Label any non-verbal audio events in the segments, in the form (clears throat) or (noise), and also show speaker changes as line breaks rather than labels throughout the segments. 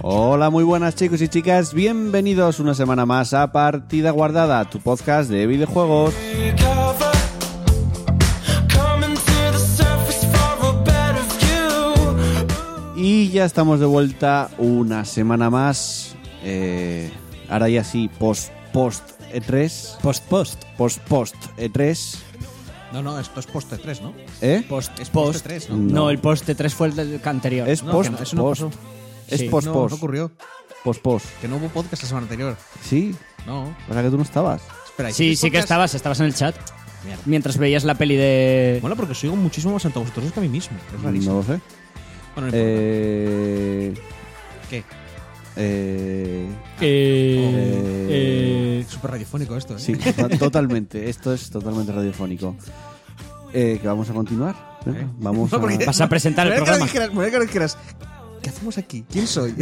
Hola, muy buenas chicos y chicas, bienvenidos una semana más a Partida Guardada, tu podcast de videojuegos. Y ya estamos de vuelta una semana más, eh, ahora ya sí, post, post E3,
Post, post.
post, post E3,
No, no, esto es post 3, ¿no?
¿eh?
Post, es post 3, ¿no?
No,
No.
el post de 3 fue el del anterior.
Es
No,
post,
que no, eso no
post,
pasó.
es
Sí.
post,
no,
post,
no ocurrió.
post, post,
Que no hubo podcast la semana anterior.
sí,
No.
o sea que tú no estabas.
Espera,
sí,
¿hicisteis
sí que
podcast?
estabas, estabas en el chat.
Mierda.
Mientras veías la peli de...
Mola porque os oigo muchísimo más ante vosotros que a mí mismo. Es
No
rarísimo.
lo sé.
Bueno, no importa.
Eh,
¿Qué?
eh,
Eh, eh,
Súper radiofónico esto, ¿eh?
(laughs)
Sí, to- totalmente. Esto es totalmente radiofónico. Eh, que vamos a continuar. Venga,
¿Eh?
Vamos
No, porque-
a...
Vas a presentar el
Mira que
programa.
lo dijeras, mira que lo dijeras. ¿Qué hacemos aquí? ¿Quién soy?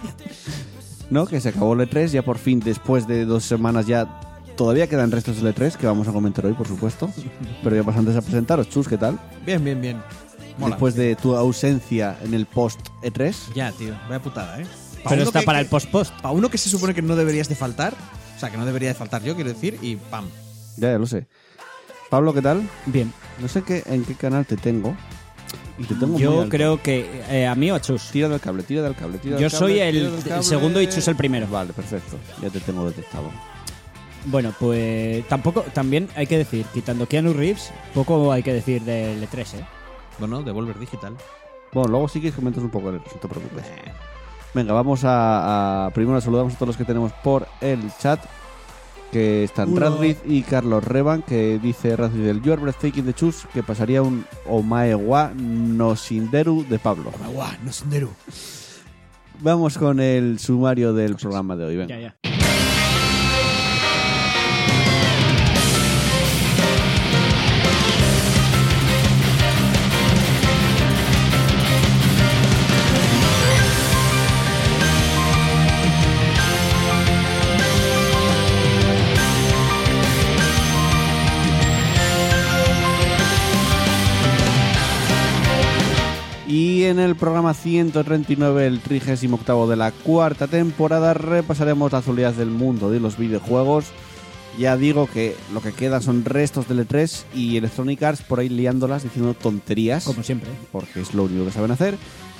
(laughs)
No, que se acabó el E3, ya por fin, después de dos semanas ya... Todavía quedan restos del E3, que vamos a comentar hoy, por supuesto. Pero ya pasantes a presentaros. Chus, ¿qué tal?
bien, bien, bien. Mola.
Después de tu ausencia en el E post-E3.
Ya, tío. Vaya putada, ¿eh? Pa uno
Pero está
que-
para
que-
el post-post.
Pa' uno que se supone que no deberías de faltar. O sea, que no debería de faltar yo, quiero decir. Y pam.
Ya, ya lo sé. Pablo, ¿qué tal?
Bien.
No sé qué, en qué canal te tengo. Y te tengo muy
Yo
alto.
creo que... eh, a mí o a Chus.
Tira del cable, tira del cable, tira del
Yo
cable,
soy
tira
el
del
t-
cable.
segundo y Chus el primero.
Vale, perfecto. Ya te tengo detectado.
Bueno, pues tampoco... También hay que decir, quitando Keanu Reeves, poco hay que decir del E3, ¿eh?
Bueno, Devolver Digital.
Bueno, luego sí que comentas un poco, Alex, no te preocupes. Venga, vamos a, a- Primero saludamos a todos los que tenemos por el chat. Que están
Uno.
Radrid y Carlos Revan, que dice Radrid del You are breathtaking de Chus, que pasaría un Omaewa no Sinderu de Pablo.
Guau, no senderu.
Vamos con el sumario del programa de hoy. Venga.
Ya, ya.
Y en el programa 139, el 38 de la cuarta temporada, repasaremos las actualidad del mundo de los videojuegos. Ya digo que lo que queda son restos del E3 y Electronic Arts por ahí liándolas diciendo tonterías,
Como siempre.
porque es lo único que saben hacer.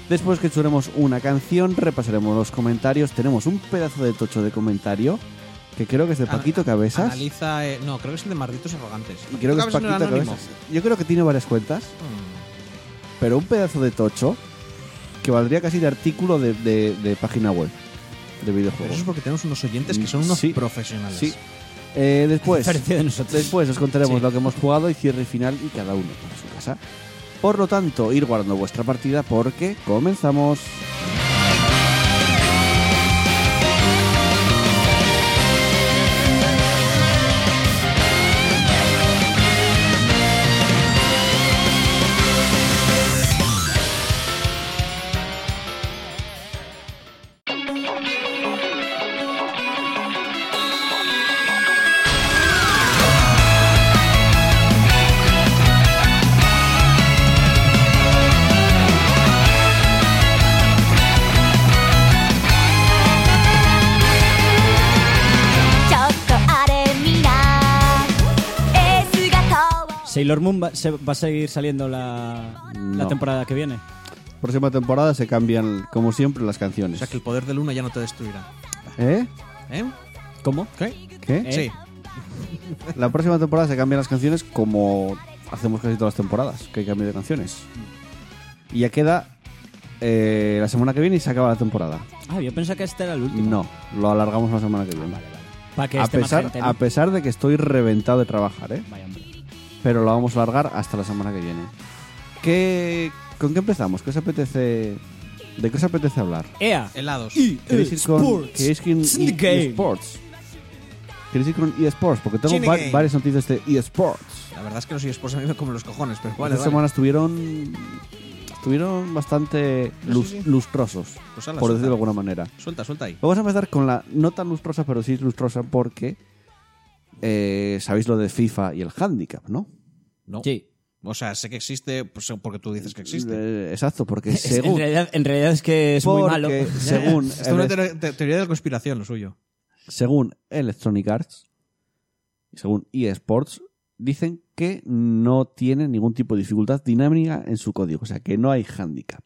Después que escucharemos una canción, repasaremos los comentarios. Tenemos un pedazo de tocho de comentario que creo que es de Paquito Cabezas.
Ah, Analiza. eh, no, creo que es el de Marditos Arrogantes.
Y creo que es
Cabezas no era
Paquito
anónimo.
Cabezas. Yo creo que tiene varias cuentas.
Mm.
pero un pedazo de tocho que valdría casi de artículo de, de- de página web de
Pero eso
videojuegos.
es porque tenemos unos oyentes que son unos
Sí.
profesionales.
Sí. Eh,
(laughs)
después,
Diferencia de nosotros.
después os contaremos
Sí.
lo que hemos jugado y cierre final y cada uno para su casa. Por lo tanto, ir guardando vuestra partida porque comenzamos.
「ちょっとあれみな」「エースが顔を」
¿Sailor Moon va, se- va a seguir saliendo la, la
No.
temporada que viene?
Próxima temporada se cambian, como siempre, las
O
canciones.
sea que el poder de Luna ya no te destruirá.
¿Eh?
¿Eh?
¿Cómo?
¿Qué?
¿Qué?
¿Eh?
Sí.
La próxima temporada se cambian las canciones como hacemos casi todas las temporadas, que hay cambio de canciones. Y ya queda eh, la semana que viene y se acaba la temporada.
Ah, yo pensaba que este era el último.
No, lo alargamos la semana que viene.
Para que
A
esté más
pesar,
gente, ¿no?
a pesar de que estoy reventado de trabajar, ¿eh?
Vaya, hombre.
Pero lo vamos a alargar hasta la semana que viene. ¿Qué, ¿Con qué empezamos? ¿Qué os apetece ¿De qué os apetece hablar?
EA.
Helados.
¿Queréis ir con,
Sports.
¿queréis ir
It's in the
con
game.
eSports? ¿Queréis ir con eSports? Porque tengo
Cine
va-
game.
varias noticias de eSports.
La verdad es que los eSports a mí me comen los cojones, pero
Estas
vale, vale.
semanas estuvieron, estuvieron bastante
¿Ah,
lus-
sí.
lustrosos,
Pues ala,
por
suelta.
decirlo de alguna manera.
Suelta, suelta ahí.
Vamos a empezar con la no tan lustrosa, pero sí lustrosa porque eh, sabéis lo de FIFA y el handicap, ¿no?
No.
Sí.
O sea, sé que existe pues, porque tú dices que existe.
Eh, exacto, porque
(laughs) Es- en,
según...
realidad, en realidad es que es muy
porque
malo.
(laughs) según,
(laughs) Esto es una
Elec-
teor- te- teoría de la conspiración, lo suyo.
según Electronic Arts, y según eSports, dicen que no tiene ningún tipo de dificultad dinámica en su código, o sea, que no hay handicap.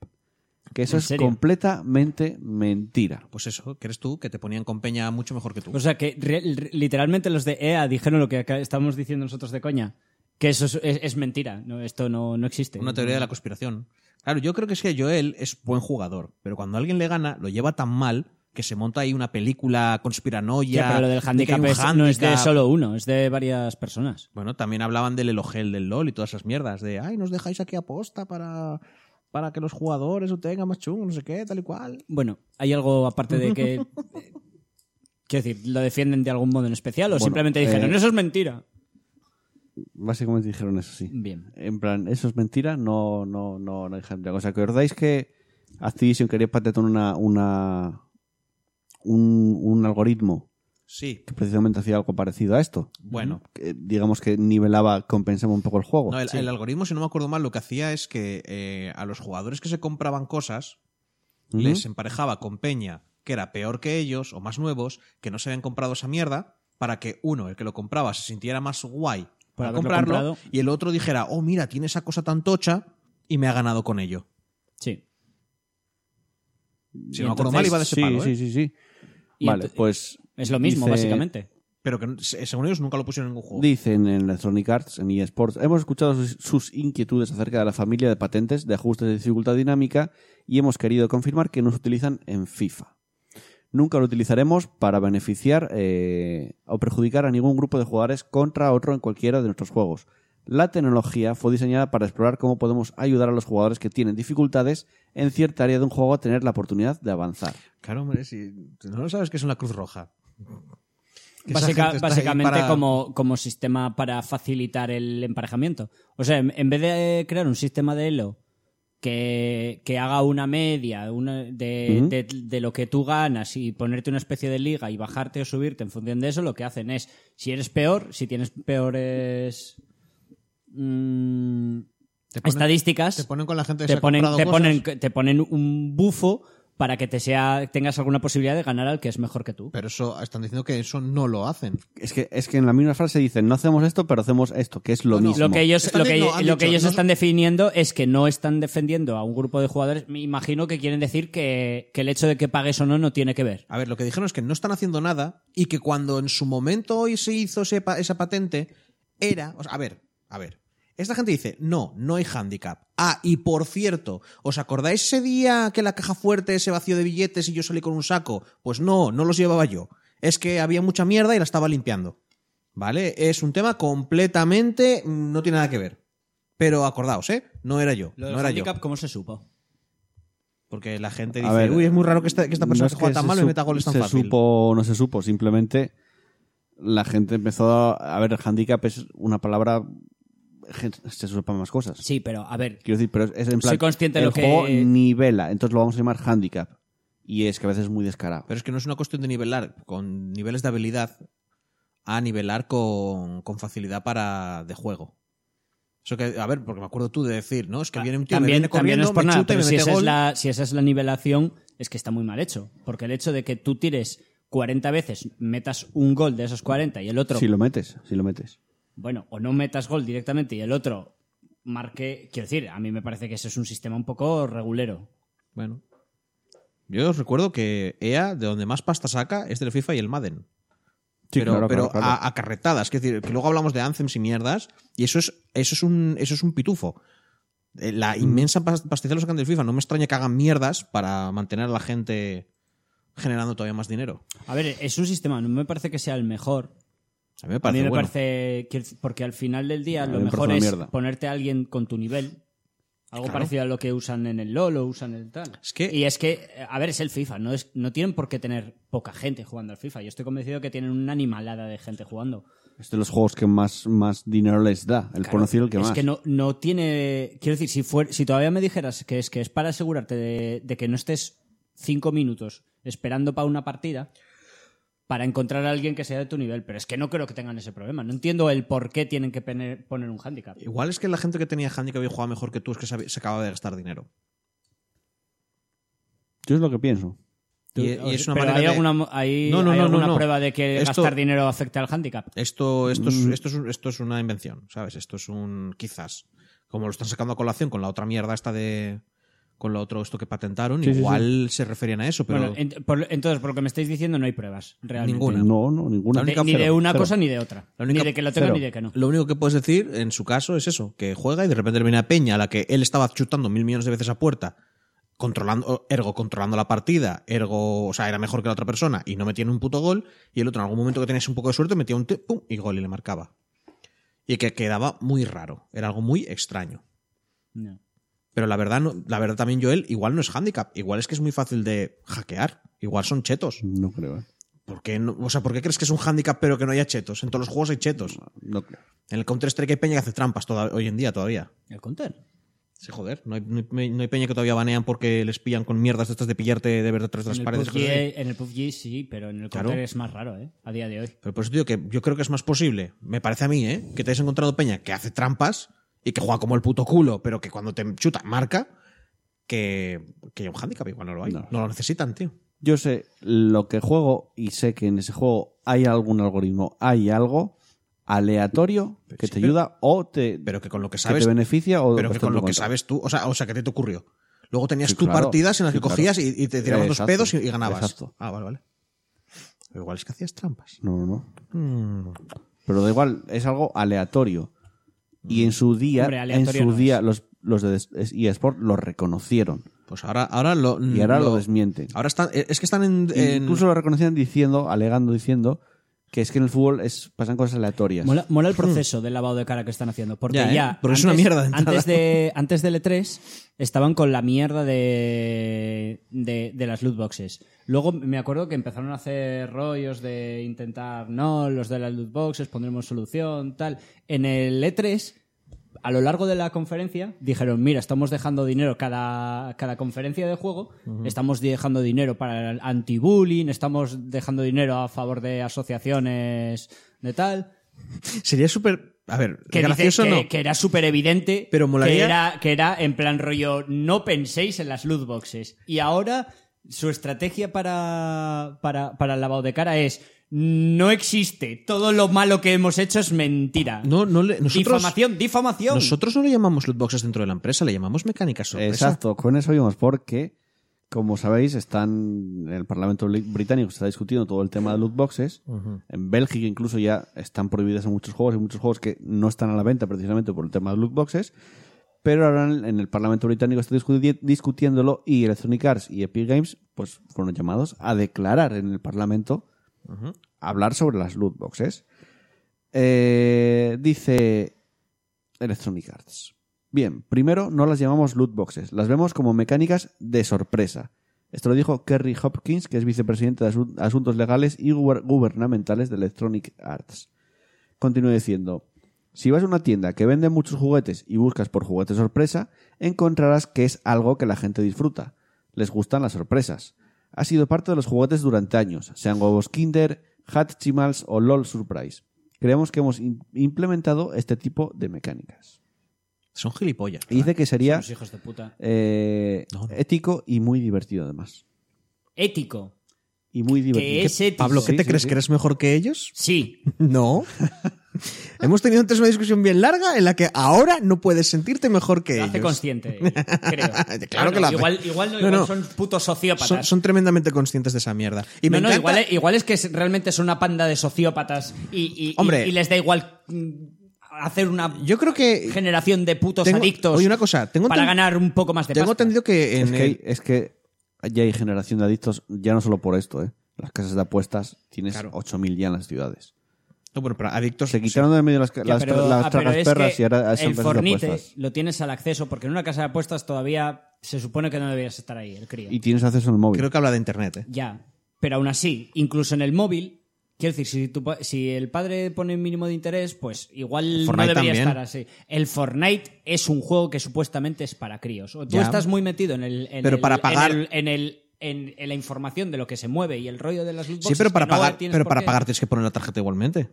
Que eso
¿En
es
serio?
completamente mentira.
Pues eso, que eres tú, que te ponían con peña mucho mejor que tú.
O sea, que re- re- literalmente los de EA dijeron lo que acá estamos diciendo nosotros de coña. Que eso es, es- es mentira. No, esto no, Este, no existe.
Una teoría de la conspiración. Claro, yo creo que es que Joel es buen jugador, pero cuando alguien le gana, lo lleva tan mal que se monta ahí una película conspiranoia.
Ya, pero lo del
de que hay
handicap,
un
es- no es de
hándicap.
solo uno, es de varias personas.
Bueno, también hablaban del elogel del LOL y todas esas mierdas. De, ay, nos dejáis aquí aposta para, para que los jugadores lo tengan más chungo, no sé qué, tal y cual.
Bueno, ¿hay algo aparte
(laughs)
de que. eh, Quiero decir, ¿lo defienden de algún modo en especial o
Bueno,
simplemente dijeron,
eh,
eso es mentira?
Básicamente dijeron eso, sí.
Bien.
En plan, eso es mentira, no, no, no, no hay handicap. O sea, que acordáis que Activision quería patentar una, una, un, un algoritmo
Sí,
que precisamente hacía algo parecido a esto.
bueno.
Que, digamos que nivelaba, compensaba un poco el juego.
No, el,
Sí.
el algoritmo, si no me acuerdo mal, lo que hacía es que eh, a los jugadores que se compraban cosas,
Ujú.
les emparejaba con Peña, que era peor que ellos o más nuevos, que no se habían comprado esa mierda, para que uno, el que lo compraba, se sintiera más guay
Por
para
haberlo
comprarlo,
comprado.
y el otro dijera, oh, mira, tiene esa cosa tan tocha y me ha ganado con ello.
Sí.
Si
Y
no me acuerdo
entonces-
mal, iba de ese
sí,
palo, ¿eh?
sí, sí, sí.
Y
Vale,
ento-
pues
Es lo mismo,
dice-
básicamente.
Pero que n- se- según ellos nunca lo pusieron en ningún juego.
dicen en Electronic Arts, en eSports, hemos escuchado sus, sus inquietudes acerca de la familia de patentes de ajustes de dificultad dinámica y hemos querido confirmar que no se utilizan en FIFA. Nunca lo utilizaremos para beneficiar eh, o perjudicar a ningún grupo de jugadores contra otro en cualquiera de nuestros juegos. La tecnología fue diseñada para explorar cómo podemos ayudar a los jugadores que tienen dificultades en cierta área de un juego a tener la oportunidad de avanzar.
Claro, hombre, si no lo sabes que es una cruz roja. Que esa
Básica-
gente está ahí
básicamente
para-
como, como sistema para facilitar el emparejamiento. O sea, en, en vez de crear un sistema de elo que, que haga una media una- de,
Ujú.
de- de lo que tú ganas y ponerte una especie de liga y bajarte o subirte en función de eso, lo que hacen es, si eres peor, si tienes peores mm,
Te ponen-
estadísticas,
Te ponen con la gente que
te
se ha
ponen,
comprado
te,
cosas.
ponen, te ponen un bufo para que te sea, tengas alguna posibilidad de ganar al que es mejor que tú.
Pero eso están diciendo que eso no lo hacen.
Es que, es que en la misma frase dicen, no hacemos esto, pero hacemos esto, que es lo
No, no.
mismo.
Lo que ellos,
Están
lo que,
di- no, han
lo que
dicho,
ellos
no-
están definiendo es que no están defendiendo a un grupo de jugadores. Me imagino que quieren decir que, que el hecho de que pagues o no no tiene que ver.
A ver, lo que dijeron es que no están haciendo nada y que cuando en su momento hoy se hizo ese pa- esa patente, era. o sea, a ver, a ver. Esta gente dice, no, no hay handicap. Ah, y por cierto, ¿os acordáis ese día que la caja fuerte se vació de billetes y yo salí con un saco? Pues no, no los llevaba yo. Es que había mucha mierda y la estaba limpiando. ¿Vale? Es un tema completamente. mm, no tiene nada que ver. Pero acordaos, ¿eh? No era yo. no era yo.
¿cómo se supo?
Porque la gente
A
dice,
ver,
uy, es muy raro que esta, que esta persona
No
que
es
juega
que
tan
se
mal me
sup-
meta goles tan
se
fácil.
supo o no se supo, simplemente la gente empezó a... A ver, el handicap es una palabra... gen- Se supo más cosas.
Sí, pero a ver.
Quiero decir, pero es en plan...
Soy consciente de
el
lo que-
juego nivela, entonces lo vamos a llamar handicap. Y es que a veces es muy descarado.
Pero es que no es una cuestión de nivelar con niveles de habilidad a nivelar con, con facilidad para de juego. Eso que, a ver, porque me acuerdo tú de decir, ¿no? Es que viene un tío, me
Ah, También,
viene
también no
corriendo,
es por
me
nada,
chuta y
pero
me
si
mete
esa, es
gol.
la, si esa es la nivelación, es que está muy mal hecho. Porque el hecho de que tú tires 40 veces, metas un gol de esos 40 y el otro,
Si lo metes, si lo metes.
bueno, o no metas gol directamente y el otro marque. Quiero decir, a mí me parece que ese es un sistema un poco regulero.
Bueno. Yo os recuerdo que EA, de donde más pasta saca, es del FIFA y el Madden.
Sí,
pero
claro,
pero
claro, claro.
A, a carretadas, que, decir, que luego hablamos de anthems y mierdas, y eso es, eso es, un, eso es un pitufo. Eh, La
Mm.
inmensa pas- pastizal los sacan del FIFA, no me extraña que hagan mierdas para mantener a la gente generando todavía más dinero.
A ver, es un sistema, no me parece que sea el mejor.
A mí me
a
parece,
mí me
bueno.
parece. quiero decir, Porque al final del día
A mí
lo
me parece
mejor
una
es
mierda.
ponerte a alguien con tu nivel Algo
Claro.
parecido a lo que usan en el LOL o usan en el tal.
Es que-
Y es que, eh, a ver, es el FIFA, no, es, no tienen por qué tener poca gente jugando al FIFA. Yo estoy convencido que tienen una animalada de gente jugando.
Es de los juegos que más, más dinero les da. El
Claro,
conocido el que
es
más.
que no, no tiene. Quiero decir, si, fuer- si todavía me dijeras que es que es para asegurarte de, de que no estés cinco minutos esperando para una partida para encontrar a alguien que sea de tu nivel, pero es que no creo que tengan ese problema. No entiendo el por qué tienen que poner, poner un handicap.
Igual es que la gente que tenía handicap y jugaba mejor que tú es que se, se acababa de gastar dinero.
Yo es lo que pienso.
Y, y es una
pero
manera
¿Hay
de-
alguna, mo- hay-
No, no,
hay
no, no,
alguna
no.
prueba de que
Esto-
gastar dinero afecta al handicap?
Esto, esto,
Mm.
es, esto, es, un- esto es una invención, ¿sabes? Esto es un. Quizás. Como lo están sacando a colación con la otra mierda esta de. Con lo otro, esto que patentaron,
Sí, sí,
igual se referían a eso, pero.
Bueno, ent- por- entonces, por lo que me estáis diciendo, no hay pruebas realmente.
Ninguna.
No, no, ninguna.
La
De-
única-
ni de
cero,
una
cero.
cosa ni de otra.
La única-
ni de que lo tenga
cero.
ni de que no.
Lo único que puedes decir en su caso es eso, que juega y de repente le viene a Peña, a la que él estaba chutando mil millones de veces a puerta, controlando, ergo controlando la partida, ergo, o sea, era mejor que la otra persona y no metía ni un puto gol, y el otro en algún momento que tenías un poco de suerte metía un te- pum y gol y le marcaba. Y que quedaba muy raro, era algo muy extraño.
No.
Pero la verdad, no- la verdad también Joel, igual no es handicap, igual es que es muy fácil de hackear, igual son chetos.
No creo, ¿eh?
¿Por qué no- o sea, ¿por qué crees que es un handicap pero que no haya chetos? En todos los juegos hay chetos.
No creo.
En el Counter-Strike hay peña que hace trampas toda- hoy en día todavía.
El counter.
Sí, joder. No hay, no hay- no hay peña que todavía banean porque les pillan con mierdas de estas de pillarte de ver detrás de
En
las
el,
paredes.
PUBG,
cosas así.
en el PUBG sí, pero en el
Claro.
Counter es más raro, ¿eh? A día de hoy.
Pero por eso digo que yo creo que es más posible, me parece a mí, ¿eh? Que te hayas encontrado peña que hace trampas y que juega como el puto culo, pero que cuando te chuta marca, que, que hay un handicap, igual no lo hay. No,
No.
lo necesitan, tío.
Yo sé lo que juego y sé que en ese juego hay algún algoritmo, hay algo aleatorio
Pero
que
sí,
te
pero-
ayuda o te,
Pero que con lo que
que
sabes,
te beneficia o
pero
o
que
está en
con
tu
lo que
contra.
sabes tú, o sea, o sea, que te te ocurrió. Luego tenías
Sí,
tú
claro.
partidas en las
Sí,
que
claro. Eh,
cogías y, y te tirabas dos
Exacto.
pedos y, y ganabas.
Exacto.
Ah, vale, vale. Pero igual es que hacías trampas.
No, no, no.
Mm.
Pero da igual, es algo aleatorio. Y en su día,
Mm. Hombre,
en
aleatorio
su
no
día,
es.
los, los de es- eSport lo reconocieron.
Pues ahora, ahora lo.
Y ahora lo desmienten.
Ahora están. e, Es que están en. en-
Incluso lo reconocían diciendo, alegando, diciendo que es que en el fútbol es, pasan cosas aleatorias.
Mola, mola el proceso del lavado de cara que están haciendo. Porque
Hmm. Ya,
ya.
¿eh? Porque es una mierda de entrada. (laughs)
antes, de, antes del E3 estaban con la mierda de, de, de las loot boxes. Luego me acuerdo que empezaron a hacer rollos de intentar, no, los de las loot boxes, pondremos solución, tal. En el E3, a lo largo de la conferencia, dijeron, mira, estamos dejando dinero cada, cada conferencia de juego, estamos dejando dinero para el anti-bullying, estamos dejando dinero a favor de asociaciones de tal
Sería súper. A ver,
que, dice
gracioso
que-
no.
que era súper evidente
Pero molaría-
que, era, que era en plan rollo no penséis en las loot boxes y ahora su estrategia para, para, para el lavado de cara es no existe todo lo malo que hemos hecho es mentira
No, no le- nosotros,
difamación difamación
nosotros no le llamamos loot boxes dentro de la empresa, le llamamos mecánicas sorpresa.
Exacto, con eso vimos, porque, como sabéis, están en el Parlamento bri- británico se está discutiendo todo el tema de loot boxes. En Bélgica incluso ya están prohibidas en muchos juegos, hay muchos juegos que no están a la venta precisamente por el tema de loot boxes. Pero ahora en en el Parlamento británico está discuti- discutiéndolo y Electronic Arts y Epic Games pues fueron llamados a declarar en el Parlamento a hablar sobre las loot boxes. Eh, dice Electronic Arts. Bien, primero no las llamamos loot boxes, las vemos como mecánicas de sorpresa. Esto lo dijo Kerry Hopkins, que es vicepresidente de Asun- Asuntos Legales y Guber- Gubernamentales de Electronic Arts. Continúa diciendo, si vas a una tienda que vende muchos juguetes y buscas por juguete sorpresa, encontrarás que es algo que la gente disfruta. Les gustan las sorpresas. Ha sido parte de los juguetes durante años, sean huevos Kinder, Hatchimals o LOL Surprise. Creemos que hemos im- implementado este tipo de mecánicas.
Son gilipollas.
Y dice que sería
Los hijos de puta
eh,
No, no.
ético y muy divertido además.
ético
Y muy divertido.
que es ético
Pablo, ¿qué
Sí,
te
sí,
crees?
sí.
¿Que eres mejor que ellos?
sí
(laughs) No. Hemos tenido antes una discusión bien larga en la que ahora no puedes sentirte mejor que
lo hace
ellos.
consciente de ello, creo
(laughs) Claro que lo hace.
igual igual, no,
No,
igual
no.
son putos sociópatas
Son, son tremendamente conscientes de esa mierda. Y me
no, no,
encanta-
igual, es- igual es que es- realmente son una panda de sociópatas y, y- y-
Hombre.
y les da igual mm, hacer una
Yo creo que
generación de putos
Tengo-
adictos
oye, una cosa, tengo
para
enten-
ganar un poco más de
tengo
pasta.
entendido que en
Es que, hay-
el-
es que ya hay generación de adictos, ya no solo por esto, ¿eh? Las casas de apuestas tienes
Claro.
8.000 ya en las ciudades.
No, oh, bueno, pero adictos
Se quitaron de en medio las,
Ya,
las,
pero-
las
ah, pero
tracas
es
perras
que
y ahora son
el
empresas de
fornite
apuestas.
lo tienes al acceso porque en una casa de apuestas todavía se supone que no deberías estar ahí, el crío.
Y tienes acceso al móvil.
Creo que habla de internet, ¿eh?
Ya, pero aún así, incluso en el móvil, quiero decir, si, tu pa- si el padre pone un mínimo de interés, pues igual no
Fortnite
debería
también.
estar así. El Fortnite es un juego que supuestamente es para críos. O tú
Ya.
estás muy metido en el... en
Pero
el-
para
en
pagar-
el- En el- en- en la información de lo que se mueve y el rollo de las loot
Sí,
boxes
pero para
que no
pagar,
tienes
pero
por
para
qué.
pagar tienes que poner la tarjeta igualmente.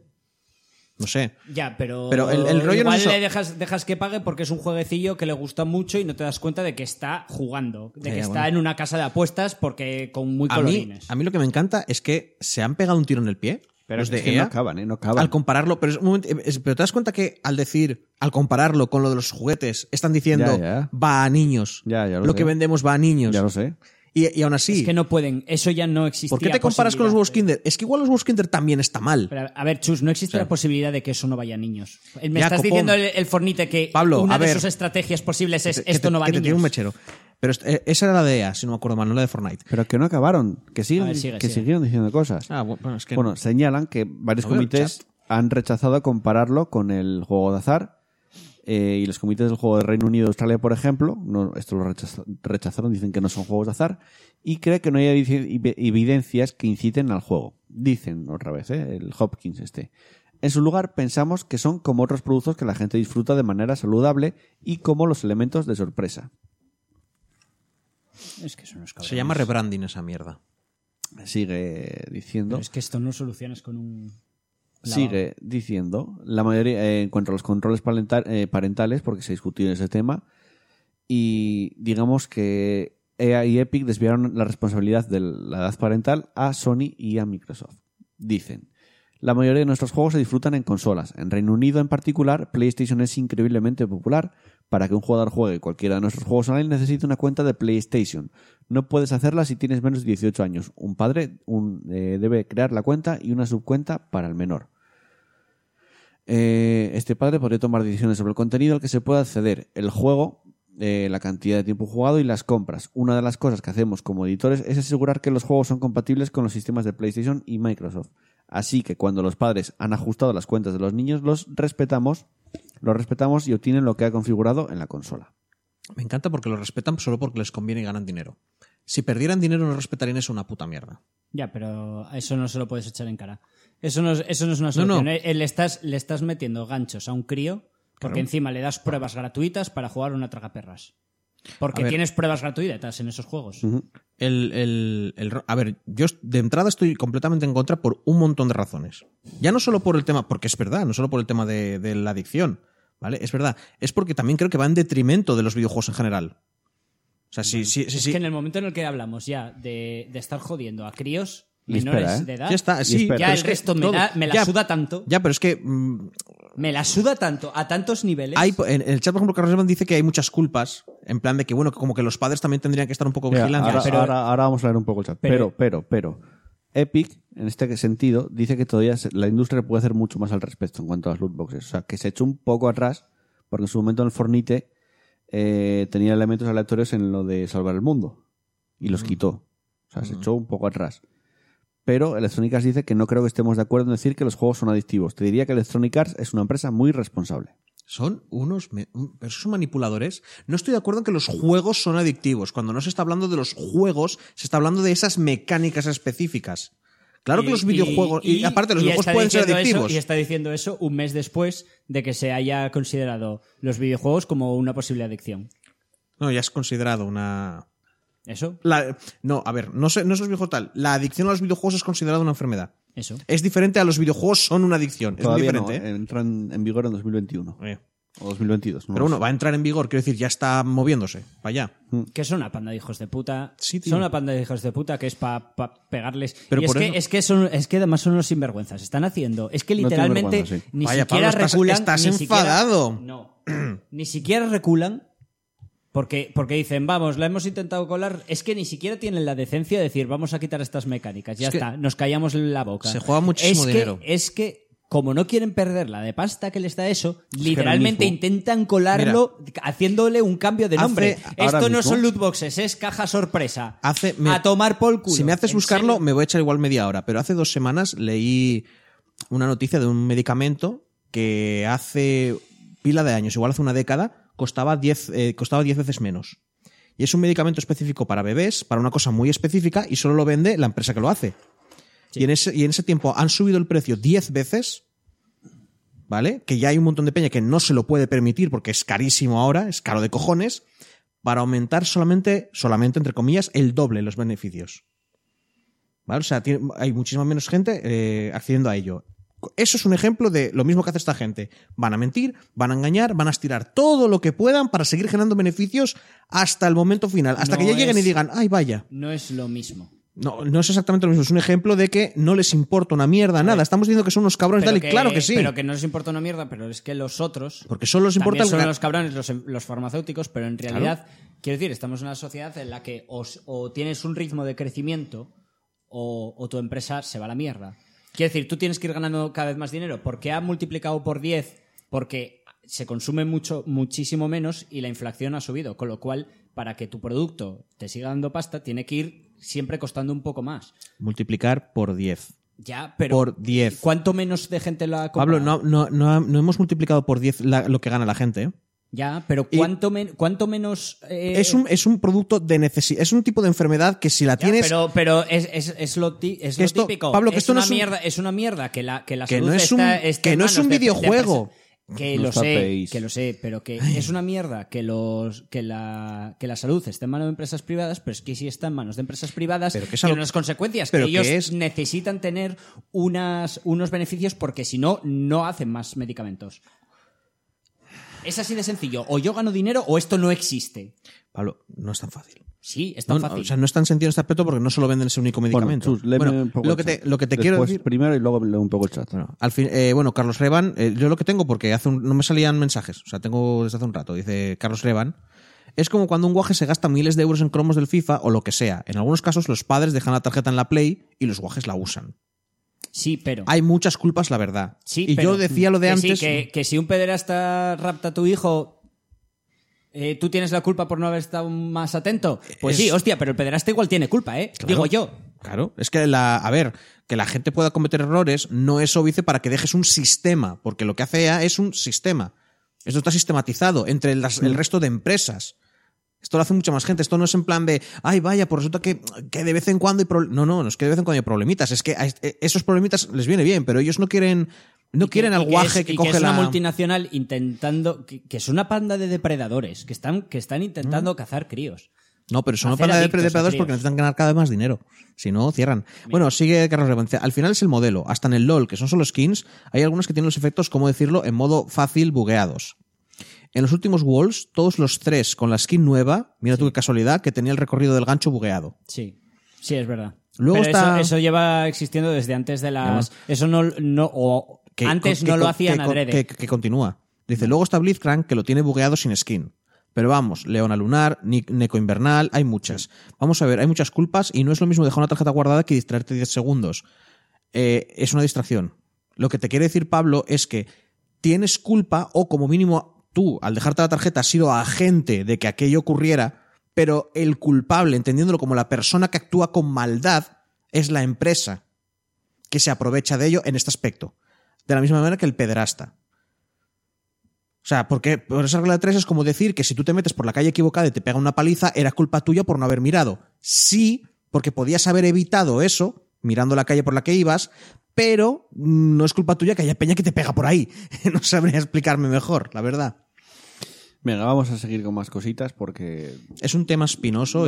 No sé.
Ya, pero,
Pero el- el rollo no es
igual
eso.
le dejas, dejas que pague porque es un jueguecillo que le gusta mucho y no te das cuenta de que está jugando, de
Ya,
que
ya,
está
bueno.
en una casa de apuestas porque con muy
A mí,
colorines.
a mí lo que me encanta es que se han pegado un tiro en el pie.
Pero
los
es
de
que
EA,
no acaban, ¿eh? No acaban.
Al compararlo, pero, es un momento- es- pero te das cuenta que al decir, al compararlo con lo de los juguetes, están
Ya,
diciendo,
ya.
va a niños.
Ya, ya lo
lo
sé.
que vendemos va a niños.
ya lo sé.
Y, y aún así,
Es que no pueden, eso ya no existe.
¿por qué te comparas con los huevos Kinder? Es que igual los huevos Kinder también está mal.
Pero, a ver, Chus, no existe la posibilidad de que eso no vaya a niños. Eh, Me
Ya,
estás
copón.
diciendo el, el fornite que
Pablo,
una
a
de
ver.
sus estrategias posibles es
Que te-
esto no va a
que te
niños.
tiene un mechero. Pero est- eh, esa era la de EA, si no me acuerdo mal, no la de Fortnite.
Pero que no acabaron. Que, siguen,
A ver, sigue,
que
sigue.
siguieron diciendo cosas.
Ah, bu- bueno, es que
Bueno, señalan que varios
No veo el
comités
chat.
han rechazado compararlo con el juego de azar. eh, y los comités del juego de Reino Unido y Australia, por ejemplo, no, esto lo rechaza- rechazaron, dicen que no son juegos de azar. Y cree que no hay evi- evi- evidencias que inciten al juego. Dicen otra vez, ¿eh? el Hopkins este. En su lugar, pensamos que son como otros productos que la gente disfruta de manera saludable y como los elementos de sorpresa.
Es que eso no es cabrón.
se llama rebranding esa mierda.
Sigue diciendo.
Pero es que esto no solucionas con un. clavado.
Sigue diciendo, la mayoría eh, en cuanto a los controles palenta- eh, parentales, porque se discutió ese tema, y digamos que EA y Epic desviaron la responsabilidad de la edad parental a Sony y a Microsoft. Dicen, la mayoría de nuestros juegos se disfrutan en consolas. En Reino Unido en particular, PlayStation es increíblemente popular. Para que un jugador juegue cualquiera de nuestros juegos online necesita una cuenta de PlayStation. No puedes hacerla si tienes menos de 18 años. Un padre un, eh, debe crear la cuenta y una subcuenta para el menor. Eh, este padre podría tomar decisiones sobre el contenido al que se pueda acceder, el juego, eh, la cantidad de tiempo jugado y las compras. Una de las cosas que hacemos como editores es asegurar que los juegos son compatibles con los sistemas de PlayStation y Microsoft. Así que cuando los padres han ajustado las cuentas de los niños, los respetamos, los respetamos y obtienen lo que ha configurado en la consola.
Me encanta porque lo respetan solo porque les conviene y ganan dinero. Si perdieran dinero no respetarían eso una puta mierda.
Ya, pero a eso no se lo puedes echar en cara. Eso no, es- eso no es una
No, no.
solución. Eh, Le, estás, le estás metiendo ganchos a un crío porque encima le das pruebas gratuitas para jugar una tragaperras.
A
Porque
ver.
tienes pruebas gratuitas en esos juegos.
El, el- el ro- a ver, yo est- de entrada estoy completamente en contra por un montón de razones. Ya no solo por el tema, porque es verdad, no solo por el tema de, de la adicción, ¿vale? Es verdad. Es porque también creo que va en detrimento de los videojuegos en general. O sea, sí, sí, sí.
Es
sí.
que en el momento en el que hablamos ya de, de estar jodiendo a críos
Y
menores
espera, ¿eh?
de edad,
Ya está, sí.
espera.
pero
ya el
es que
resto me,
todo-
da- me la
ya,
suda tanto.
Ya, pero es que mm,
Me la suda tanto a tantos niveles.
hay, en en el chat, por ejemplo, Carlos Evans dice que hay muchas culpas, en plan de que, bueno, que como que los padres también tendrían que estar un poco
Mira,
vigilantes.
ahora,
pero-
ahora- ahora vamos a leer un poco el chat. Pero,
pero-
pero, pero. Epic, en este sentido, dice que todavía se- la industria puede hacer mucho más al respecto en cuanto a las loot boxes. O sea, que se echó un poco atrás, porque en su momento en el Fornite eh, tenía elementos aleatorios en lo de salvar el mundo. Y
Mm.
los quitó. O sea, se echó un poco atrás. Pero Electronic Arts dice que no creo que estemos de acuerdo en decir que los juegos son adictivos. Te diría que Electronic Arts es una empresa muy responsable.
Son unos. me- un- Pero son manipuladores. No estoy de acuerdo en que los juegos son adictivos. Cuando no se está hablando de los juegos, se está hablando de esas mecánicas específicas. Claro que
Y-
los videojuegos. Y, aparte, los
y
videojuegos
está
pueden ser
diciendo eso-
adictivos.
y está diciendo eso un mes después de que se haya considerado los videojuegos como una posible adicción.
No, ya es considerado una.
¿Eso?
la- No, a ver, no, sé, no es los videojuegos tal. La adicción a los videojuegos es considerada una enfermedad.
Eso.
Es diferente a los videojuegos son una adicción. Es muy
Todavía no,
diferente. ¿eh?
eh, entran en vigor en 2021
Eh.
o 2022. no
Pero
lo
bueno, va a entrar en vigor, quiero decir, ya está moviéndose. Vaya.
Que son una panda de hijos de puta.
Mm. Sí, tío.
son una panda de hijos de puta que es para pegarles.
Pero
y es
por
que,
eso-
es, que son, es que además son unos sinvergüenzas. Están haciendo. Es que
No tienen
literalmente
vergüenza, sí.
ni
Vaya,
siquiera
Pablo, estás-
reculan.
estás
ni siquiera-
enfadado.
no. (clears throat) ni siquiera reculan. Porque, porque dicen, vamos, la hemos intentado colar. Es que ni siquiera tienen la decencia de decir, vamos a quitar estas mecánicas. Ya
Es que
está, nos callamos la boca.
se juega muchísimo
Es que-
dinero.
es que, como no quieren perder la de pasta que les da eso,
ahora
literalmente
mismo-
intentan colarlo haciéndole un cambio de
Hace-
nombre.
ahora
Esto no
mismo-
son loot boxes, es caja sorpresa.
Hace- Ah, me-
a tomar por culo.
Si me haces
¿En
buscarlo,
serio?
me voy a echar igual media hora. Pero hace dos semanas leí una noticia de un medicamento que hace pila de años, igual hace una década, costaba 10 eh, costaba 10 veces menos. Y es un medicamento específico para bebés, para una cosa muy específica, y solo lo vende la empresa que lo hace. Y, en ese, y en ese tiempo han subido el precio 10 veces, ¿vale? Que ya hay un montón de peña que no se lo puede permitir porque es carísimo ahora, es caro de cojones, para aumentar solamente, solamente entre comillas, el doble los beneficios. ¿Vale? O sea, tiene- hay muchísima menos gente eh, accediendo a ello. Eso es un ejemplo de lo mismo que hace esta gente. Van a mentir, van a engañar, van a estirar todo lo que puedan para seguir generando beneficios hasta el momento final, hasta
No
que ya lleguen y
es-
digan, ay, vaya.
No es lo mismo.
No, no es exactamente lo mismo, es un ejemplo de que no les importa una mierda nada. Estamos diciendo que son unos cabrones, dale, claro que sí.
Pero que no les importa una mierda, pero es que los otros.
Porque solo les importa
también
el
son
gra-
los cabrones, los, em, los farmacéuticos, pero en realidad, quiero decir, estamos en una sociedad en la que os- o tienes un ritmo de crecimiento o, o tu empresa se va a la mierda. Quiero decir, tú tienes que ir ganando cada vez más dinero porque ha multiplicado por 10, porque se consume mucho, muchísimo menos y la inflación ha subido, con lo cual, para que tu producto te siga dando pasta, tiene que ir siempre costando un poco más.
Multiplicar por 10.
Ya, pero
Por 10.
¿Cuánto menos de gente lo ha comprado?
Pablo, no, no, no, no hemos multiplicado por 10 la- lo que gana la gente. ¿eh?
Ya, pero
Y-
¿cuánto, men- cuánto menos...? eh,
Es, un, es un producto de necesidad, es un tipo de enfermedad que si la
ya,
tienes...
Pero, pero es, es, es lo, ti- es
Que
lo
esto-
típico.
Pablo, que
es
esto no
una
es un-
mierda, es una mierda que la, que la
Que
salud
no es un-
está- está
que
en
no es
manos
un
de- de
videojuego.
empresas. Que
No
lo
os
sé,
tapéis.
que lo sé, pero que es una mierda que los que la, que la salud esté en manos de empresas privadas, pero es que si está en manos de empresas privadas,
Pero que es
tiene
algo-
unas consecuencias
pero
que
que
ellos
es-
necesitan tener unas, unos beneficios porque si no, no hacen más medicamentos. Es así de sencillo. O yo gano dinero o esto no existe.
Pablo, no es tan fácil.
Sí, es tan
No, no,
fácil.
o sea, no es tan sentido en este aspecto porque no solo venden ese único medicamento.
Chus, léeme
Bueno,
un poco
lo,
el
que te,
chat.
lo que te quiero
Después
decir...
Primero y luego leo un poco el chat.
Bueno, al fin, eh, bueno, Carlos Revan, eh, yo lo que tengo, porque hace un- no me salían mensajes, o sea, tengo desde hace un rato, dice Carlos Revan, es como cuando un guaje se gasta miles de euros en cromos del FIFA o lo que sea. En algunos casos los padres dejan la tarjeta en la Play y los guajes la usan.
Sí, pero.
Hay muchas culpas, la verdad.
Sí,
y
pero-
yo decía lo de
que sí,
antes...
que, que si un pederasta rapta a tu hijo, eh, tú tienes la culpa por no haber estado más atento. Pues
Es-
sí, hostia, pero el pederasta igual tiene culpa, ¿eh?
Claro.
Digo yo.
Claro, es que la, a ver, que la gente pueda cometer errores no es óbice para que dejes un sistema, porque lo que hace EA es un sistema. Esto está sistematizado entre las-
Mm.
el resto de empresas. Esto lo hace mucha más gente. Esto no es en plan de, ay, vaya, por resulta que, que de vez en cuando hay problemas. No, no, no es que de vez en cuando hay problemitas. Es que a est- eh, esos problemitas les viene bien, pero ellos no quieren, no
Y
quieren
y
al guaje
es-
que,
y
coge
es
la.
una multinacional intentando. Que, que es una panda de depredadores que están, que están intentando
Mm.
cazar críos.
No, pero son una
Hacer
panda de
adictos a
depredadores
críos.
porque necesitan ganar cada vez más dinero. Si no, cierran. Bueno, sigue Carlos Revancia. Al final es el modelo. Hasta en el LOL, que son solo skins, hay algunos que tienen los efectos, como decirlo, en modo fácil bugueados. En los últimos walls, todos los tres con la skin nueva, mira tú qué casualidad, que tenía el recorrido del gancho bugueado.
Sí, sí, es verdad.
Luego
Pero
está-
eso, eso lleva existiendo desde antes de las. Eso no. no o
Que-
antes
que-
no
que-
lo
que-
hacían
que-
adrede.
Que, que continúa. Dice, luego está Blitzcrank, que lo tiene bugueado sin skin. Pero vamos, Leona Lunar, Ni- Neco Invernal, hay muchas. Vamos a ver, hay muchas culpas y no es lo mismo dejar una tarjeta guardada que distraerte 10 segundos. Eh, es una distracción. Lo que te quiere decir Pablo es que tienes culpa o como mínimo tú, al dejarte la tarjeta, has sido agente de que aquello ocurriera, pero el culpable, entendiéndolo como la persona que actúa con maldad, es la empresa que se aprovecha de ello en este aspecto. De la misma manera que el pederasta. O sea, porque por esa regla de tres es como decir que si tú te metes por la calle equivocada y te pega una paliza, era culpa tuya por no haber mirado. Sí, porque podías haber evitado eso, mirando la calle por la que ibas, pero mm, no es culpa tuya que haya peña que te pega por ahí. (laughs) No sabría explicarme mejor, la verdad.
Venga, vamos a seguir con más cositas porque
Es un tema espinoso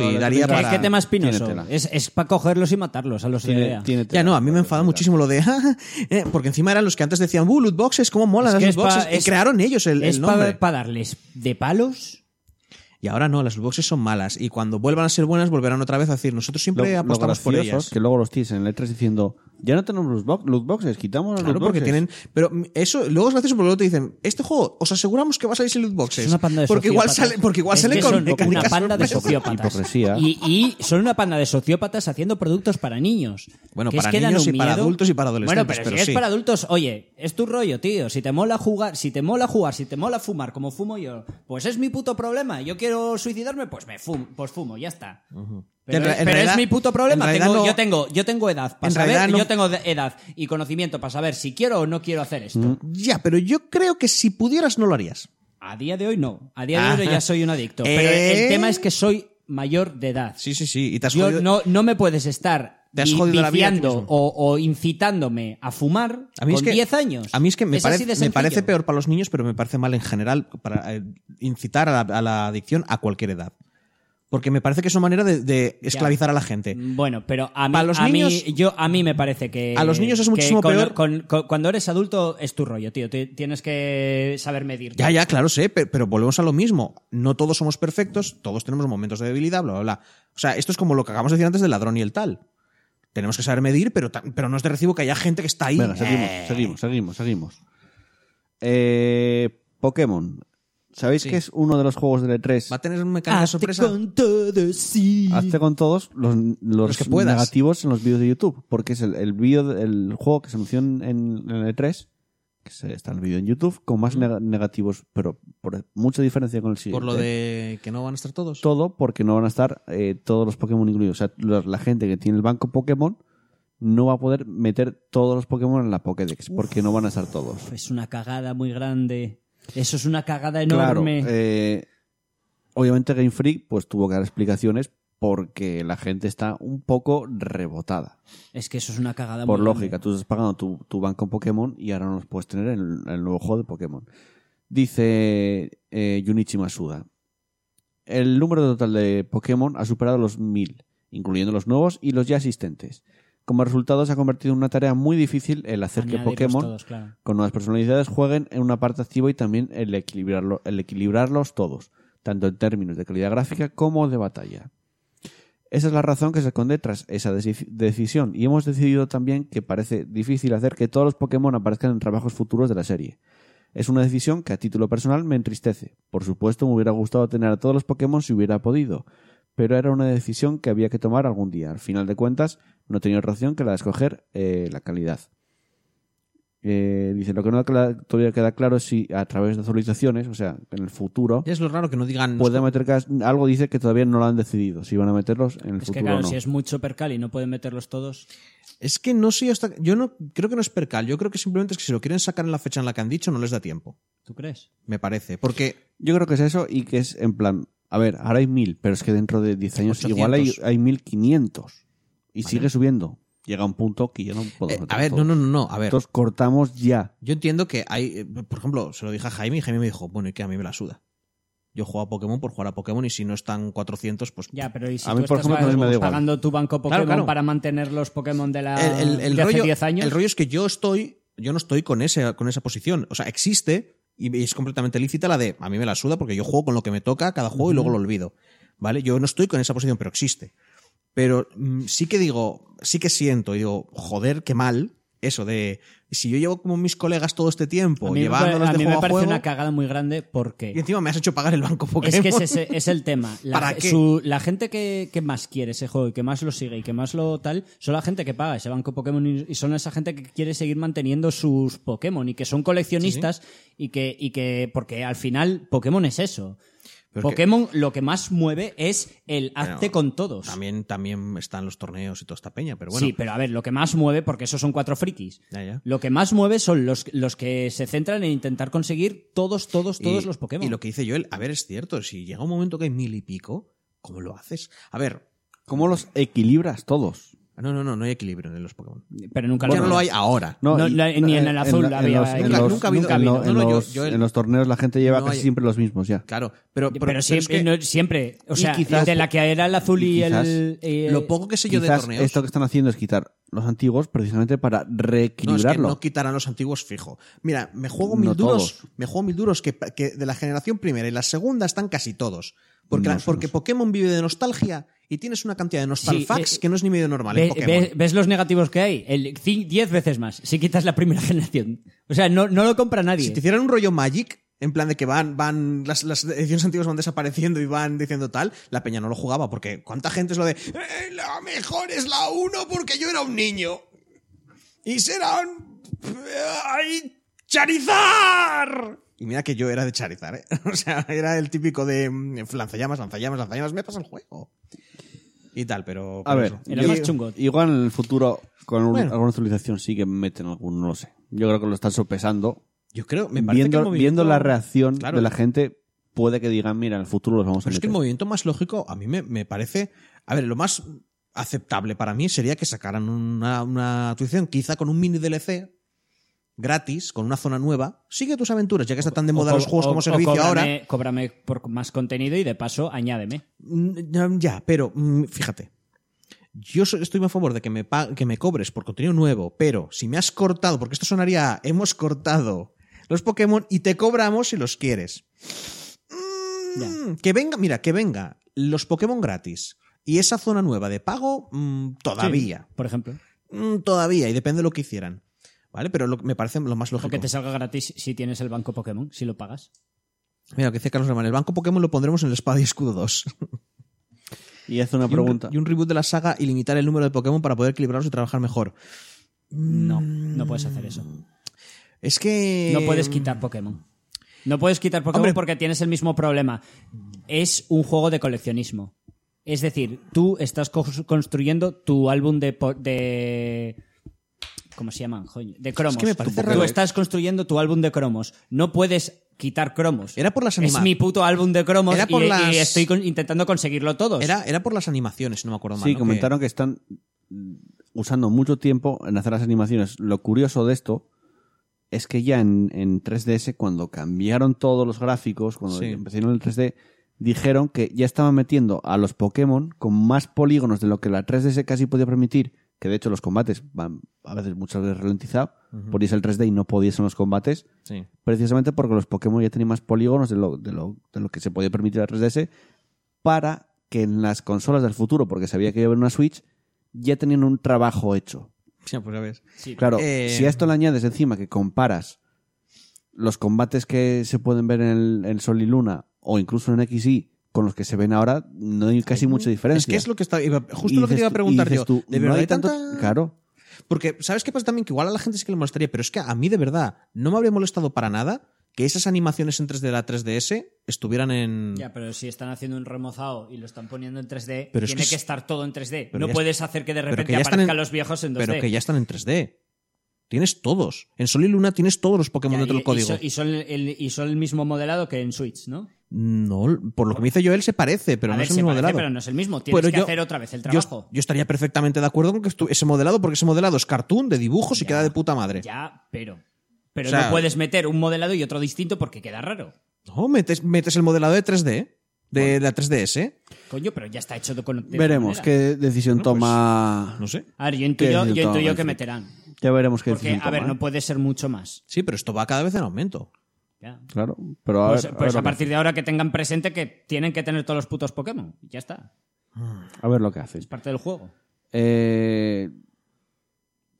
No,
y
lo tenéis
daría
¿Qué,
para...
que
qué este tema espinoso?
Tiene tela.
Es, para cogerlos y matarlos a los de
tiene,
idea.
tiene
Ya
tela.
no, a mí me enfada muchísimo lo de... (laughs) eh, porque encima eran los que antes decían, ¡uh, loot boxes! ¿Cómo mola
Es
las
que
loot
es pa-
boxes? y
es-
crearon ellos el, el
es
nombre.
para darles de palos.
Y ahora no, las lootboxes son malas. Y cuando vuelvan a ser buenas, volverán otra vez a decir, nosotros
Lo-
siempre
lo
apostamos por
gracioso es
ellas.
que luego los tíos en el E3 diciendo, ya no tenemos loot, box- loot boxes, quitamos los
Claro,
loot
porque
boxes".
tienen. Pero eso, luego es gracioso porque luego te dicen, este juego, os aseguramos que va a salir sin loot boxes.
Es una panda de
porque igual
sociópatas.
sale, porque igual
Es
sale
que
con
son una
mecánicas
panda de
sorpresas.
sociópatas.
Hipocresía.
Y, y son una panda de sociópatas haciendo productos para niños.
Bueno,
Que es
para
que dan
niños
un
y para
miedo.
adultos y para adolescentes,
Bueno, pero,
pero
si
sí.
es para adultos, oye, es tu rollo, tío. Si te mola jugar, si te mola jugar, si te mola fumar, como fumo yo, pues es mi puto problema. Yo quiero suicidarme, pues me fumo, pues fumo, ya está. Pero,
En re-
es-
en
pero
realidad-
es mi puto problema.
en
Tengo-
realidad no-
yo, tengo, yo tengo edad para
en
saber,
realidad no-
yo tengo de- edad y conocimiento para saber si quiero o no quiero hacer esto.
Ya, pero yo creo que si pudieras no lo harías.
A día de hoy no. A día de hoy
Ah.
ya soy
(laughs)
un adicto. Pero
¿Eh?
el tema es que soy mayor de edad.
Sí, sí, sí. Y te has
Yo
jodido-
no, no me puedes estar
Te has
vi-
jodido la vida a ti
viciando
mismo.
o, o incitándome a fumar
A mí es
con
que-
10 años.
A mí es que me,
Es así
parece-
de
me
sencillo.
parece peor para los niños, pero me parece mal en general para eh, incitar a la, a la adicción a cualquier edad. Porque me parece que es una manera de, de esclavizar a la gente.
Mm, Bueno, pero a mí,
Para los
a mí-
niños-
yo, a mí me parece que.
A los niños es
que
muchísimo
con-
peor.
con- con- cuando eres adulto es tu rollo, tío. Te- Tienes que saber medir.
Ya, ya, claro, sé, pe- pero, volvemos a lo mismo. No todos somos perfectos, todos tenemos momentos de debilidad, bla, bla, bla. O sea, esto es como lo que acabamos de decir antes del ladrón y el tal. Tenemos que saber medir, pero, ta- pero no es de recibo que haya gente que está ahí.
Venga, seguimos,
Eh.
seguimos, seguimos, seguimos. Eh, Pokémon. ¿Sabéis
Sí.
que es uno de E los juegos del
Va a
E3?
tener un mecánica
Hazte
sorpresa.
con todo, sí.
Hazte con todos los, los
Los que puedas.
negativos en los vídeos de YouTube, porque es el, el, vídeo de- el juego que se anunció en, en el E3, que se- está en el vídeo en YouTube, con más nega- negativos, pero por mucha diferencia con el siguiente.
Por lo de que no van a estar todos.
todo porque no van a estar eh, todos los Pokémon incluidos. O sea, la, la gente que tiene el banco Pokémon no va a poder meter todos los Pokémon en la Pokédex porque no van a estar todos.
Es una cagada muy grande. Eso es una cagada
Claro,
enorme.
eh, obviamente Game Freak pues tuvo que dar explicaciones porque la gente está un poco rebotada.
es que eso es una cagada
Por
muy grande.
lógica, tú estás pagando tu, tu banco Pokémon y ahora no los puedes tener en el, en el nuevo juego de Pokémon. Dice eh, Junichi Masuda. El número total de Pokémon ha superado los 1000, incluyendo los nuevos y los ya existentes. Como resultado, se ha convertido en una tarea muy difícil el hacer que
Añadirlos
Pokémon
todos, claro.
con nuevas personalidades jueguen en una parte activa y también el, equilibrarlo, el equilibrarlos todos, tanto en términos de calidad gráfica como de batalla. Esa es la razón que se esconde tras esa deci- decisión y hemos decidido también que parece difícil hacer que todos los Pokémon aparezcan en trabajos futuros de la serie. Es una decisión que a título personal me entristece. Por supuesto me hubiera gustado tener a todos los Pokémon si hubiera podido, pero era una decisión que había que tomar algún día. Al final de cuentas, no tenía otra opción que la de escoger eh, la calidad. Eh, dice, lo que no cla- todavía queda claro es si a través de actualizaciones, o sea, en el futuro,
Es lo raro que no digan.
puede meter cas- algo dice que todavía no lo han decidido, si van a meterlos en el
Es que
futuro
claro,
o no.
si es mucho percal y no pueden meterlos todos.
Es que no sé hasta. Yo no creo que no es percal. Yo creo que simplemente es que si lo quieren sacar en la fecha en la que han dicho, no les da tiempo.
¿Tú crees?
Me parece. Porque.
Yo creo que es eso y que es en plan, a ver, ahora hay mil, pero es que dentro de 10 años
800.
igual hay, hay 1500 y sigue subiendo. Llega un punto que ya no puedo
eh, a ver, no, no, no, no. A ver.
Entonces cortamos ya.
Yo entiendo que hay. eh, Por ejemplo, se lo dije a Jaime y Jaime me dijo, bueno, y que a mí me la suda. Yo juego a Pokémon por jugar a Pokémon y si no están 400, pues.
Ya, pero ¿y si
A mí,
tú
por
estás
ejemplo, también me da igual.
pagando tu banco Pokémon
claro.
para mantener los Pokémon de la
el, el- el
de hace
rollo,
10 años?
el rollo es que yo estoy. Yo no estoy con, ese, con esa posición. O sea, existe y es completamente lícita la de a mí me la suda porque yo juego con lo que me toca cada juego y luego lo olvido. ¿Vale? Yo no estoy con esa posición, pero existe. Pero mm, sí que digo, sí que siento y digo, joder, qué mal. Eso de si yo llevo como mis colegas todo este
a
tiempo
mí, me pare-
llevándolos
a
de
mí me
juego a
parece
juego
una cagada muy grande
y
porque
encima me has hecho pagar el banco Pokémon.
es que
(laughs)
ese, ese es el tema. La,
¿Para qué?
su- la gente que, que más quiere ese juego y que más lo sigue y que más lo tal son la gente que paga ese banco Pokémon y, y son esa gente que quiere seguir manteniendo sus Pokémon y que son coleccionistas y que y que porque al final Pokémon es eso.
Pero es que
Pokémon lo que más mueve es el hazte
Bueno,
con todos.
También, también están los torneos y toda esta peña, pero bueno.
Sí, pero a ver, lo que más mueve, porque esos son cuatro frikis,
Ya, ya.
lo que más mueve son los, los que se centran en intentar conseguir todos, todos, todos
Y-
los Pokémon.
Y lo que dice Joel, a ver, es cierto, si llega un momento que hay mil y pico, ¿cómo lo haces? A ver,
¿Cómo los equilibras todos?
no, no, no, no hay equilibrio en los Pokémon.
Pero nunca
ya
lo
no lo hay
verás.
ahora.
No,
y-
la- ni en el azul
la-
había-
los-
eh, nunca-
los-
nunca ha habido-
en lo-
no, no,
en
yo-
los-
yo el-
en los torneos la gente lleva
No
casi
hay-
siempre los mismos ya.
Claro, pero, pero,
Pero,
pero
siempre,
es que
no- siempre, o sea,
quizás-
de la que era el azul y,
y quizás
el... eh,
lo poco que sé yo de
Quizás
torneos.
esto que están haciendo es quitar los antiguos precisamente para
No, es que
reequilibrarlo.
no quitarán los antiguos fijo. Mira, me juego
No
mil duros,
todos.
me juego mil duros que, que de la generación primera y la segunda están casi todos. Porque,
No
la-
sé,
porque
no sé.
Pokémon vive de nostalgia y tienes una cantidad de nostalfax
Sí, eh,
que no es ni medio normal en
ve-
Pokémon.
ve- ¿Ves los negativos que hay? El, ci- diez veces más, si quitas la primera (laughs) generación. O sea, no, no lo compra nadie.
Si te hicieran un rollo Magic, en plan de que van, van, las, las ediciones antiguas van desapareciendo y van diciendo tal, la peña no lo jugaba, porque cuánta gente es lo de "Eh, la mejor es la 1 porque yo era un niño. Y serán. ¡Ay! ¡Charizar! Y mira que yo era de Charizar, (laughs) ¿eh? O sea, era el típico de mm, lanzallamas, lanzallamas, lanzallamas, me pasa el juego. y tal, pero...
A
por
ver,
eso.
Era
yo-
más chungo.
igual en el futuro con un-
Bueno.
alguna actualización sí que meten algún, no lo sé. Yo creo que lo están sopesando.
Yo creo, me parece que el
Viendo,
movimiento-
viendo la reacción
Claro.
de la gente, puede que digan, mira, en el futuro los vamos a
Pero es que
meter.
el movimiento más lógico a mí me, me parece. A ver, lo más aceptable para mí sería que sacaran una, una actualización, quizá con un mini DLC gratis, con una zona nueva. Sigue tus aventuras, ya que está tan de moda
O co-
los juegos
o-
como
o
servicio
cóbrame-
ahora.
Cóbrame por más contenido y de paso añádeme.
Mm, Ya, pero mm, fíjate. Yo so- estoy a favor de que me, pa- que me cobres por contenido nuevo, pero si me has cortado, porque esto sonaría, a, hemos cortado los Pokémon y te cobramos si los quieres. Mm,
Ya.
Que venga, mira, que venga los Pokémon gratis y esa zona nueva de pago, mm, todavía.
Sí, por ejemplo.
Mm, todavía, y depende de lo que hicieran. ¿Vale? Pero lo- me parece lo más
O
lógico.
que te salga gratis si tienes el banco Pokémon, si lo pagas.
Mira, lo que dice Carlos Ramón, el banco Pokémon lo pondremos en el Espada y Escudo 2.
Y hace una
y un re-
pregunta.
Y un, reboot de la saga y limitar el número de Pokémon para poder equilibrarlos y trabajar mejor. Mm.
No, Mm. no puedes hacer eso.
Es que.
No puedes quitar Pokémon. No puedes quitar Pokémon
Eh, hombre.
porque tienes el mismo problema. Es un juego de coleccionismo. Es decir, tú estás co- construyendo tu álbum de... po- de ¿Cómo se llaman? joño? De cromos.
que me parece
tú
raro. eh.
estás construyendo tu álbum de cromos. No puedes quitar cromos.
Era por las
Es
anima-
mi puto álbum de cromos
Era
y-
por
y,
las-
estoy con- intentando conseguirlo todos.
Era, era por las animaciones, no me acuerdo mal.
Sí,
¿no?
comentaron que están mm, usando mucho tiempo en hacer las animaciones. Lo curioso de esto es que ya en, en 3DS, cuando cambiaron todos los gráficos, cuando
Sí.
empezaron el 3D, dijeron que ya estaban metiendo a los Pokémon con más polígonos de lo que la 3DS casi podía permitir, que de hecho los combates van a veces muchas veces ralentizados, podías el 3D y no podías en los combates,
Sí.
precisamente porque los Pokémon ya tenían más polígonos de lo, de lo, de lo que se podía permitir a 3DS, para que en las consolas del futuro, porque sabía que iba a haber una Switch, ya tenían un trabajo hecho.
(laughs) Ya, pues ya ves.
Sí.
Claro,
Eh,
si a esto le añades encima que comparas los combates que se pueden ver en, el- en Sol y Luna o incluso en XY con los que se ven ahora, no hay casi mucha diferencia.
Es que es lo que estaba. iba- Justo
Y
lo que
dices
te iba a
tú- y
preguntar
dices
yo.
tú,
¿De
no
verdad
hay
hay
tanto-
tanta-
Claro.
Porque, ¿sabes qué pasa también? Que igual a la gente sí que le molestaría, pero es que a mí de verdad no me habría molestado para nada que esas animaciones en 3D de la 3DS estuvieran en.
Ya, pero si están haciendo un remozado y lo están poniendo en 3D,
Pero es
tiene
que
que,
es-
estar todo en 3D.
Pero
No
ya
puedes hacer que de
pero que
repente
ya están en-
aparezcan los viejos en 2D.
pero que ya están en 3D. Tienes todos. En Sol y Luna tienes todos los Pokémon
Ya,
dentro
y-
del código.
Y son, y son el, y son el mismo modelado que en Switch, ¿no?
No, por lo que me dice Joel se parece, pero
A
no
ver,
es el
se
mismo
parece,
modelado.
pero no es el mismo. Tienes
Pero
que
yo-
hacer otra vez el
Yo,
trabajo.
yo estaría perfectamente de acuerdo con que estu- ese modelado, porque ese modelado es cartoon de dibujos y
Ya.
queda de puta madre.
ya, pero. Pero
O sea-
no puedes meter un modelado y otro distinto porque queda raro.
No, metes, metes el modelado de 3D, de la 3DS.
Coño, pero ya está hecho de con. de otra
Veremos
manera.
qué decisión
pues,
toma.
No sé.
A ver, yo
qué
intuyo,
decisión
yo intuyo
toma
que
Netflix.
meterán.
Ya veremos qué
Porque,
decisión
a ver,
toma, ¿eh?
no puede ser mucho más.
Sí, pero esto va cada vez en aumento.
Ya.
Claro, pero a
Pues,
ver, a
pues
ver
a
lo que-
partir de ahora que tengan presente que tienen que tener todos los putos Pokémon. Y Ya está.
a ver lo que haces.
Es parte del juego.
Eh,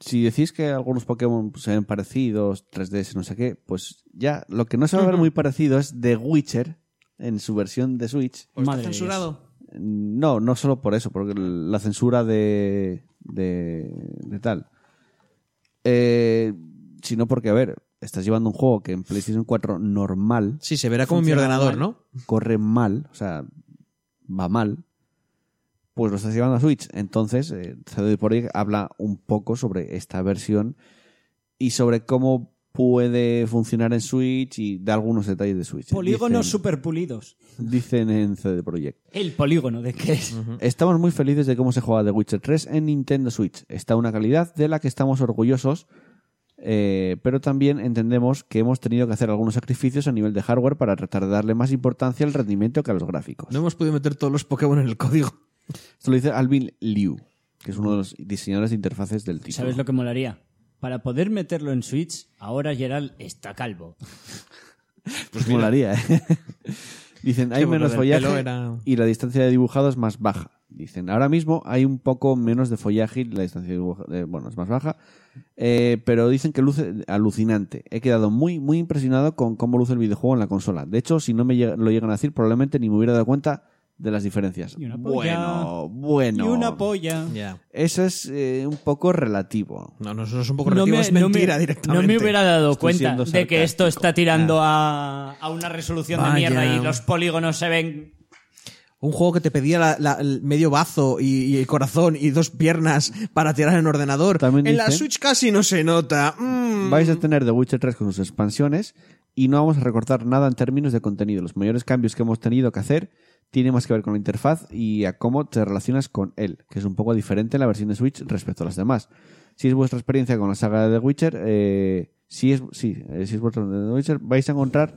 si decís que algunos Pokémon se ven parecidos, 3DS, no sé qué, pues ya lo que no se va a ver muy parecido es The Witcher en su versión de Switch.
¿O está
Madre de
censurado?
No, no solo por eso, porque la censura de, de, de tal. Eh, sino porque, a ver, estás llevando un juego que en PlayStation 4 normal
Sí, se verá como mi
Funciona
ordenador,
mal.
¿no?
corre mal, o sea, va mal, pues lo estás llevando a Switch. Entonces, eh, doy por ahí habla un poco sobre esta versión y sobre cómo puede funcionar en Switch y da algunos detalles de Switch. dicen,
pulidos.
dicen en CD Projekt.
El polígono, ¿de qué es?
Estamos muy felices de cómo se juega The Witcher 3 en Nintendo Switch. Está a una calidad de la que estamos orgullosos, eh, pero también entendemos que hemos tenido que hacer algunos sacrificios a nivel de hardware para tratar de darle más importancia al rendimiento que a los gráficos.
No hemos podido meter todos los Pokémon en el código.
Esto lo dice Alvin Liu, que es uno de los diseñadores de interfaces del título.
¿Sabes lo que molaría? Para poder meterlo en Switch, ahora Gerald está calvo. (laughs)
Pues molaría, ¿eh? (laughs) Dicen, hay
bueno,
menos
del pelo
follaje
era-
y la distancia de dibujado es más baja. Dicen, ahora mismo hay un poco menos de follaje y la distancia de dibujado, bueno, es más baja. Eh, pero dicen que luce alucinante. He quedado muy, muy impresionado con cómo luce el videojuego en la consola. De hecho, si no me llega- lo llegan a decir, probablemente ni me hubiera dado cuenta de las diferencias.
Y una polla.
bueno, bueno.
polla.
Ya.
Eso es eh, un poco relativo.
No, no, no es un poco
No
relativo,
me,
es
no me-
mentira
no
directamente.
me hubiera dado
Estoy siendo
cuenta de que esto
sarcástico.
está tirando a, a una resolución
Vaya.
de mierda y los polígonos se ven
Un juego que te pedía la- la- el medio bazo y, y el corazón y dos piernas para tirar en ordenador.
También
en la
dice-
Switch casi no se nota. Mm.
Vais a tener The Witcher 3 con sus expansiones y no vamos a recortar nada en términos de contenido. Los mayores cambios que hemos tenido que hacer tienen más que ver con la interfaz y a cómo te relacionas con él, que es un poco diferente en la versión de Switch respecto a las demás. Si es vuestra experiencia con la saga de The Witcher, eh, si, es, sí, eh, si es vuestra de The Witcher, vais a encontrar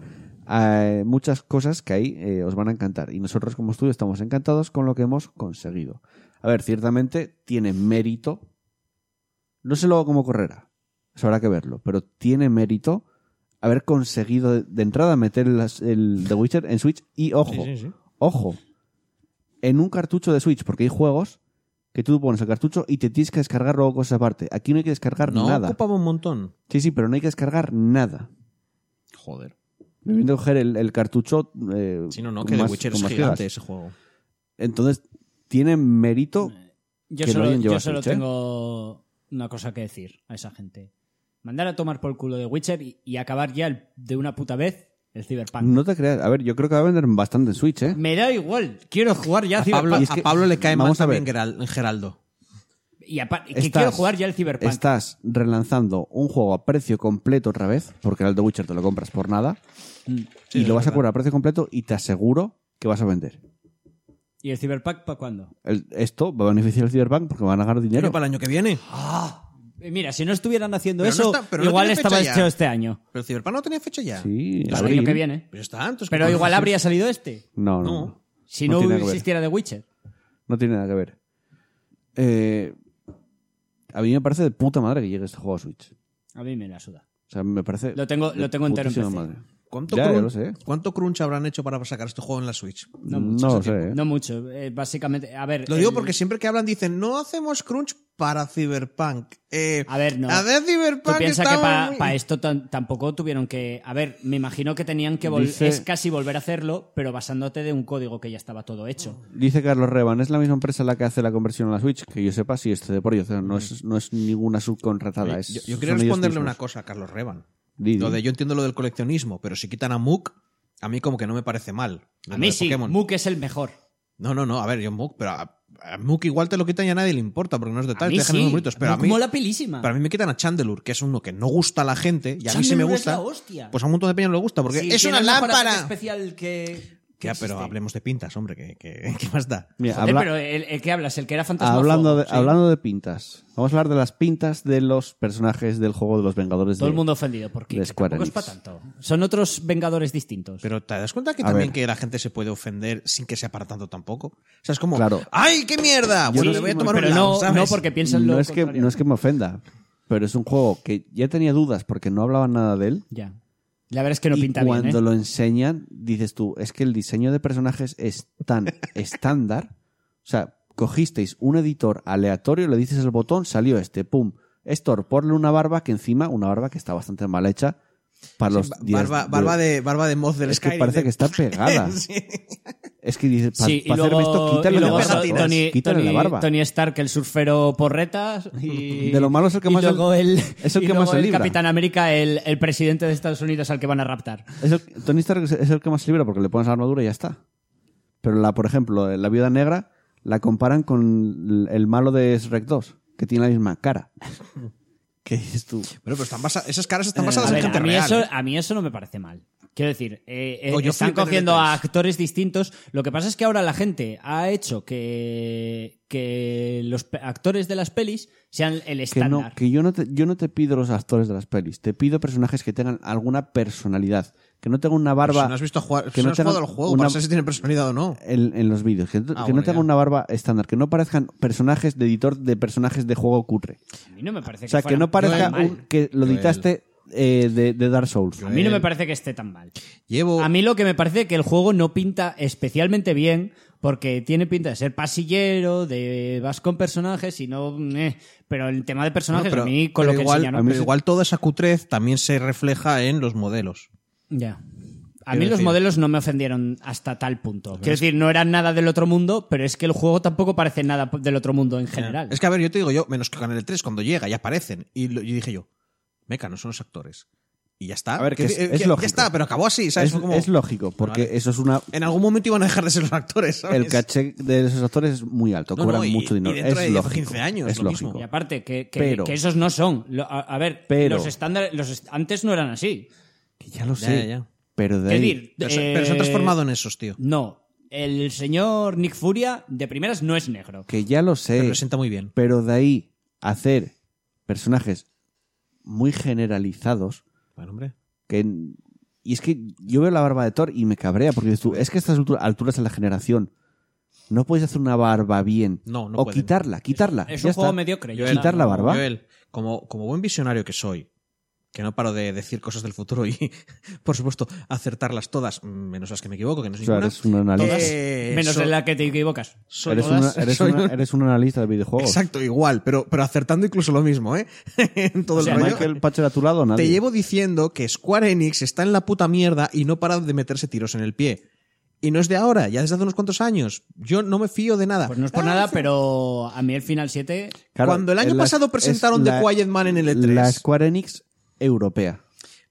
eh, muchas cosas que ahí eh, os van a encantar. Y nosotros como estudio estamos encantados con lo que hemos conseguido. A ver, ciertamente tiene mérito. No sé luego cómo correrá, eso habrá que verlo. Pero tiene mérito haber conseguido de, de entrada meter las- el The Witcher en Switch y ojo, ojo, en un cartucho de Switch, porque hay juegos que tú pones el cartucho y te tienes que descargar luego cosas aparte. Aquí no hay que descargar
No,
nada.
ocupaba un montón.
Sí, sí, pero no hay que descargar nada.
Joder.
Me viene a coger el, el cartucho. eh,
Si no, no,
con
que The
más-
Witcher
con
es
más
gigante
gigas.
ese juego.
Entonces, tiene mérito.
Yo
que lo
solo,
hayan llevado
yo
a
solo
Switch, ¿eh?
tengo una cosa que decir a esa gente. Mandar a tomar por culo de Witcher y, y acabar ya el- de una puta vez el Cyberpunk.
No te creas. A ver, yo creo que va a vender bastante en Switch, ¿eh?
Me da igual, quiero jugar ya
A
al Cyberpunk.
Pablo,
Y es
a
que-
Pablo le cae
vamos
más
a ver.
también Geral- Geraldo.
Y apar- que
Estás-
quiero jugar ya el Cyberpunk.
Estás relanzando un juego a precio completo otra vez, porque el The Witcher te lo compras por nada,
Mm,
y lo vas a cobrar a precio completo y te aseguro que vas a vender.
¿Y el Cyberpunk para cuándo?
El- esto va a beneficiar al Cyberpunk porque van a ganar
Pero
dinero.
para el año que viene.
Ah.
Eh, Mira, si no estuvieran haciendo
Pero no
eso,
está- pero no
igual
tiene
estaba
fecha ya.
hecho este año.
Pero Cyberpunk no tenía fecha ya.
Sí,
El
abril.
año que viene.
Pero está entonces,
Pero
¿cómo
igual
haces?
habría salido este.
No, no,
No.
no.
Si
No
no,
tiene que ver.
existiera The Witcher.
No tiene nada que ver. Eh, a mí me parece de puta madre que llegue este juego a Switch.
A mí me la suda.
O sea, me parece.
Lo tengo-
de
lo tengo entero en
putísima
PC.
¿Cuánto,
Ya, ya
crunch,
lo sé.
¿Cuánto crunch habrán hecho para sacar este juego en la Switch?
No,
mucho
lo
ese
sé.
tipo.
¿eh?
No mucho. Eh, básicamente, a ver.
Lo digo
el-
porque siempre que hablan dicen, no hacemos crunch para Cyberpunk. Eh,
A ver, no.
A ver,
Tú
Cyberpunk
piensas
está
que para
muy-
esto tan- tampoco tuvieron que. A ver, me imagino que tenían que volver.
Dice-
Es casi volver a hacerlo, pero basándote de un código que ya estaba todo hecho.
Dice Carlos Reban, es la misma empresa la que hace la conversión a la Switch, que yo sepa, si este de por ello, o sea, no es, no es ninguna subcontratada. es-
Yo, yo quiero
son ellos
responderle una
mismos.
cosa a Carlos Reban.
Di, di.
Lo de yo entiendo lo del coleccionismo, pero si quitan a Mook, a mí como que no me parece mal.
A
Lo
mí
de
sí,
Pokémon.
Mook es el mejor.
No, no, no, a ver, yo Mook, pero a, a Mook igual te lo quitan y a nadie le importa porque no es de
A
tal, te
mí
dejan unos
sí.
bonitos, pero a
Mook
mí
mola pilísima.
Para mí me quitan a Chandelure, que es uno que no gusta a la gente, y a mí sí me
Chandelure es
gusta.
la hostia.
Pues a un montón de peña no le gusta, porque
Sí,
es
tiene
una
el mejor
lámpara.
ataque especial que. que
Ya, pero
existe.
hablemos de pintas, hombre, que, que- (laughs) que más da.
Mira,
Joder,
habla-
pero el, el que hablas, el que era fantasma.
hablando, de, hablando de pintas, vamos a hablar de las pintas de los personajes del juego de los Vengadores
Todo
de-
el mundo ofendido, porque
de Square
tampoco es para
Enix.
tanto. Son otros Vengadores distintos.
Pero te das cuenta que
A
también
ver.
que la gente se puede ofender sin que sea para tanto tampoco. O sea, es como,
Claro.
¡ay, qué mierda!
Yo
Bueno,
no
le voy
sé
a tomar
cómo-
pero
un lado,
no,
¿sabes?
no porque piensan lo
no, es que,
contrario.
no es que me ofenda, pero es un juego que ya tenía dudas porque no hablaban nada de él.
Ya. La verdad es que no
y
pinta
cuando
bien. ¿eh?
lo enseñan, dices tú, es que el diseño de personajes es tan (laughs) estándar. O sea, cogisteis un editor aleatorio, le dices el botón, salió este, pum. Estor, ponle una barba que encima, una barba que está bastante mal hecha para los
Ba-
días
barba, barba de, barba de moz del
Es que
Skyrim.
parece
de-
que
(laughs)
está pegada.
Sí.
Es que dices, para
Sí, y luego,
hacerme esto, quítale
y
la
luego
barba.
Tony-
todos, quítale
Tony,
la barba.
Tony Stark, el surfero porretas. Y,
De lo malo es el que
y
más se-
luego el,
es el
y
que
luego
más se libra.
Capitán América, el, el presidente de Estados Unidos al que van a raptar.
Es el- Tony Stark es el que más se libra porque le pones la armadura y ya está. Pero la, por ejemplo, la viuda negra la comparan con el- el malo de Shrek 2, que tiene la misma cara. ¿Qué dices tú?
Pero, pero están basa- esas caras están
A,
basadas en
ver,
gente
a, mí
real.
eso,
¿eh?
a mí eso no me parece mal. Quiero decir, eh, eh,
O yo
están
flipé en el
cogiendo a
E3.
actores distintos. Lo que pasa es que ahora la gente ha hecho que, que los pe- actores de las pelis sean
Que,
el
no,
estándar.
que yo, no te, yo no te pido los actores de las pelis, te pido personajes que tengan alguna personalidad, que no tengan una
Pero
barba
Si no has visto jugar,
que
si
no
no has jugado al
tengan
juego,
una-
para saber si tienen personalidad o no.
en, en los vídeos, que, no- que
Ah, bueno,
no tengan
ya.
una barba estándar, que no parezcan personajes de editor de personajes de juego cutre.
A mí no me parece
O sea, que
fuera
no parezca
tan mal.
un- que lo
Joel.
editaste eh, de, de Dark Souls.
A mí no me parece que esté tan mal.
Llevo.
A mí lo que me parece que el juego no pinta especialmente bien porque tiene pinta de ser pasillero, de vas con personajes y no... eh. Pero el tema de
No,
personajes
pero-
a mí con
pero
lo que
igual,
enseñaron...
pero igual toda esa cutrez también se refleja en los modelos.
Ya. A
Quiero
mí los
decir-
modelos no me ofendieron hasta tal punto. Quiero decir, no eran nada del otro mundo, pero es que el juego tampoco parece nada del otro mundo en general.
Es que, a ver, yo te digo yo, menos que con el 3, cuando llega y aparecen, y, lo- y dije yo, meca, no son los actores. Y ya está.
A ver, que es- es
ya-
lógico.
Ya está, pero acabó así, ¿sabes?
Es,
Fue como-
es lógico, porque
Vale.
eso es una.
En algún momento iban a dejar de ser los actores, ¿sabes?
El caché de esos actores es muy alto,
No, no,
cobran
y-
mucho dinero.
y dentro
es
de
lógico.
15 años,
es
lo mismo.
lógico.
Y aparte, que, que-
Pero-
que esos no son. Lo- a, a ver,
Pero-
los estándares los est- antes no eran así.
Que ya lo
Ya,
sé.
ya, ya.
Pero de
Es
ahí-
decir,
Pero, se-
eh,
pero se ha transformado en esos, tío.
No, el señor Nick Furia de primeras no es negro.
Que ya lo
Pero
sé.
lo sienta muy bien.
Pero de ahí hacer personajes muy generalizados.
Bueno, hombre.
que Y es que yo veo la barba de Thor y me cabrea, porque dices tú, es que a estas altu- alturas de la generación no puedes hacer una barba bien.
No, no
O
pueden.
quitarla, quitarla.
Es
ya
un juego
está.
mediocre. ya
Joel,
está.
Quitar la barba.
Joel, como, como buen visionario que soy, que no paro de decir cosas del futuro y, (laughs) por supuesto, acertarlas todas, menos las que me equivoco, que no es
O sea,
ninguna.
eres un analista.
eh,
Menos
soy-
en la que te equivocas.
soy
Eres,
todas- (laughs)
una- eres
soy
una-
un-
eres un analista de videojuegos.
Exacto, igual, pero, pero acertando incluso lo mismo, ¿eh? (laughs) en todo
O sea,
el rollo.
Michael Patcher a tu lado, nadie.
Te llevo diciendo que Square Enix está en la puta mierda y no para de meterse tiros en el pie. Y no es de ahora, ya desde hace unos cuantos años. Yo no me fío de nada.
Pues no es por nada, pero a mí el final 7.
Claro,
Cuando el año
es la-
pasado
es
presentaron The
la-
Quiet Man en E el E3.
La Square Enix europea.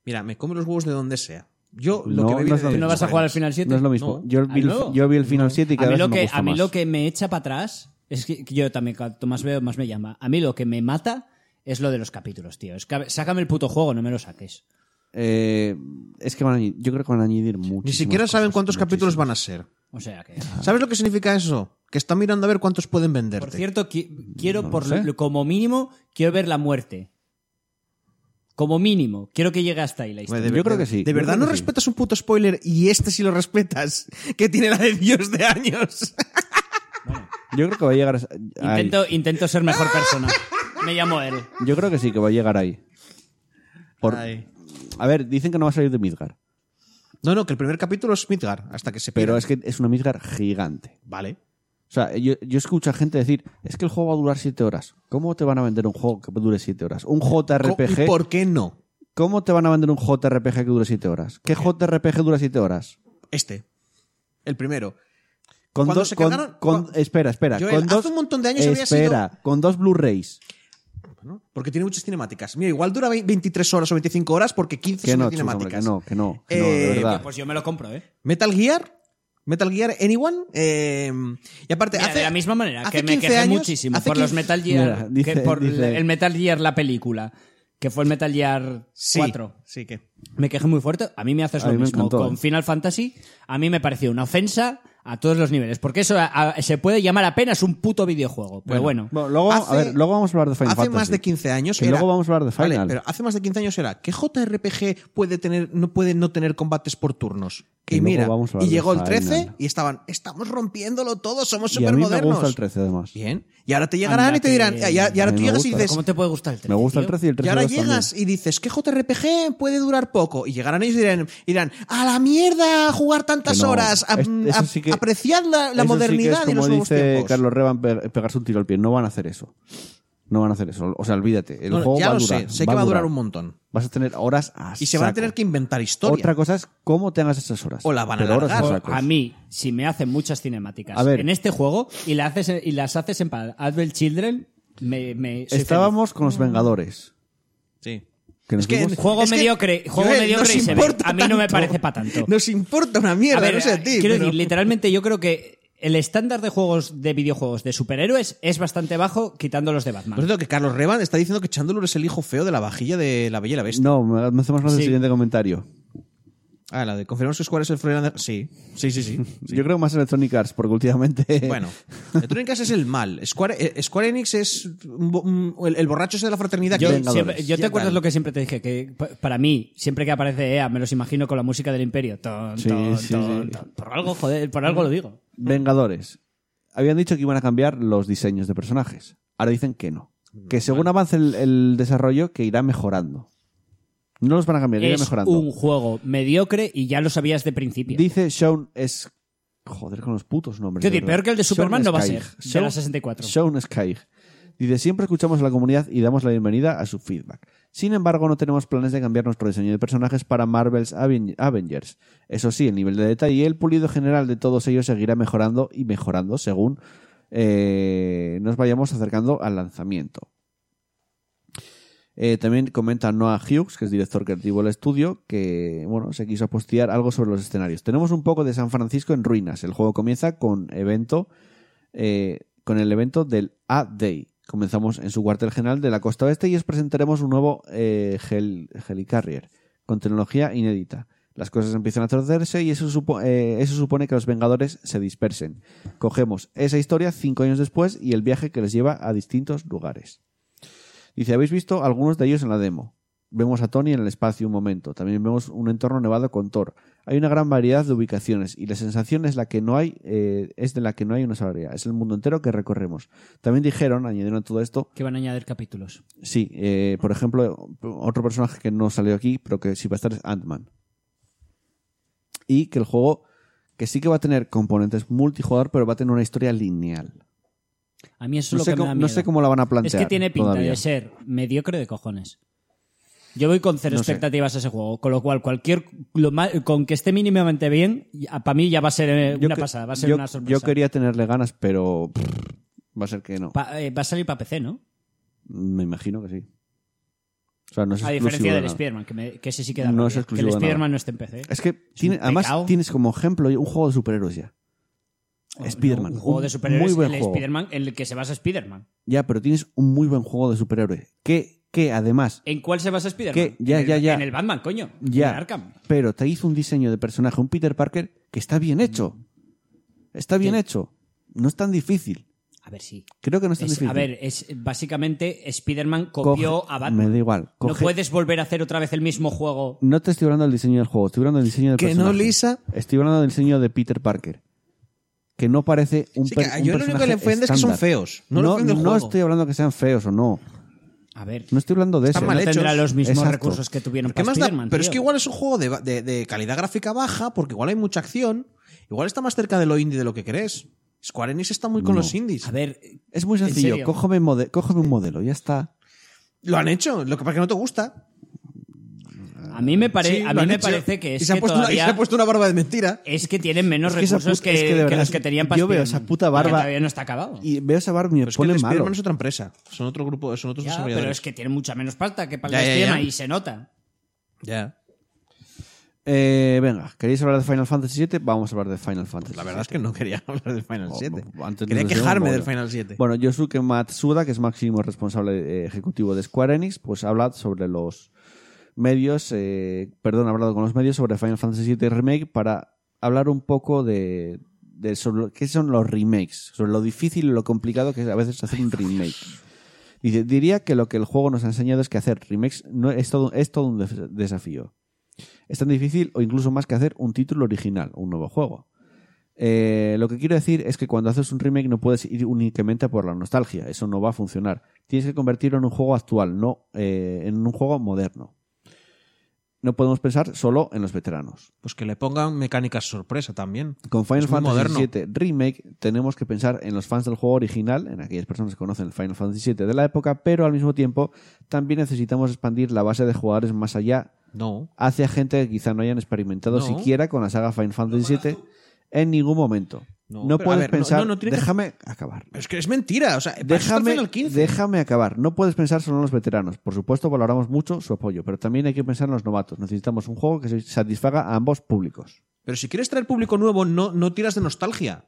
Mira, me come los huevos de donde sea. Yo
No,
lo que me
no
viene
es lo
de
¿Tú no vas a
Square
jugar al
Enix.
final 7?
No es lo mismo.
No.
Yo, vi el,
Ah, no.
yo vi el Final 7 y
a
cada
mí,
vez
lo
me
que,
gusta
a mí
más.
lo que me echa para atrás es que que yo también cuanto más veo más me llama a mí lo que me mata es lo de los capítulos tío es que a ver, sácame el puto juego no me lo saques
Eh, es que van a añadir- yo creo que van a añadir mucho.
Ni siquiera saben cuántos capítulos van a ser.
o sea que
¿Sabes lo que significa eso? Que están mirando a ver cuántos pueden venderte.
por cierto qui- quiero
No
por
lo sé.
lo- como mínimo quiero ver la muerte como mínimo quiero que llegue hasta ahí la historia
Hombre, de
Yo creo
ver-
que sí.
De
Yo
verdad
creo
no
que sí.
respetas un puto spoiler y este sí lo respetas, (laughs) que tiene la de Dios de años.
Yo creo que va a llegar. a- ahí.
intento intento ser mejor
(laughs)
persona me llamo él
Yo creo que sí, que va a llegar ahí. Por-
Ay.
A ver, dicen que no va a salir de Midgar.
No, no, que el primer capítulo es Midgar, hasta que se
Pero
pira.
es que es una Midgar gigante.
Vale.
O sea, yo, yo escucho a gente decir, es que el juego va a durar 7 horas. ¿Cómo te van a vender un juego que dure 7 horas? Un
¿Y
JRPG.
por qué no?
¿Cómo te van a vender un JRPG que dure 7 horas? ¿Qué JRPG dura 7 horas?
Este. El primero.
Con
Cuando
dos,
se
con-
cargaron-
con-
cua-
espera, espera.
Joel,
con
hace
dos,
un montón de años habría sido-
Espera, con dos Blu-rays.
¿no? Porque tiene muchas cinemáticas. Mira, igual dura vei- 23 horas o 25 horas porque 15
Que
son
no,
de
chicos, hombre,
cinemáticas.
que no, que no, que no, de
Eh,
verdad.
pues yo me lo compro eh
Metal Gear. Metal Gear Anyone. eh, y aparte,
Mira,
hace-
de la misma manera
hace
que me
15
quejé
años-
muchísimo
hace
por los
15
Metal Gear
Mira, dice-
que por
dice-
el Metal Gear la película que fue el Metal Gear
Sí,
4
Sí, que.
me quejé muy fuerte a mí me haces
A
lo
mí me
mismo
encantó,
con
eh.
Final Fantasy a mí me pareció una ofensa a todos los niveles porque eso a- a- se puede llamar apenas un puto videojuego pero bueno,
Bueno, luego,
Hace-
a ver, luego vamos a hablar de Final
hace
Fantasy.
más de 15 años.
Que
era-
luego vamos a hablar de
Vale,
Final.
pero hace más de 15 años era que JRPG puede tener, no puede no tener combates por turnos.
Que
y
luego
mira,
vamos a hablar
y
de
llegó el 13
Final.
y estaban, estamos rompiéndolo todo, somos
y a mí me
supermodernos.
gusta el 13, además.
Bien. Y ahora te llegarán
Anda
y te
que-
dirán, y, ahora- y ahora
A mí
tú
me
llegas y
gusta.
dices,
¿cómo te puede gustar el 13?
Me gusta el
tío?
13 y el 13
y ahora
también.
llegas y dices, ¿qué JRPG puede durar poco? Y llegarán ellos y dirán, y dirán, a la mierda a jugar tantas
Que no.
horas, a-
Es- eso
a-
sí que-
apreciad la, la
Eso sí que
modernidad
es
y los
como
nuevos
dice
tiempos.
Carlos Revan, pe- pegarse un tiro al pie. No van a hacer eso. No van a hacer eso. O sea, olvídate. El
No,
juego
ya
va a
lo
durar.
sé, sé que va a durar un montón.
Vas a tener horas a
Y se van a
saco.
tener que inventar historia.
Otra cosa es cómo te hagas esas horas.
O la van a
Pero horas
alargar.
a
O-
saco.
Pues, a mí, si me hacen muchas cinemáticas
A ver.
en este juego y, la haces, y las haces en pa- Advent Children, me, me soy
Estábamos con los Vengadores.
Sí.
Que nos
Es que este
vimos-
Juego mediocre- juego mediocre
nos
y se ve.
importa
A mí no me
tanto.
parece pa' tanto.
Nos importa una mierda,
A ver, eh,
no sé a ti.
Quiero
pero-
(laughs)
decir, literalmente yo creo que el estándar de juegos de videojuegos de superhéroes es bastante bajo, quitando los de Batman.
Pues
Por cierto, que Carlos Revan está diciendo que Chandler es el hijo feo de la vajilla de la Bella y la Bestia.
No, me me hacemos más el
Sí.
siguiente comentario.
Ah, la de confirmamos que Square es el Freelander. Sí, sí, (laughs) sí, sí.
Yo creo más Electronic Arts, porque últimamente.
(laughs) bueno, Electronic Arts es el mal. Square, eh, Square Enix es un bo- un- el, el borracho ese de la fraternidad.
yo,
que-
Vengadores.
siempre- yo
Ya
te acuerdas
tal.
lo que siempre te dije, que pa- para mí, siempre que aparece EA, me los imagino con la música del imperio. Ton,
Sí,
ton,
sí,
ton,
sí.
ton. Por algo, joder, por algo lo digo.
Vengadores. Habían dicho que iban a cambiar los diseños de personajes. Ahora dicen que no. Que según avance el, el desarrollo, que irá mejorando. No los van a cambiar, irá
Es
mejorando.
un juego mediocre y ya lo sabías de principio.
Dice Sean es Joder con los putos nombres.
Quiero
de
decir,
verdad.
peor que el de
Shaun
Superman no va a
Skaig.
ser, de
Shaun-
la 64.
Shaun Sky. Dice, siempre escuchamos a la comunidad y damos la bienvenida a su feedback. Sin embargo, no tenemos planes de cambiar nuestro diseño de personajes para Marvel's Aven- Avengers. Eso sí, el nivel de detalle y el pulido general de todos ellos seguirá mejorando y mejorando según eh, nos vayamos acercando al lanzamiento. Eh, también comenta Noah Hughes, que es director creativo del estudio, que bueno, se quiso postear algo sobre los escenarios. Tenemos un poco de San Francisco en ruinas. El juego comienza con evento eh, con el evento del A-Day. Comenzamos en su cuartel general de la costa oeste y os presentaremos un nuevo eh, hel- Helicarrier con tecnología inédita. Las cosas empiezan a torcerse y eso, supo- eh, eso supone que los Vengadores se dispersen. Cogemos esa historia cinco años después y el viaje que les lleva a distintos lugares. Dice, habéis visto algunos de ellos en la demo. Vemos a Tony en el espacio un momento. También vemos un entorno nevado con Thor. Hay una gran variedad de ubicaciones y la sensación es la que no hay eh, es de la que no hay una sola área. Es el mundo entero que recorremos. También dijeron, añadieron a todo esto,
Que van a añadir capítulos.
sí, eh, por ejemplo, otro personaje que no salió aquí, pero que sí va a estar es Ant-Man. Y que el juego que sí que va a tener componentes multijugador, pero va a tener una historia lineal.
A mí eso
No
es
sé,
lo que me
cómo,
da
no
miedo.
sé cómo la van a
es
plantear.
que tiene pinta
todavía.
de ser mediocre de cojones. Yo voy con cero
No sé.
expectativas a ese juego, con lo cual cualquier lo ma- con que esté mínimamente bien, para mí ya va a ser eh,
Yo
una
que-
pasada, va a ser
yo-
una sorpresa.
Yo quería tenerle ganas, pero pff, va a ser que no.
Pa- eh, va a salir para PC, ¿no?
Me imagino que sí. O sea, no es
A
exclusivo
diferencia
de
del
nada.
Spider-Man, que, me- que ese sí queda
No es
Que
exclusivo
el
de nada.
Spider-Man no esté en PC.
Es que tiene-
un
además
pecado.
tienes como ejemplo un juego de superhéroes ya.
O-
Spider-Man.
Un juego
un
de superhéroes,
muy buen
el
juego.
Spider-Man en el que se basa Spider-Man.
Ya, pero tienes un muy buen juego de superhéroes. Que, que además,
¿En cuál se basa Spider-Man?
¿Qué? Ya,
en el,
ya, ya.
En el Batman, coño. En
ya.
Arkham.
Pero te hizo un diseño de personaje, un Peter Parker, que está bien hecho. Está bien
Mm. Sí.
hecho. No es tan difícil.
A ver, sí.
Creo que no es tan
Es-
difícil.
a ver, es básicamente Spider-Man
Coge-
copió a Batman.
Me da igual.
No
Coge-
puedes volver a hacer otra vez el mismo juego.
No te estoy hablando del diseño del juego, estoy hablando del diseño del
Que no,
personaje.
Lisa.
Estoy hablando del diseño de Peter Parker. Que no parece un,
Sí,
per-
que
un
yo lo único que le
personaje
ofende es que son
estándar.
feos. No le ofende el
no
juego.
estoy hablando que sean feos o no.
A ver,
No estoy hablando de
Están
eso.
mal
no
hechos.
tendrá los mismos
Exacto.
recursos que tuvieron
¿Qué
para
más da?
Spider-Man.
Pero es
tío.
que igual es un juego de, de- de calidad gráfica baja, porque igual hay mucha acción, igual está más cerca de lo indie de lo que crees. Square Enix está muy con
No.
los indies.
A ver,
Es muy
¿En
sencillo.
serio?
Cógeme, mode- cógeme un modelo, ya está.
Lo han hecho, lo que pasa es que no te gusta.
a mí me, pare-
Ah, Sí,
a
lo
mí
han
me
hecho.
parece que
y
es
se, ha
que
puesto una, y se
todavía
ha puesto una barba de mentira.
es que tienen menos
Es que esa
recursos
puta-
que,
es que de
que
verdad,
los que tenían para
yo veo
Spider-Man,
esa puta
porque
barba-
Todavía no está acabado.
Y veo esa barba y me
Pero es que
pone
el de
malo.
Spider-Man es otra empresa, son otro grupo, son otros
Ya,
desarrolladores.
pero es que tienen mucha menos pasta que para
Ya,
el
ya,
Spider-Man
ya.
y se nota.
Ya.
Eh, venga, ¿queréis hablar de Final Fantasy VII? Vamos a hablar de Final Fantasy
La verdad es que no quería (laughs) hablar del Final
O-
7.
antes
Quería
no sé,
quejarme
bueno.
del Final 7.
Bueno, Yosuke Matsuda, que es máximo responsable eh, ejecutivo de Square Enix, pues ha hablado sobre los medios, eh, perdón, ha hablado con los medios sobre Final Fantasy VII Remake para hablar un poco de, de sobre lo- qué son los remakes, sobre lo difícil y lo complicado que es a veces hacer un remake. Dice, diría que lo que el juego nos ha enseñado es que hacer remakes no es, todo, es todo un def- desafío. Es tan difícil o incluso más que hacer un título original, un nuevo juego. Eh, lo que quiero decir es que cuando haces un remake no puedes ir únicamente por la nostalgia, eso no va a funcionar. Tienes que convertirlo en un juego actual, no eh, en un juego moderno. No podemos pensar solo en los veteranos.
Pues que le pongan mecánicas sorpresa también.
Con Final
Es muy
Fantasy
moderno.
VII Remake tenemos que pensar en los fans del juego original, en aquellas personas que conocen el Final Fantasy VII de la época, pero al mismo tiempo también necesitamos expandir la base de jugadores más allá
No.
hacia gente que quizá no hayan experimentado
No.
siquiera con la saga Final Fantasy VII en ningún momento. No,
No, pero, a
puedes
ver, no-
pensar.
no, no tiene que-
déjame acabar.
Pero es que es mentira. O sea, para eso está el
Déjame,
Final 15.
déjame acabar. No puedes pensar solo en los veteranos. Por supuesto, valoramos mucho su apoyo, pero también hay que pensar en los novatos. Necesitamos un juego que se- satisfaga a ambos públicos.
Pero si quieres traer público nuevo, no, no tiras de nostalgia.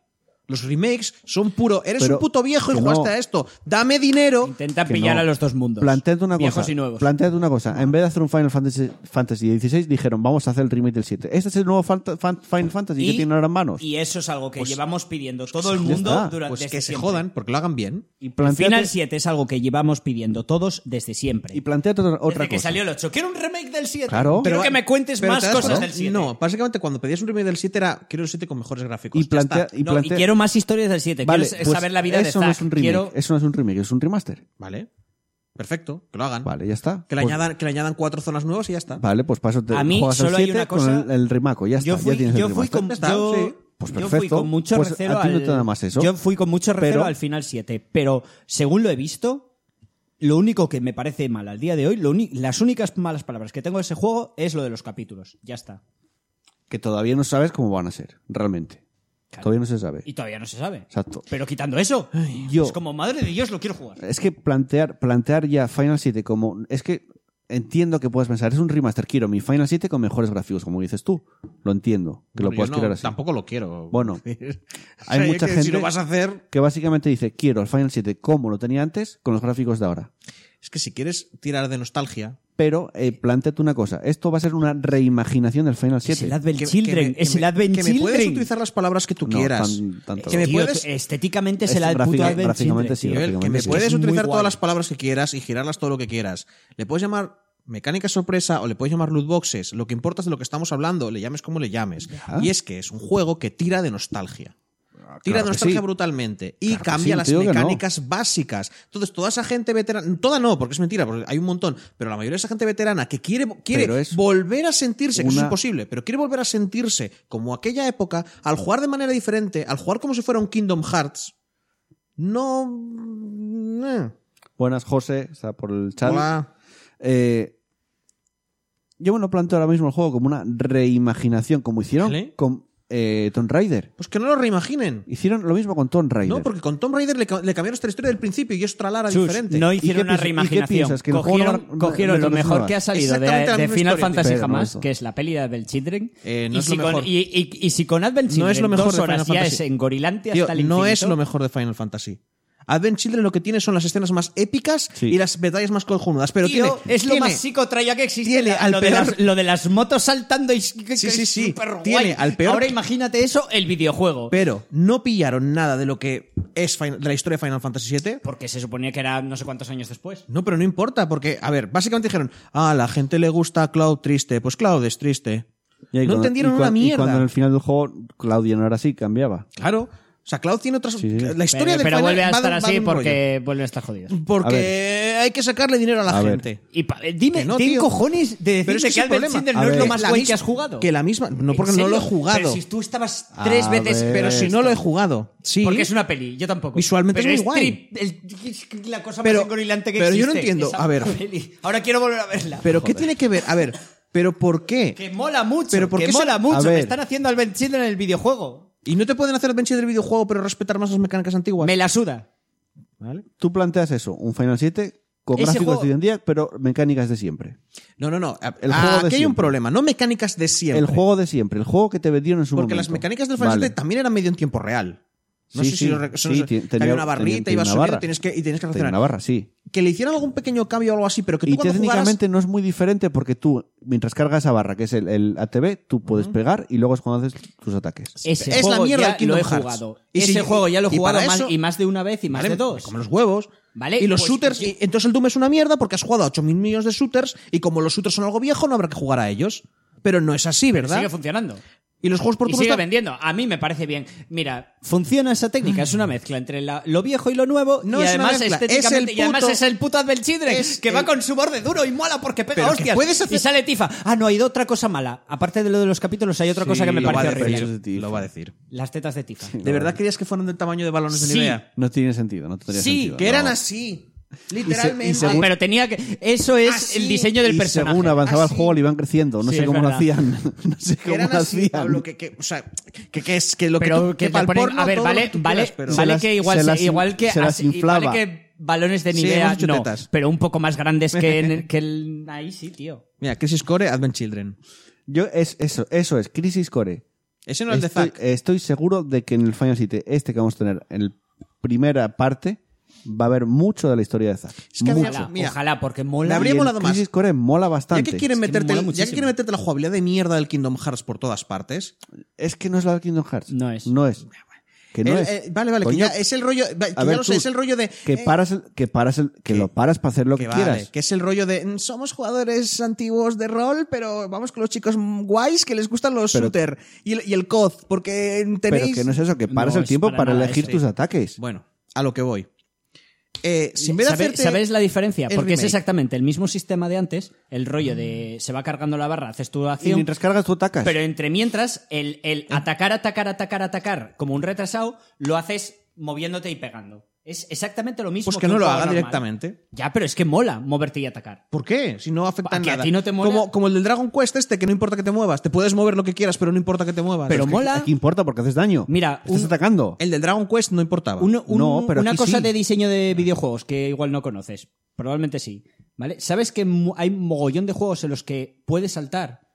Los remakes son puro. Eres
Pero
un puto viejo y
que no.
jugaste a esto. Dame dinero.
Intentan
Que
pillar
no.
a los dos mundos.
Plantead una
viejos
cosa.
y nuevos.
plantead una cosa. En vez de hacer un Final Fantasy, Fantasy XVI, dijeron, vamos a hacer el remake del 7. Este es el nuevo Fanta- Fan- Final Fantasy que
Y-
tienen ahora en manos.
Y eso es algo que
Pues-
llevamos pidiendo todo
se
el
joda.
mundo durante
Pues que
desde
se
siempre.
jodan, porque lo hagan bien.
Y
El
planteate-
Final 7 es algo que llevamos pidiendo todos desde siempre.
y planteate otra, otra
Desde que
cosa.
salió el 8. Quiero un remake del 7.
Claro.
Quiero
Pero-
que me cuentes
pero
más
te das
cosas
cuenta-
del 7.
No, básicamente cuando pedías un remake del 7 era quiero el 7 con mejores gráficos.
Y
Ya
plantea-
está.
y
No, y
plantea-
quiero más historias del 7.
Vale,
Eh, quiero
pues
saber la vida de
eso no
Zack.
es un remake, Eh,
Quiero-
Eso no es un remake, es un remaster.
Vale. Perfecto, que lo hagan.
Vale, ya está.
Que le,
Pues-
añadan, que le añadan cuatro zonas nuevas y ya está.
Vale, pues paso te
A mí
juegas al
solo hay
7
una cosa-
con el, el remaco, ya está,
yo fui,
ya tienes el
yo fui
remaster.
con,
Ya está,
yo-
sí.
Pues
yo fui
perfecto.
con mucho
Pues
recelo
a ti no
al-
te da más eso.
Yo fui con mucho recelo
Pero-
al final 7, pero según lo he visto, lo único que me parece mal al día de hoy, lo uni- las únicas malas palabras que tengo de ese juego es lo de los capítulos. Ya está.
Que todavía no sabes cómo van a ser, realmente. Todavía no se sabe.
Y todavía no se sabe.
Exacto.
Pero quitando eso,
yo- Eh,
es como, madre de Dios, lo quiero jugar.
Es que plantear, plantear ya Final 7 como. Es que entiendo que puedas pensar, es un remaster, quiero mi Final 7 con mejores gráficos, como dices tú. Lo entiendo, que lo
Bueno, yo
puedas
no,
querer así.
Tampoco lo quiero.
Bueno,
(laughs) O sea,
hay
es
mucha
que
gente
Si lo vas a hacer.
que básicamente dice, quiero el Final 7 como lo tenía antes, con los gráficos de ahora.
Es que si quieres tirar de nostalgia.
Pero eh, planteate una cosa, esto va a ser una reimaginación del Final 7.
Es el Advent
que-
Children,
que me-
es
que
el
me-
Advent
que me
Children.
puedes utilizar las palabras que tú
No,
quieras.
tan- tanto
que me
Tío,
puedes.
tú- estéticamente es el
Es
ad- puto
gráfica-
Advent
gráficamente sí,
Children. tío.
Joel, que
prácticamente
me
sí.
puedes
Es muy
utilizar todas
guay.
las palabras que quieras y girarlas todo lo que quieras. Le puedes llamar mecánica sorpresa o le puedes llamar loot boxes. Lo que importa es de lo que estamos hablando, le llames como le llames. Y es que es un juego que tira de nostalgia. Tira
Ah, claro que
de nostalgia
sí.
brutalmente y
Claro que
cambia
sí,
las
te digo que no.
mecánicas básicas. Entonces, toda esa gente veterana, toda no, porque es mentira, porque hay un montón, pero la mayoría de esa gente veterana que quiere,
Pero
quiere
es
volver a sentirse, que eso es
una-
imposible, pero quiere volver a sentirse como aquella época, al jugar de manera diferente, al jugar como si fuera un Kingdom Hearts, no. mm, eh, no.
Buenas, José, está por el chat.
Hola.
Eh, yo me lo planteo ahora mismo el juego como una reimaginación, como hicieron
¿Vale?
con eh, Tomb Raider.
Pues que no lo reimaginen.
Hicieron lo mismo con Tomb Raider.
No, porque con Tomb Raider le, ca- le cambiaron esta historia del principio y es otra Lara
Chus,
diferente.
no
¿Y qué
hicieron
piensas-
una
y qué
reimaginación.
piensas? ¿Que el juego no
Cogieron,
va-
cogieron
no
lo
te
mejor
sonaba?
que ha salido de,
Exactamente la
de
misma
Final
historia,
Fantasy
tío. Pero no
jamás,
eso.
que es la peli de Advent Children.
Eh, no
y,
es
si
lo
con,
mejor.
y, y- y si con Advent
No
Children
es lo mejor
dos
de
horas
Final
ya
Fantasy.
es engorilante
Tío,
hasta el
no es
infinito.
lo mejor de Final Fantasy. Advent Children lo que tiene son las escenas más épicas
Sí.
y las batallas más conjuntas. Pero
Tío,
tiene,
es lo
tiene-
más psicotraya que existe.
tiene
la-
al
lo, de
peor-
las, lo de las motos saltando y sí,
Sí, sí, sí.
Tiene
Tiene al peor-
Ahora imagínate eso, el videojuego.
Pero no pillaron nada de lo que es Final- de la historia de Final Fantasy VII.
Porque se suponía que era no sé cuántos años después.
No, pero no importa, porque, a ver, básicamente dijeron, ah, la gente le gusta a Cloud triste, pues Cloud es triste.
Y ahí
no
cuando-
entendieron
y
una
cuan- y
mierda.
cuando en el final del juego Claudia no era así, cambiaba.
Claro. O sea, Cloud tiene otras...
Sí, sí.
La historia
pero
de
pero
Final
vuelve a
va de-
estar
va de
así
un rollo.
porque vuelve a estar jodido.
A
Porque hay que sacarle dinero a la
A ver.
gente.
Y pa- eh, dime,
Que no,
¿qué
tío.
cojones de
Pero
decirte
es que
que,
es el
Advent
problema.
Children
A
no es
ver.
lo más
La
guay
mis-
que has jugado?
Que la misma... No,
¿En
porque no lo he
serio? Pero
jugado.
si tú estabas
A
tres veces...
ver.
Pero si no lo he jugado. Sí.
Porque es una peli, yo tampoco.
Visualmente
Pero
es muy guay.
tri- el- es la cosa
Pero-
más engorilante que
pero yo
existe.
no entiendo,
esa
a ver.
peli. Ahora quiero volver a verla.
Pero ¿qué tiene que ver? A ver, pero ¿por qué?
Que mola mucho,
Pero ¿por
que
qué se-
mola mucho.
A
Me
ver.
están haciendo al Ben Children en el videojuego.
Y no te pueden hacer adventure del videojuego, pero respetar más las mecánicas antiguas.
Me la suda.
Tú planteas eso, un Final 7 con
Ese
gráficos
juego-
de hoy en día, pero mecánicas de siempre.
No, no, no. A-
El
a-
juego de
Ah, aquí hay un
siempre.
problema. No mecánicas de siempre.
El juego de siempre, el juego que te vendieron en su
Porque
momento.
las mecánicas del Final
Vale.
Fantasy también eran medio en tiempo real. No
Sí,
sé
sí,
si lo rec-
sí,
no sé,
ti-
que había
tenía-
una barrita,
tenía
ibas
una
subiendo
barra.
y tenías que, y tenías que
Tenía
reaccionar.
una barra, sí.
Que le hicieran algún pequeño cambio o algo así, pero que tú
Y
cuando jugaras...
técnicamente no es muy diferente porque tú, mientras cargas esa barra, que es el, el ATV, tú puedes pegar y luego es cuando haces tus ataques.
Ese
Es la
juego
mierda
ya
del Kingdom
lo he
Hearts.
jugado.
Y
Ese
si-
juego ya lo he
y
jugado
para
más,
eso-
y más de una vez y más
Vale,
de
me
dos.
Como los huevos.
Vale,
y los
pues-
shooters. y entonces el Doom es una mierda porque has jugado a 8.000 millones de shooters y como los shooters son algo viejo, no habrá que jugar a ellos. Pero no es así, ¿verdad?
Sigue funcionando.
y los juegos por
Y
turnos
sigue
están-
vendiendo. A mí me parece bien. Mira, funciona esa técnica. Es una mezcla entre la- lo viejo y lo nuevo.
No
y
es una
además
mezcla, es
estéticamente.
el
y además
puto-
es el puto del Children.
es
que va
el-
con su borde duro y mola porque pega
Pero que
hostias.
puedes hacer-
Y sale Tifa. Ah, no, hay otra cosa mala. Aparte de lo de los capítulos, hay otra cosa que me
lo va
parece
a decir,
horrible.
Lo va a decir.
Las tetas de Tifa. Ah,
¿De verdad querías que fueran del tamaño de balones de
Sí.
Nivea?
No tiene sentido, no tendría
Sí,
sentido,
Que
no.
eran así. Literalmente.
y según-
Pero tenía que. Eso es
Así,
el diseño del
y
personaje.
según avanzaba
Así.
el juego le iban creciendo. No
Sí,
sé
es
cómo
verdad.
lo hacían. (laughs) No sé
que
cómo
eran
lo
así,
hacían.
Pablo, que, que, o sea, que, que es que lo que,
pero
tú-
que,
pa'l
te ponen-
porno
a ver
todo
vale
lo que tú
vale
quieras, pero-
vale
Se las-
que igual
se
se-
las in-
igual que
se las
así- y
inflaba.
vale que balones de
Sí,
Nivea
hemos hecho
no
tetas.
pero un poco más grandes que en- que el- ahí sí tío
Mira, Crisis Core, Advent Children.
Yo, es, eso, eso es, Crisis Core.
Ese no es el de
estoy,
Zack.
estoy seguro de que en el Final 7, este que vamos a tener en la primera parte, va a haber mucho de la historia de Zack.
Es que había-
Mucho.
ojalá,
mira,
ojalá, porque mola
le habría
Y el
molado más.
Crisis Core mola
Ya
bastante.
que, quieren
Es que
meterte, el-
mola
ya que
muchísimo.
quieren meterte la jugabilidad de mierda del Kingdom Hearts por todas partes,
Es que no es la de Kingdom Hearts.
No es.
No es. Que no
El-
es.
eh, vale, vale,
Coño,
que ya es el rollo, va- que
a
ya
ver,
lo sé,
tú,
es el rollo de
Que
eh,
paras el, que paras el, que lo paras para hacer lo que,
que vale,
quieras.
que es el rollo de mm, somos jugadores antiguos de rol, pero vamos con los chicos mm, guys que les gustan los
Pero-
shooter y el, y el COD, porque mm,
Pero
tenéis
que no es eso, que paras
No,
el
es
tiempo
para
para,
nada
elegir
eso. eh.
tus ataques.
Bueno, a lo que voy. Eh, sin ver
¿Sabe-
hacerte
¿Sabéis la diferencia?
el
Porque es
remake. Mm.
exactamente el mismo sistema de antes, el rollo de se va cargando la barra, haces tu
y
acción,
mientras cargas tú atacas.
pero entre mientras
Eh.
el, el atacar, atacar, atacar, atacar como un retrasado, lo haces moviéndote y pegando. Es exactamente lo mismo.
Pues que
un
no lo
juego
haga
normal.
directamente.
Ya, pero es que mola moverte y atacar.
¿Por qué? Si no afecta
Bah,
en
que a
nada.
ti no te mola.
Como, como el del Dragon Quest este, que no importa que te muevas. Te puedes mover lo que quieras, pero no importa que te muevas.
Pero
Es que
mola.
¿Qué importa? Porque haces daño.
Mira,
estás
un-
atacando.
El del Dragon Quest no importaba.
Un- un-
No, pero
una
aquí
cosa
sí.
de diseño de videojuegos que igual no conoces. Probablemente sí. ¿Vale? Sabes que mu- hay mogollón de juegos en los que puedes saltar,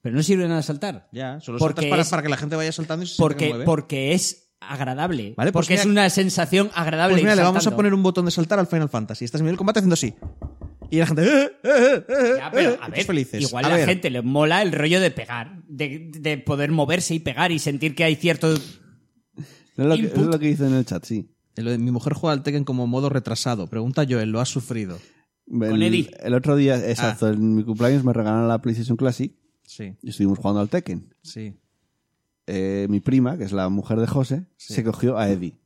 pero no sirve de nada saltar.
Ya, solo
Porque
saltas para,
es-
para que la gente vaya saltando y se
Porque,
Pues mueve.
porque es agradable.
Vale, pues
porque es
mira-
una sensación agradable.
Pues mira,
ir
le vamos a
saltando.
poner un botón de saltar al Final Fantasy. Estás en medio del combate haciendo así. Y la gente. "Eh, eh, eh, eh,
Ya, pero,
eh",
a
y todos
ver,
felices.
igual
A
a la
ver,
gente le mola el rollo de pegar, de, de poder moverse y pegar y sentir que hay cierto...
Es lo, que, es
input.
lo que dice en el chat, sí.
lo de Mi mujer juega al Tekken como modo retrasado. Pregunta Joel, ¿lo has sufrido?
El,
Eddie.
el otro día,
Ah.
exacto, en mi cumpleaños me regalaron la PlayStation Classic
Sí,
y estuvimos jugando al Tekken.
sí.
Eh, mi prima, que es la mujer de José, se cogió a Eddie.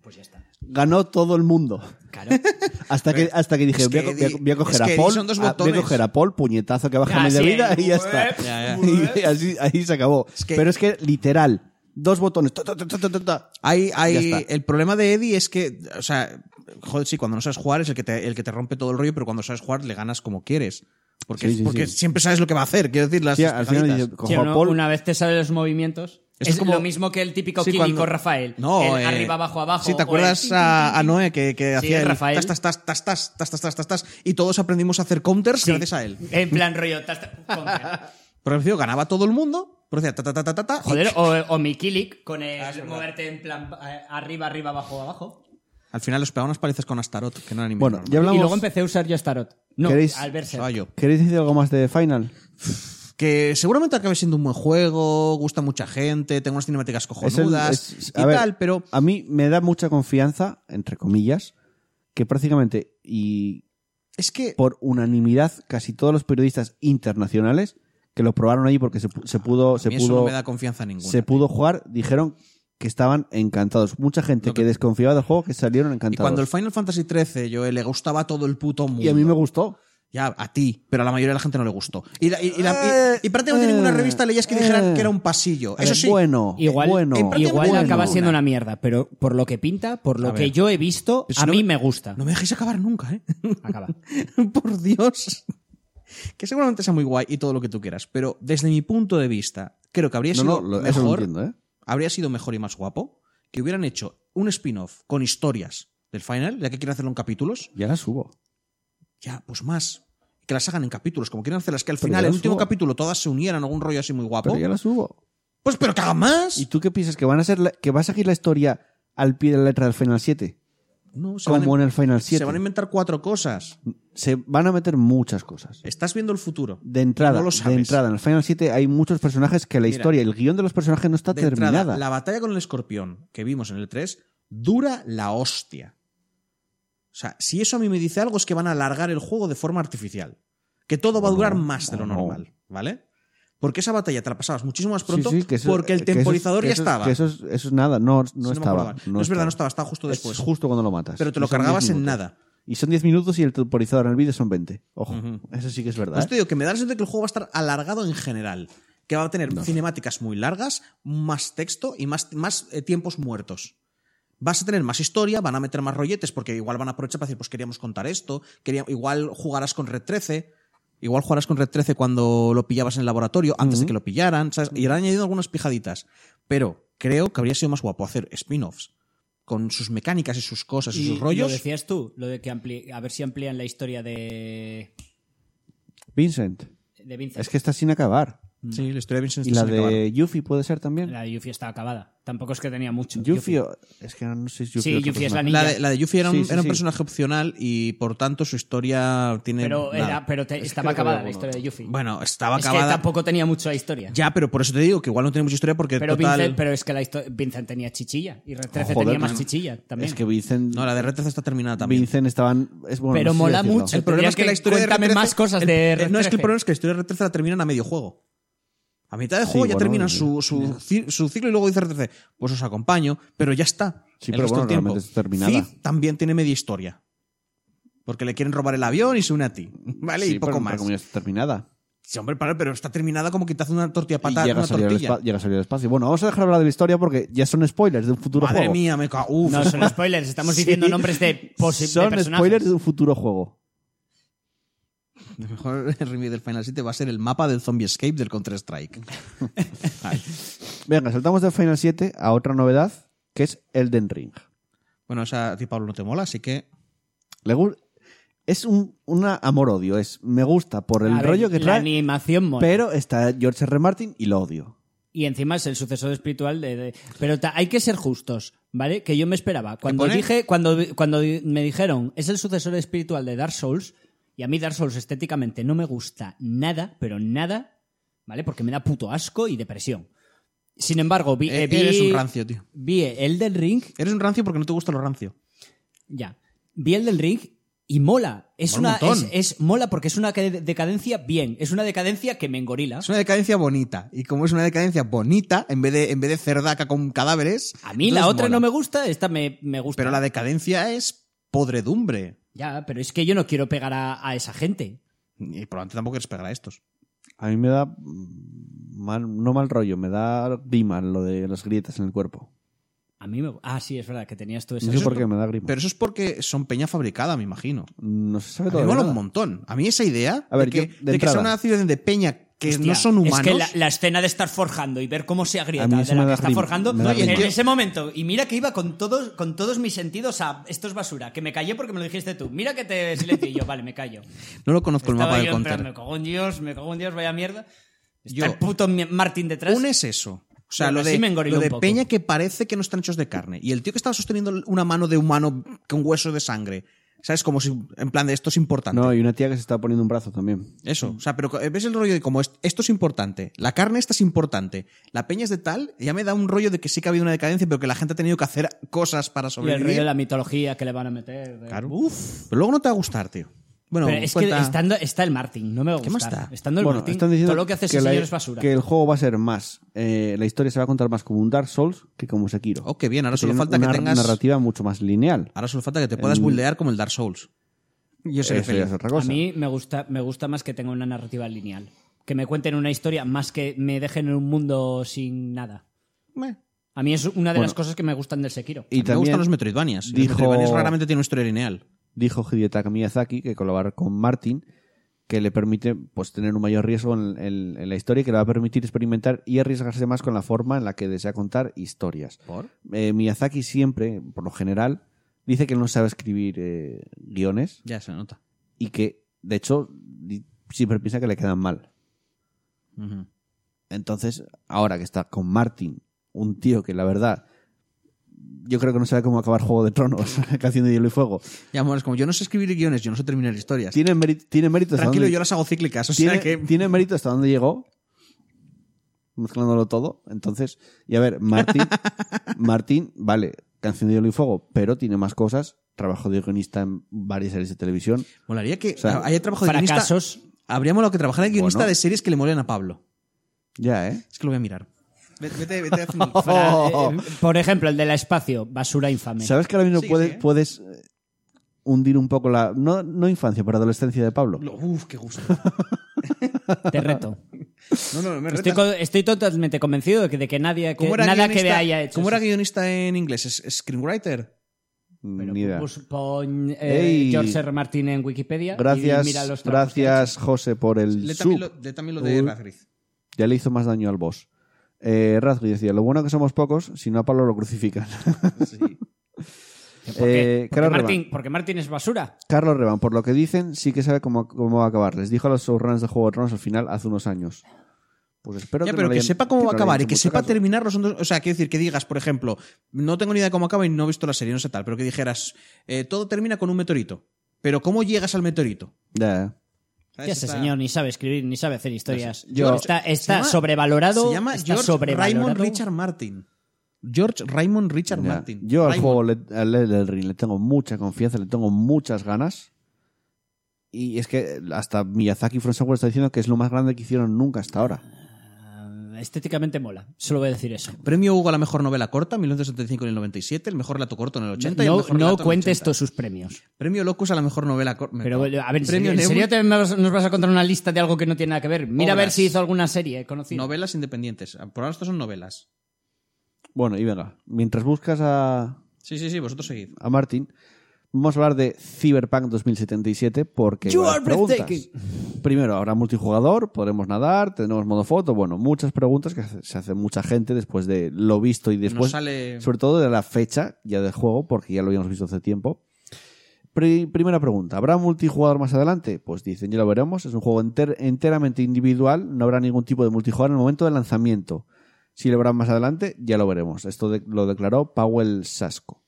Pues ya está.
Ganó todo el mundo.
Claro.
(laughs)
Hasta que, hasta que dije,
Eh, Es
voy, a,
que
co- voy a-
Eddie-
voy a
es
coger
que
a
Eddie
Paul,
son dos
a- voy a
botones.
coger a Paul, puñetazo que baja
Ah,
media
sí,
vida y ya
uep,
está.
Ya, ya.
(laughs) Y así, ahí se acabó.
que-
Pero es que literal, dos botones. ta, ta, ta, ta, ta, ta, ta.
Hay, hay,
Ya está.
el problema de Eddie es que, o sea, joder, sí, cuando no sabes jugar es el que te, el que te rompe todo el rollo, pero cuando sabes jugar le ganas como quieres. Porque,
Sí, sí,
porque
sí.
siempre sabes lo que va a hacer, quiero decir, las
Sí, al final
tajaditas.
dice, cojo
Sí,
a
¿no?
Paul.
Una vez te salen los movimientos,
Esto
es
es como-
lo mismo que el típico
Sí,
químico
cuando-
Rafael.
No,
el
eh,
arriba, abajo, abajo.
Sí, ¿te
o
acuerdas
el-
a, a Noé que, que
Sí,
hacía el
Rafael.
tas, tas, tas, tas, tas, tas, tas, tas, tas, tas, y todos aprendimos a hacer counters
Sí.
gracias a él?
En plan rollo... tas, tas,
(laughs)
contra.
Pero el tío ganaba todo el mundo, pero decía ta, ta, ta, ta, ta, ta, y-
Joder, o, o Mikilik con
Ah,
el moverte en plan eh, arriba, arriba, abajo, abajo.
Al final los pegaba unas palizas con Astaroth, que no eran ni
Bueno,
normal.
ya hablamos.
Y luego empecé a usar yo Starot. No,
¿Queréis-
al verse.
Estaba yo.
¿Queréis decir algo más de Final?
Que seguramente acabe siendo un buen juego, gusta a mucha gente, tengo unas cinemáticas
Es el-
cojonudas
es-
y
a ver,
tal, pero
A mí me da mucha confianza, entre comillas, que prácticamente y
es que
por unanimidad casi todos los periodistas internacionales que lo probaron allí porque se, pu- se pudo,
a
se
mí eso no
pudo,
me da confianza ninguna.
se pudo jugar dijeron que estaban encantados. Mucha gente
Lo
que,
que-
desconfiaba del juego que salieron
y cuando el
encantados.
Final Fantasy XIII, yo le gustaba a todo el puto mundo.
Y, a mí me gustó.
Ya, a ti, pero a la mayoría de la gente no le gustó. Y, la- y- y la- y- y prácticamente
Eh,
ninguna revista leías que
eh.
dijeran que era un pasillo.
A
Eso
ver,
sí,
bueno,
Igual,
bueno,
en práctica
igual
no
bueno.
acaba siendo una mierda, pero por lo que pinta, por lo
A
que
ver.
yo he visto,
Pero si
a
no
mí
me- (laughs)
me gusta.
no me dejéis acabar nunca, ¿eh? (laughs)
Acaba.
Por Dios. Que seguramente sea muy guay y todo lo que tú quieras, pero desde mi punto de vista, creo que habría
No,
sido
no, lo- eso lo
mejor
entiendo, ¿eh?
habría sido mejor y más guapo que hubieran hecho un spin-off con historias del final, ya que quieren hacerlo en capítulos,
Ya la subo.
ya, pues más. Que las hagan en capítulos, como quieren hacerlas, que al
Pero
final,
ya
el
las
último
hubo.
capítulo, todas se unieran, algún rollo así muy guapo.
Pero ya la subo.
Pues, pero que hagan más.
¿Y tú qué piensas? ¿Que van a ser la- que va a seguir la historia al pie de la letra del Final 7?
No, se van,
Como
a,
en el Mm. Final
se
7.
van a inventar cuatro cosas.
Se van a meter muchas cosas.
Estás viendo el futuro.
De entrada,
Eh, No lo
de
sabes.
entrada, en el Final 7 hay muchos personajes que la
Mira.
historia, el guión de los personajes no está
De entrada,
terminada.
la batalla con el escorpión que vimos en el 3 dura la hostia. O sea, si eso a mí me dice algo es que van a alargar el juego de forma artificial. Que todo va a
O
durar
Oh, no,
más de
o
lo
no.
normal, ¿vale? Porque esa batalla te la pasabas muchísimo más pronto
Sí, sí, que eso-
porque el
que eso-
temporizador
que
ya
eso-
estaba.
que eso, es, eso es nada, no,
Si
no
me
estaba.
acordaba. No es verdad, no estaba, estaba justo
Es
después.
justo cuando lo matas.
Pero te lo
Y son
cargabas
10
en
minutos.
nada.
Y son 10 minutos y el temporizador en el vídeo son 20. Ojo,
Ujú.
eso sí que es verdad.
Pues
¿eh?
te digo que me da la sensación de que el juego va a estar alargado en general. Que va a tener cinemáticas muy largas, más texto y más, más eh, tiempos muertos. Vas a tener más historia, van a meter más rolletes, porque igual van a aprovechar para decir, pues queríamos contar esto, quería, igual jugarás con Red 13, igual jugarás con Red 13 cuando lo pillabas en el laboratorio, antes de que lo pillaran, ¿sabes? Y han añadido algunas pijaditas. Pero creo que habría sido más guapo hacer spin-offs, con sus mecánicas y sus cosas y, sus rollos.
Lo decías tú, lo de que ampli- a ver si amplían la historia de,
¿eh? Vincent,
de Vincent.
es que está sin acabar.
Sí, Mm. la historia de Vincent
Y
está
la
sin acabar.
de Yuffie puede ser también.
La de Yuffie estaba acabada. Tampoco es que tenía mucho.
Yuffie, o- es que no sé si Yuffie
Sí,
otra
Yuffie es
persona.
la niña.
La de, la de Yuffie era, un,
Sí, sí,
era un
sí.
personaje opcional y por tanto su historia tiene.
Pero,
nada.
era, pero te- estaba
creo que
acabada
había
la
alguno.
historia de Yuffie.
Bueno, estaba
es que
acabada.
tampoco tenía mucha historia.
Ya, pero por eso te digo que igual no tiene mucha historia porque
pero,
total.
Vincent, pero es que la histo- Vincent tenía chichilla y Red 13
Oh, Joder,
tenía más
man.
chichilla también.
Es que Vincent,
No, la de Red 13 está terminada también.
Vincent estaban. Es, bueno, no
pero
sé si
mola
decirlo.
mucho.
El problema es que,
Tendría
la
que-
historia de Red
cuéntame
13
más cosas
el- eh,
de Red
No, es que
13.
el problema es que la historia de Red 13 la terminan a medio juego. A mitad de juego ya
bueno,
terminan
y-
su, su, ci- su ciclo y luego dice Red 13, pues os acompaño, pero ya está.
Sí,
El
pero
resto
bueno,
del tiempo.
realmente está terminada.
Cid también tiene media historia. Porque le quieren robar el avión y se une a ti. (laughs) ¿Vale?
Sí,
y poco
pero entre
más.
comillas, terminada.
Sí, hombre, para- pero está terminada como que te hace una tortilla patata,
y llega
una
a, salir al
tortilla.
espa- llega a salir al espacio. Bueno, vamos a dejar hablar de la historia porque ya son spoilers de un futuro
Madre
juego.
mía, me cago. Uf,
No,
(laughs)
son spoilers,
(laughs)
estamos diciendo nombres de, posi- de
Son
personajes.
spoilers de un futuro juego.
Lo mejor remake del Final 7 va a ser el mapa del Zombie Escape del Counter-Strike.
Venga, saltamos de Final 7 a otra novedad que es Elden Ring.
bueno, esa a ti, Pablo, no te mola, así que.
Le gu- es un una amor-odio. Es me gusta por el
A ver,
rollo que
La
trae,
animación mola.
pero está George R. R. Martin y lo odio.
Y encima es el sucesor espiritual de... de- Pero ta- hay que ser justos, ¿vale? Que yo me esperaba. Cuando
pone?
dije, cuando, cuando di- me dijeron, es el sucesor espiritual de Dark Souls, y a mí Dark Souls estéticamente no me gusta nada, pero nada, ¿vale? Porque me da puto asco y depresión. Sin embargo, vi... eh,
Eh,
vi-
eres un rancio, tío.
Vi Elden Ring,
Eres un rancio porque no te gusta lo rancio.
ya. Vi Elden Ring y mola. Es
Mola un
una...
montón.
es, es- mola porque es una cade- decadencia bien. Es una decadencia que me engorila.
Es una decadencia bonita. Y como es una decadencia bonita, en vez de, en vez de cerdaca con cadáveres.
A mí la otra no me gusta, esta me, me gusta.
Pero la decadencia es podredumbre.
Ya, pero es que yo no quiero pegar a, a esa gente.
Y probablemente tampoco quieres pegar a estos.
A mí me da mm, mal, no mal rollo, me da grima lo de las grietas en el cuerpo.
A mí me... Ah, sí, es verdad, que tenías tú esa...
No sé
eso
por
es
qué
por-
me da grima.
Pero eso es porque son peña fabricada, me imagino.
no se sabe
A mí me
todavía
mola
nada.
un montón. A mí esa idea
A ver,
de que,
yo, de
de que sea
entrada.
una ciudad de peña que
Hostia,
no son humanos.
Es que la, la escena de estar forjando y ver cómo se agrieta
A mí
de la
eso me
que
da
está
grima,
forjando
me da
no, y en
grima.
ese momento. Y mira que iba con todos, con todos mis sentidos a esto es basura, que me callé porque me lo dijiste tú. Mira que te silencio y yo, vale,
(laughs)
me callo.
No lo conozco el
Estaba
mapa
yo
del
en plan,
counter.
me cago en Dios, me cago en Dios, vaya mierda. Está
Yo-
el puto mi- Martín detrás.
Un es eso. O sea,
Pero
lo
así
de,
me engoriló
lo
un
de
poco.
peña que parece que no están hechos de carne. Y el tío que estaba sosteniendo una mano de humano con hueso de sangre. ¿Sabes? Como si, en plan de esto es importante.
No, y una tía que se está poniendo un brazo también.
Eso. O sea, pero co- ves el rollo de como est- esto es importante. La carne esta es importante. La peña es de tal. Ya me da un rollo de que sí que ha habido una decadencia, pero que la gente ha tenido que hacer cosas para
Y el
sobrevivir.
rollo de la mitología que le van a meter. de-
Claro. Uf. Pero luego no te va a gustar, tío. Bueno,
Pero es
cuenta-
que estando, está el Martín, no me va a
¿Qué
gustar.
más da?
Estando el
bueno,
Martín,
están diciendo
todo lo que hace ese
la-
señor es basura.
que el juego va a ser más. eh, la historia se va a contar más como un Dark Souls que como Sekiro.
Oh, qué bien. Ahora
Que
solo
tiene
falta que
una
tengas.
narrativa mucho más lineal.
Ahora solo falta que te puedas buildear como el Dark Souls. Eh, Yo seré
Eso ya
feliz.
es otra cosa.
A mí me gusta, me gusta más que tenga una narrativa lineal. Que me cuenten una historia más que me dejen en un mundo sin nada.
Meh.
A mí es una de
Bueno.
las cosas que me gustan del Sekiro.
y
A mí me
también
gustan los Metroidvanias. y
dijo-
Los Metroidvanias raramente tienen una historia lineal.
dijo Hidetaka Miyazaki que colaborar con Martin que le permite pues tener un mayor riesgo en, en- en la historia y que le va a permitir experimentar y arriesgarse más con la forma en la que desea contar historias.
¿Por?
Eh, Miyazaki siempre, por lo general, dice que no sabe escribir eh, guiones
Ya se nota.
y que, de hecho, di- siempre piensa que le quedan mal.
Ujú.
Entonces, ahora que está con Martin, un tío que la verdad, yo creo que no sabe cómo acabar Juego de Tronos, (laughs) que haciendo hielo y fuego.
Ya, amor, es como yo no sé escribir guiones, yo no sé terminar historias.
Tiene, mérito tiene mérito hasta
Tranquilo,
donde-
yo las hago cíclicas. O
tiene,
sea que.
tiene mérito hasta dónde llegó, mezclándolo todo. Entonces, y a ver,
(laughs)
Martín, Martín, vale, canción de hielo y fuego, pero tiene más cosas. Trabajo de guionista en varias series de televisión.
Molaría que
O sea,
haya trabajo de guionista.
Fracasos.
Habríamos lo que trabajar de guionista
Bueno.
de series que le molen a Pablo.
Ya, ¿eh?
Es que lo voy a mirar. Vete, vete, vete haciendo-
Fra-
Oh.
eh, por ejemplo, el de la espacio, basura infame.
¿Sabes que ahora mismo
Sí,
puedes,
sí, ¿eh?
puedes eh, hundir un poco la. No, no infancia, pero adolescencia de Pablo?
(laughs) Lo- Uf, qué gusto.
(laughs)
Te reto.
No, no, me
Estoy,
retas.
co- estoy totalmente convencido de que, de que nadie que,
¿Cómo era
nada que
guionista-
haya hecho.
¿Cómo era
eso.
guionista en inglés? ¿Es- es ¿Screenwriter?
Pero
Ni idea.
pues,
pus- pon eh,
Ey.
George R. Martin en Wikipedia. y
Gracias,
mira los trabajos que ha
gracias José, por el
Le
sub.
también, lo, le también lo de
Uy.
Radcliffe.
Ya le hizo más daño al boss. Eh, Razgui decía, lo bueno que somos pocos, si no a Pablo lo crucifican.
(laughs)
(laughs)
Sí.
hecho. ¿Por qué?
Eh,
porque,
Carlos
Martin, porque Martin es basura.
Carlos Revan, por lo que dicen, sí que sabe cómo, cómo va a acabar. Les dijo a los showrunners de Juego de Tronos al final hace unos años. Pues espero
Ya,
que
pero
no le
que
hayan-
sepa cómo
que
va a
no le
acabar
hayan
y que
hecho mucho
sepa
caso.
terminar los dos. O sea, quiero decir, que digas, por ejemplo, no tengo ni idea de cómo acaba y no he visto la serie, no sé tal, pero que dijeras, eh, todo termina con un meteorito. Pero ¿cómo llegas al meteorito?
Ya.
¿Sabes?
Ya ese
Está-
señor ni sabe escribir, ni sabe hacer historias.
Yo-
está
Se
está
llama-
sobrevalorado.
Se llama
está
George
sobrevalorado.
Raymond Richard Martin. George Raymond Richard
Ya.
Martin.
Yo al
Raymond.
juego le, al Elden Ring le tengo mucha confianza, le tengo muchas ganas. Y es que hasta Miyazaki From Software está diciendo que es lo más grande que hicieron nunca hasta ahora.
Ah, estéticamente mola. Solo voy a decir eso.
Premio Hugo a la mejor novela corta, 1975 en el 97, el mejor relato corto en el 80 y el
no
mejor
no
relato en el
cuentes
80.
todos sus premios.
Premio Locus a la mejor novela corta.
Pero, a ver, ¿en serio,
Premio
¿en
Nebul,
serio te vas- nos vas a contar una lista de algo que no tiene nada que ver? Mira a ver
Obras.
si hizo alguna serie conocida.
novelas independientes. Por ahora estas son novelas.
Bueno, y venga, mientras buscas a,
Sí, sí, sí, vosotros seguid.
a Martín, vamos a hablar de Cyberpunk 2077 porque hay
You
varias
are
preguntas.
breathtaking.
Primero, habrá multijugador, podremos nadar, tendremos modo foto, bueno, muchas preguntas que hace- se hace mucha gente después de lo visto y después,
sale-
sobre todo de la fecha ya del juego, porque ya lo habíamos visto hace tiempo. Pri- primera pregunta, ¿habrá multijugador más adelante? Pues dicen, ya lo veremos, es un juego enter- enteramente individual, no habrá ningún tipo de multijugador en el momento del lanzamiento. Si lo habrá más adelante, ya lo veremos. Esto de- lo declaró Powell Sasco.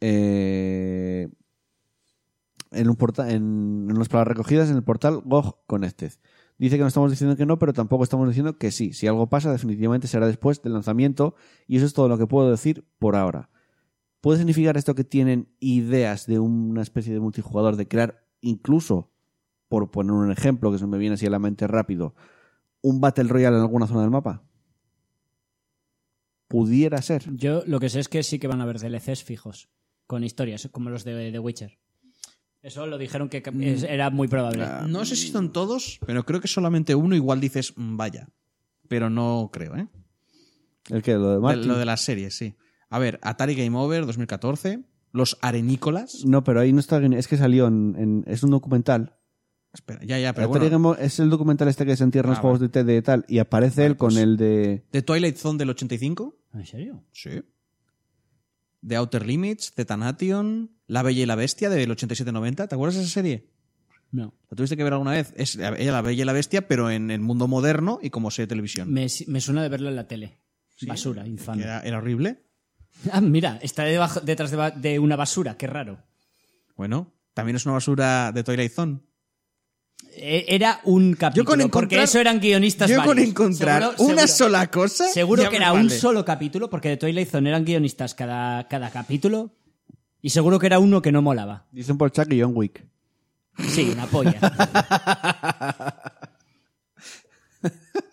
Eh, en, un porta- en, en las palabras recogidas en el portal GOG Connected. Dice que no estamos diciendo que no, pero tampoco estamos diciendo que sí. Si algo pasa, definitivamente será después del lanzamiento y eso es todo lo que puedo decir por ahora. ¿Puede significar esto que tienen ideas de una especie de multijugador, de crear incluso, por poner un ejemplo que se me viene así a la mente rápido, un Battle Royale en alguna zona del mapa? Pudiera ser.
Yo lo que sé es que sí que van a haber DLCs fijos, con historias, como los de The Witcher. Eso lo dijeron que
Mm.
es- era muy probable.
Eh, No sé si son todos, pero creo que solamente uno. Igual dices, "Mm, vaya. Pero no creo, ¿eh?
¿El que ¿Lo de
De-
Martin?
lo de las series, sí. A ver, Atari Game Over 2014, Los Arenícolas.
No, pero ahí no está. Es que salió en. en- es un documental.
Espera, ya, ya, pero
Atari
bueno,
Game Boy- es el documental este que se entierran
Ah,
los juegos de TD y tal. Y aparece
Vale,
él con
pues-
el de.
¿De Twilight Zone del 85?
¿En serio?
Sí. De Outer Limits, Zetanation, La Bella y la Bestia del 87-90. ¿Te acuerdas de esa serie?
No.
¿La tuviste que ver alguna vez? Es La Bella la Bella y la Bestia, pero en el mundo moderno y como serie de televisión.
Me, me suena de verlo en la tele. Basura, infame.
Era, era horrible.
Ah, mira, está debajo- detrás de, ba- de una basura, qué raro.
Bueno, también es una basura de Twilight Zone.
E- Era un capítulo,
con
porque
encontrar-
eso eran guionistas
Yo
varios.
con encontrar
Seguro-
una
seguro-
sola cosa. ya
Seguro
me
que era un
vale.
solo capítulo, porque de Twilight Zone eran guionistas cada, cada capítulo, y seguro que era uno que no molaba.
Dicen por Chuck y John Wick.
Sí,
(laughs)
una polla.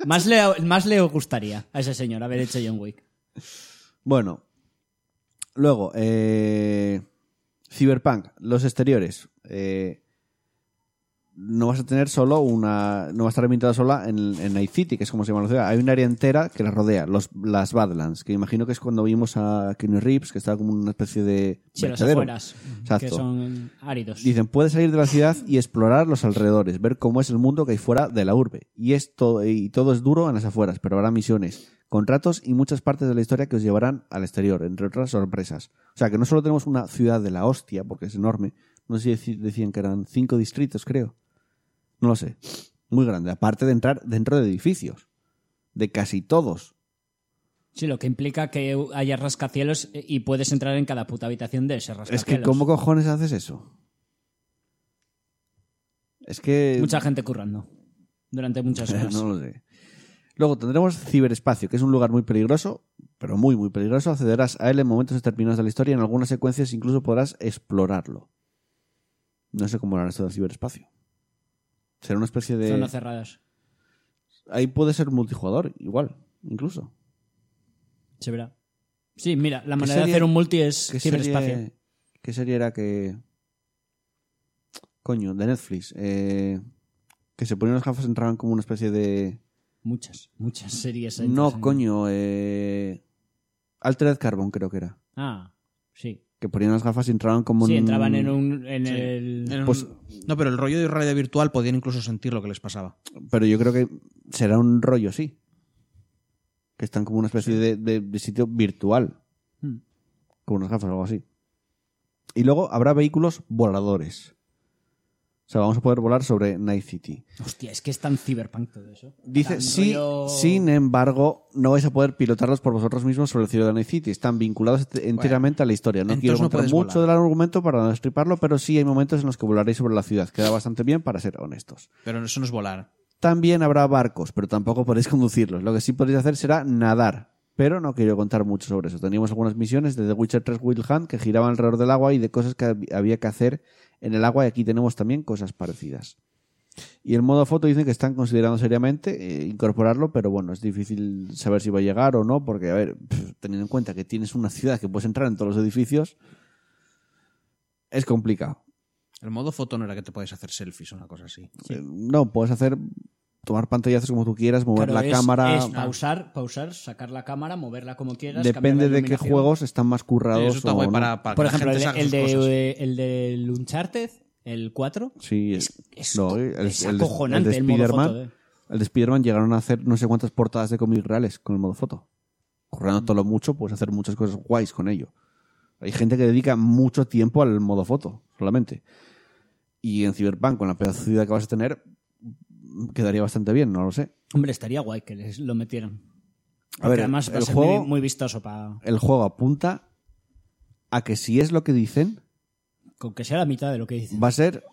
más, le, más le gustaría a ese señor haber hecho John Wick.
Bueno. Luego, eh, Cyberpunk, los exteriores. Eh, no vas a tener solo una. No va a estar ambientada sola en, en Night City, que es como se llama la ciudad. Hay un área entera que la rodea, los, las Badlands, que imagino que es cuando vimos a Kenny Reeves, que estaba como una especie de.
Si las
vertedero.
afueras,
Exacto.
que son áridos.
Dicen, puedes salir de la ciudad y explorar los alrededores, ver cómo es el mundo que hay fuera de la urbe. Y, esto, y todo es duro en las afueras, pero habrá misiones, contratos y muchas partes de la historia que os llevarán al exterior, entre otras sorpresas. O sea, que no solo tenemos una ciudad de la hostia, porque es enorme. No sé si deci- decían que eran cinco distritos, creo. No lo sé. Muy grande. Aparte de entrar dentro de edificios. De casi todos.
Sí, lo que implica que haya rascacielos y puedes entrar en cada puta habitación de ese rascacielos.
Es que, ¿cómo cojones haces eso? Es que...
Mucha gente currando durante muchas
(laughs)
horas.
no lo sé. Luego tendremos ciberespacio, que es un lugar muy peligroso, pero muy, muy peligroso. Accederás a él en momentos determinados de la historia y en algunas secuencias incluso podrás explorarlo. No sé cómo hará esto del ciberespacio. Será una especie de...
Zonas cerradas.
Ahí puede ser multijugador, igual, incluso.
Se verá. Sí, mira, la manera de
serie-
hacer un multi es
¿Qué
ciberespacio.
serie, ¿Qué serie era que... Coño, de Netflix. eh, que se ponían las gafas y entraban como una especie de...
Muchas, muchas series. hay.
No, coño. Eh... Altered Carbon creo que era.
Ah, sí.
que ponían las gafas y entraban como
Sí,
en-
entraban en un. En
Sí.
el...
Era un-
Pues-
Em, no, pero el rollo de realidad virtual podían incluso sentir lo que les pasaba.
pero yo creo que será un rollo así que están como una especie de, de- de sitio virtual
Hmm.
con unas gafas o algo así y luego habrá vehículos voladores o sea vamos a poder volar sobre Night City
Hostia, es que es tan cyberpunk todo eso.
Dice,
Tan
sí,
rollo-
sin embargo, no vais a poder pilotarlos por vosotros mismos sobre el cielo de Night City. Están vinculados ent- enteramente a la historia. No
entonces
quiero
no
contar
puedes
mucho
volar.
del argumento para no destriparlo, pero sí hay momentos en los que volaréis sobre la ciudad. Queda bastante bien para ser honestos.
Pero eso no es volar.
También habrá barcos, pero tampoco podéis (laughs) conducirlos. Lo que sí podéis hacer será nadar. Pero no quiero contar mucho sobre eso. Teníamos algunas misiones de The Witcher 3 Wild Hunt que giraban alrededor del agua y de cosas que hab- había que hacer en el agua y aquí tenemos también cosas parecidas. Y el modo foto dicen que están considerando seriamente eh, incorporarlo, pero bueno, es difícil saber si va a llegar o no, porque, a ver, pff, teniendo en cuenta que tienes una ciudad que puedes entrar en todos los edificios, es complicado.
El modo foto no era que te puedes hacer selfies o una cosa así.
Eh, no, puedes hacer, tomar pantallazos como tú quieras, mover
Claro,
la
es-
cámara.
Es pausar, pausar, sacar la cámara, moverla como quieras.
Depende
cambiar la
de qué
iluminación.
juegos están más currados.
Eso está
o
guay
no.
para, para
Por
que
ejemplo,
la
el,
gente
el
saque sus cosas.
de, el del Uncharted, el 4.
Sí,
es, es,
no,
co-
el-
es
el de-
acojonante el,
el de
modo
Spider-Man.
foto, eh.
El de Spider-Man llegaron a hacer no sé cuántas portadas de cómics reales con el modo foto. Currándotelo mucho, puedes hacer muchas cosas guays con ello. Hay gente que dedica mucho tiempo al modo foto, solamente. Y en Cyberpunk, con la pedacidad que vas a tener, quedaría bastante bien, no lo sé.
Hombre, estaría guay que les lo metieran.
A
Porque
ver,
además va a
el
ser
juego-
muy, muy vistoso para
El juego apunta a que si es lo que dicen,
con que sea la mitad de lo que dicen.
va a ser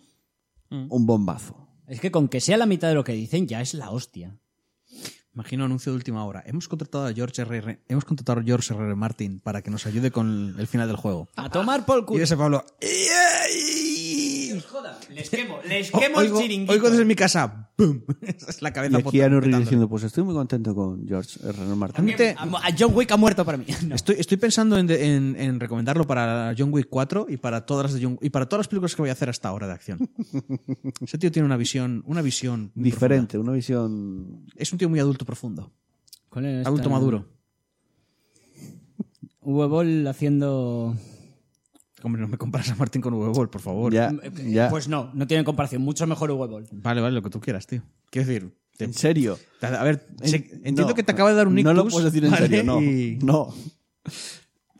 Mm.
un bombazo.
Es que con que sea la mitad de lo que dicen ya es la hostia.
Imagino anuncio de última hora. Hemos contratado a George R.R. Hemos contratado a George R.R. Martin para que nos ayude con el final del juego.
A tomar por
Y
culo.
ese Pablo.
Joda,
(laughs)
les quemo, les
Oh,
O-
quemo
oigo,
el chiringuito.
oigo desde mi casa. ¡Bum! (laughs) Esa es la cabeza
Y aquí
pota-
Anu Reeves
petándole.
diciendo, pues estoy muy contento con George R. R. Martin.
Realmente,
A, a John Wick ha muerto para mí. (laughs) No.
Estoy, estoy pensando en, de- en- en recomendarlo para John Wick 4 y para todas las de John- y para todas las películas que voy a hacer hasta ahora de
(laughs)
acción. Ese tío tiene una visión, una visión muy
Diferente, una visión
profunda. Es un tío muy adulto profundo,
¿Cuál era esta?
adulto maduro.
Huevol haciendo.
Hombre, no me comparas a Martín con Huevol, por favor.
Ya, ya.
Pues no, no tiene comparación. Mucho mejor Huevol.
Vale, vale, lo que tú quieras, tío. Quiero decir, te-
en serio.
a ver,
En-
sé- entiendo
no,
que te acaba de dar un ictus.
No lo puedes decir en
¿vale?
serio, no.
Y-
No.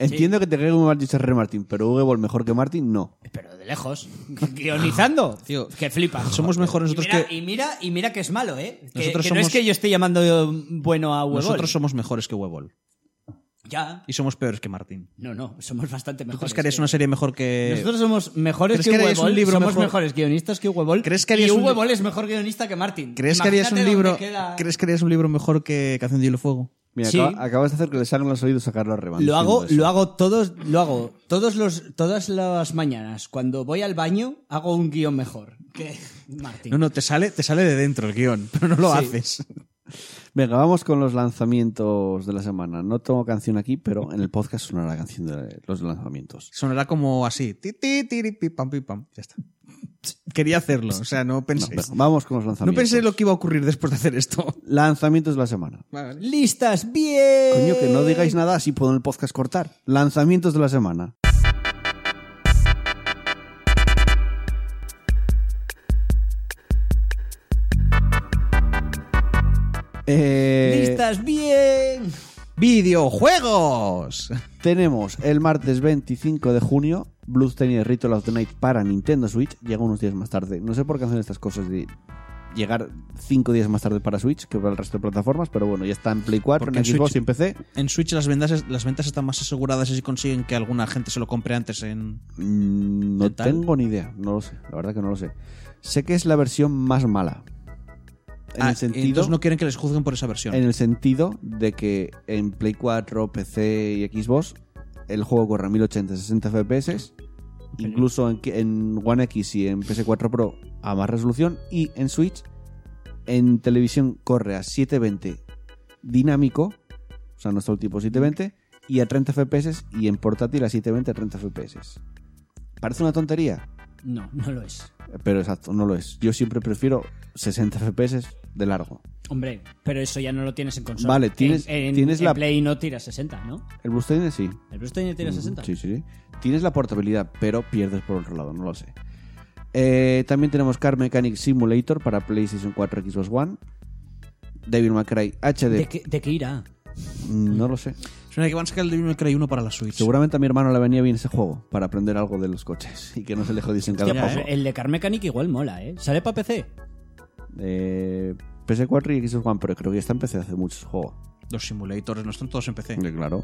Entiendo que te caiga un Martin R. Martin, pero Uwe Boll mejor que Martin, no.
Pero de lejos. (laughs) Guionizando.
Ah, Tío,
que flipa.
somos mejor nosotros
y mira,
que-
Y mira, y mira que es malo, ¿eh? Que,
Nosotros
que no
somos-
es que yo esté llamando bueno a Huevol.
Nosotros somos mejores que Huevol
Ya.
y somos peores que Martín.
No, no, somos bastante
¿Tú
mejores.
crees que harías
eh.
una serie mejor que
Nosotros somos mejores
¿Crees
que
que harías
Huevol,
un libro
somos
mejor?
mejores guionistas que Huevol.
¿Crees que
y
harías un li-
Huevol es mejor guionista que Martin.
¿Crees que harías un
Imagínate dónde
libro?
queda-
¿Crees que harías un libro mejor que Canción de Hielo y Fuego?
Mira,
Sí.
acaba- acabas de hacer que le salgan los oídos a Carlos Revan.
Lo hago,
diciendo eso.
lo hago todos, lo hago todos los, todas las mañanas. Cuando voy al baño, hago un guión mejor que Martin.
No, no, te sale, te sale de dentro el guión, (laughs) pero no lo
Sí.
haces.
Venga, vamos con los lanzamientos de la semana. No tengo canción aquí, pero en el podcast sonará la canción de los lanzamientos.
Sonará como así. Ti, ti, tiri, pi, pam, pi, pam. Ya está. Quería hacerlo, o sea, no
No, pues,
pensé.
venga,
No,
vamos con los lanzamientos.
pensé lo que iba a ocurrir después de hacer esto.
(laughs) Lanzamientos de la semana.
Listas, bien.
Coño, que no
Eh.
digáis nada, así puedo en el podcast cortar. Lanzamientos de la semana. Eh,
Listas, bien.
¡Videojuegos!
Tenemos el martes 25 de junio Blues Tennis Ritual of the Night para Nintendo Switch. Llega unos días más tarde. No sé por qué hacen estas cosas de llegar 5 días más tarde para Switch que para el resto de plataformas, pero bueno, ya está en Play 4,
Porque
en
en
Xbox
Switch-
y en PC.
En Switch las ventas, las ventas están más aseguradas y si consiguen que alguna gente se lo compre antes en...
Mm, No
¿Qué tal?
tengo ni idea, no lo sé, la verdad que no lo sé. Sé que es la versión más mala. En,
Ah,
el sentido,
Entonces no quieren que les juzguen por esa versión.
en el sentido de que en Play 4, PC y Xbox el juego corre a 1080 60 FPS, incluso en, que- en One X y en PS4 Pro a más resolución y en Switch en televisión corre a 720 dinámico, o sea, no está el tipo 720 y a 30 FPS y en portátil a 720 a 30 FPS. Parece una tontería,
No, no lo es.
pero exacto, no lo es. Yo siempre prefiero 60 FPS de largo.
Hombre, pero eso ya no lo tienes en consola.
Vale, tienes-
en, en-
tienes
en
la-
Play no tira 60, ¿no?
El Blue Stain sí.
El Bruce tira
Mm,
60.
Sí, sí, sí. Tienes la portabilidad, pero pierdes por otro lado, no lo sé. Eh, también tenemos Car Mechanic Simulator para PlayStation 4 Xbox One. Devil May Cry HD.
¿De qué, de qué irá?
Mm, No lo sé.
Suena que van a sacar el Devil May Cry 1 para la Switch.
Seguramente a mi hermano le venía bien ese juego para aprender algo de los coches y que no se le jodiesen cada
Hostia,
paso.
pues el de Car Mechanic igual mola, ¿eh? Sale para PC.
Eh, PS4 y Xbox One, pero creo que ya está en PC hace mucho el juego.
Los simulators no están todos en PC.
Eh, Claro.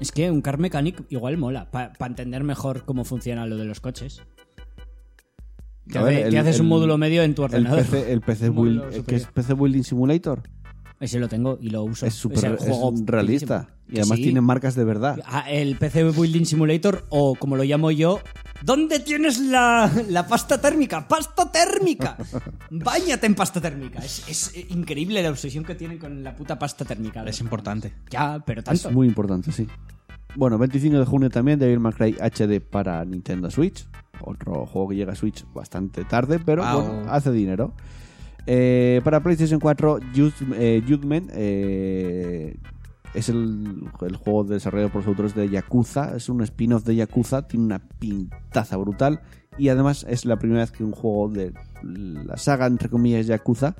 Es que un Car Mechanic igual mola, para entender mejor cómo funciona lo de los coches. Te,
A ver,
hace-
el-
te haces un
el-
módulo medio en tu
El
ordenador.
PC, el PC
Un módulo
Build-
superior.
que es PC Building Simulator.
Ese lo tengo y lo uso.
Es súper
el
es un realista. Y además
Sí.
tiene marcas de verdad.
Ah, el PC Building Simulator, o como lo llamo yo, ¿Dónde tienes la, la pasta térmica? ¡Pasta térmica! Báñate en pasta térmica. Es, es, eh, increíble la obsesión que tienen con la puta pasta térmica.
Es importante.
Ya, pero tanto.
Es muy importante, sí. Bueno, 25 de junio también Devil May Cry HD para Nintendo Switch. Otro juego que llega a Switch bastante tarde, pero
Wow.
bueno, hace dinero. Eh, para PlayStation 4, Judgment eh, Judgment, eh, es el, el juego desarrollado por los autores de Yakuza. Es un spin-off de Yakuza, tiene una pintaza brutal. Y además es la primera vez que un juego de la saga, entre comillas, Yakuza,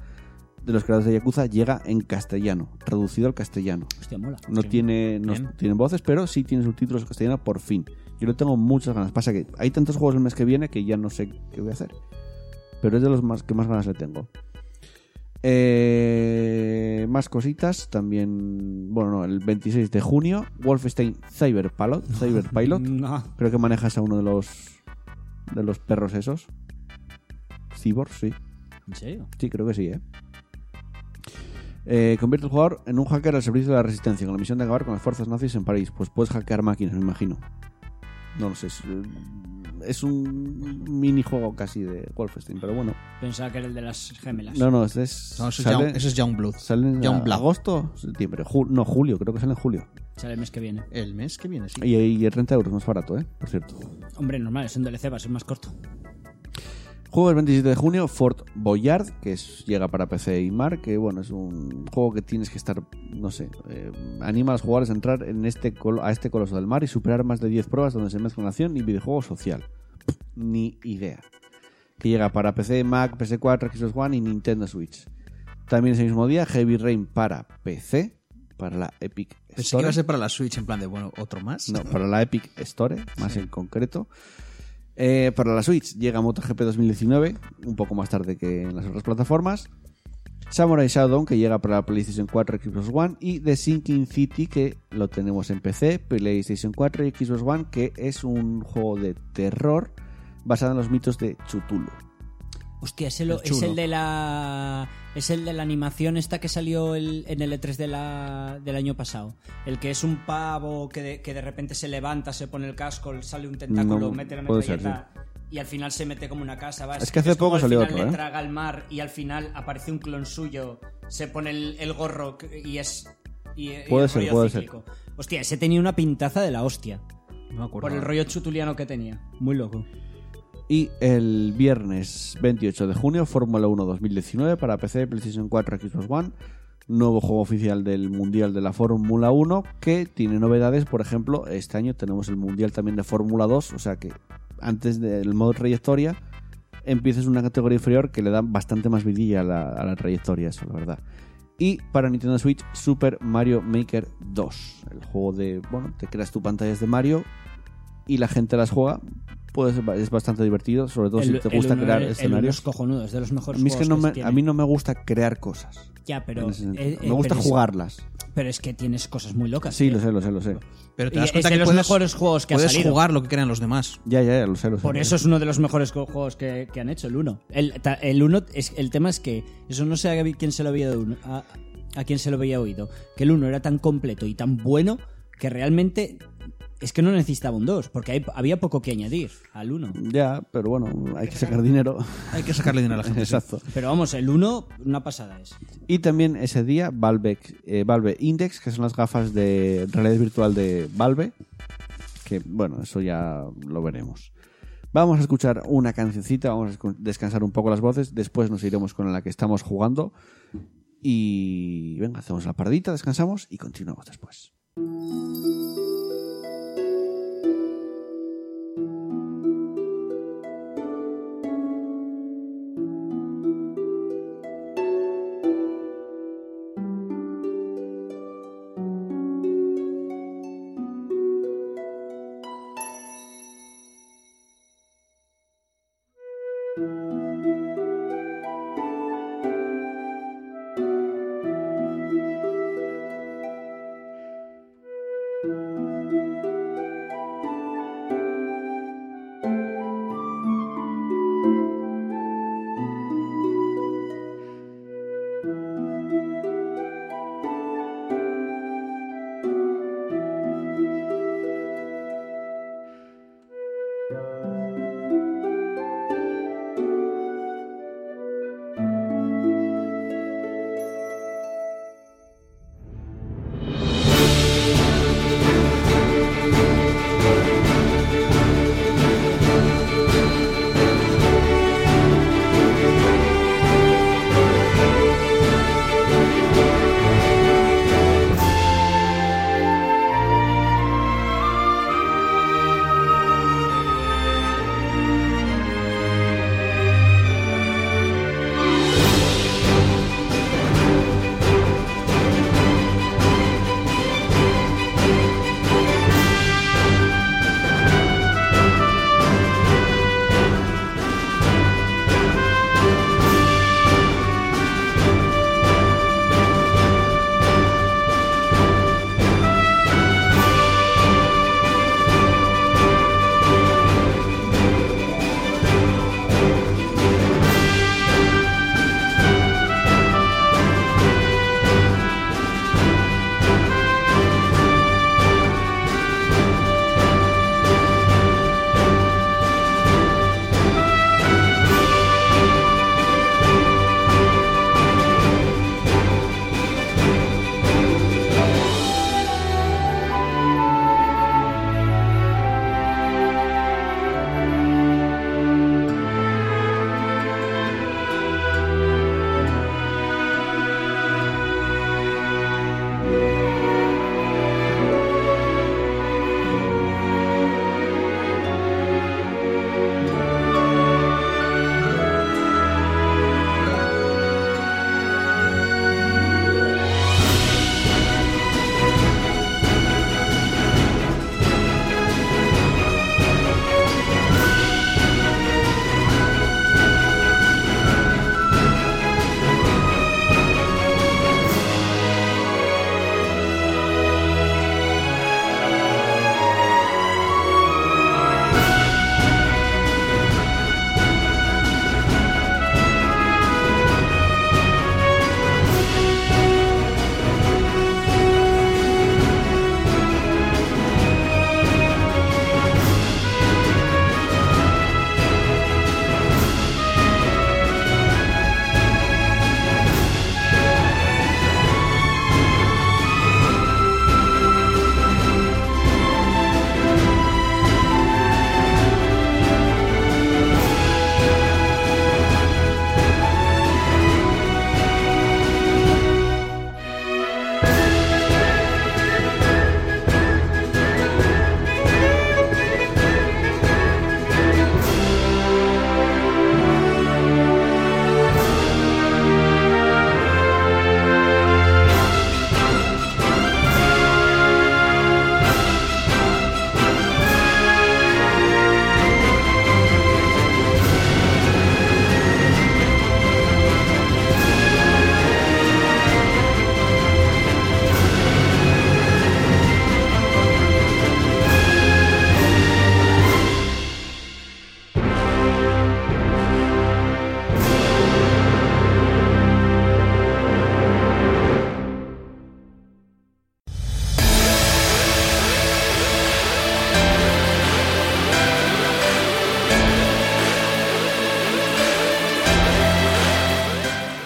de los creadores de Yakuza, llega en castellano, traducido al castellano.
Hostia, mola.
No tiene no
Bien.
tiene voces, pero sí tiene subtítulos en castellano por fin. Yo le tengo muchas ganas. Pasa que hay tantos juegos el mes que viene que ya no sé qué voy a hacer. Pero es de los más que más ganas le tengo. Eh, más cositas también. Bueno, no, el 26 de junio, Wolfenstein Cyberpilot. Cyberpilot.
No.
Creo que manejas a uno de los de los perros esos. Cyborg, sí.
¿En serio?
Sí, creo que sí, ¿eh? Eh, convierte al jugador en un hacker al servicio de la resistencia con la misión de acabar con las fuerzas nazis en París. Pues puedes hackear máquinas, me imagino. No lo sé. Es, eh, es un minijuego casi de Wolfenstein, pero bueno.
Pensaba que era el de las gemelas.
No, no, es. es
No, eso es
sale,
Young- eso es Youngblood.
sale en
Youngblood.
agosto, septiembre, ju- no, julio, creo que sale en julio.
Sale el mes que viene.
El mes que viene, sí.
Y, y es 30 euros más barato, ¿eh? Por cierto.
Hombre, normal, es un DLC, va a ser más corto.
Juego del 27 de junio, Fort Boyard, que es- llega para PC y Mar, que bueno, es un juego que tienes que estar, no sé, eh, anima a los jugadores a entrar en este col- a este coloso del mar y superar más de 10 pruebas donde se mezclan acción y videojuego social. Pff, Ni idea. Que llega para PC, Mac, PS4, Xbox One y Nintendo Switch. También ese mismo día, Heavy Rain para PC, para la Epic
Pensé que
Store.
iba a ser para la Switch, en plan de, bueno, otro más.
No, para la Epic Store, más en concreto. Eh, para la Switch llega MotoGP 2019, un poco más tarde que en las otras plataformas. Samurai Shodown, que llega para PlayStation 4 y Xbox One. Y The Sinking City, que lo tenemos en PC, PlayStation 4 y Xbox One, que es un juego de terror basado en los mitos de Chutulu.
Hostia, ese lo-
Es
es,
chulo.
el de la. Es el de la animación esta que salió el- en el E3 de la- del año pasado. El que es un pavo que de, que de repente se levanta, se pone el casco, sale un tentáculo,
No,
mete la
puede ser,
metralleta. Y al final se mete como una casa. va,
Es que hace
como
poco
al
salió
final
otro,
le
¿eh?
traga al mar y al final aparece un clon suyo, se pone el, el gorro que- y es. Y, y
Puede
el
ser,
rollo
puede
cíclico. Hostia, ese tenía una pintaza de la hostia.
No me acuerdo.
Por el rollo chutuliano que tenía. Muy loco.
Y el viernes 28 de junio, Fórmula 1 2019 para PC, PlayStation 4, Xbox One. Nuevo juego oficial del Mundial de la Fórmula 1 que tiene novedades. Por ejemplo, este año tenemos el Mundial también de Fórmula 2. O sea que antes del modo trayectoria empiezas una categoría inferior que le da bastante más vidilla a la, a la trayectoria, eso, la verdad. Y para Nintendo Switch, Super Mario Maker 2. El juego de, bueno, te creas tu pantallas de Mario y la gente las juega. Pues es bastante divertido, sobre todo si
El-
te
el
gusta
uno-
crear
el- el uno
escenarios.
es cojonudo, es de los
A
mejores
mí, es que
juegos
no
se
me, a
tienen.
mí no me gusta crear cosas.
Ya, pero.
en ese sentido.
eh, eh,
me gusta
pero es-
jugarlas.
Pero es que tienes cosas muy locas.
Sí,
tío.
lo sé, lo sé, lo sé.
Pero te
Y
das cuenta
es de
que
los
puedes,
mejores juegos que ha
puedes
salido.
jugar lo que crean los demás.
Ya, ya, ya, lo sé, lo sé.
Por
lo
eso
sé.
es uno de los mejores co- juegos que, que han hecho, el 1. El, ta- el 1, es, el tema es que, eso no sé a quién se lo había, de uno- a, a quién se lo había oído, que el 1 era tan completo y tan bueno que realmente es que no necesitaba un 2, porque hay- había poco que añadir al 1.
Ya, pero bueno, hay que sacar dinero.
Hay que sacarle dinero a la gente. sí.
Exacto.
Pero vamos, el 1, una pasada es.
Y también ese día Valve, eh, Valve Index, que son las gafas de realidad virtual de Valve. Que bueno, eso ya lo veremos. Vamos a escuchar una cancioncita, vamos a escu- descansar un poco las voces, después nos iremos con la que estamos jugando. Y venga, hacemos la pardita, descansamos y continuamos después.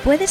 Puedes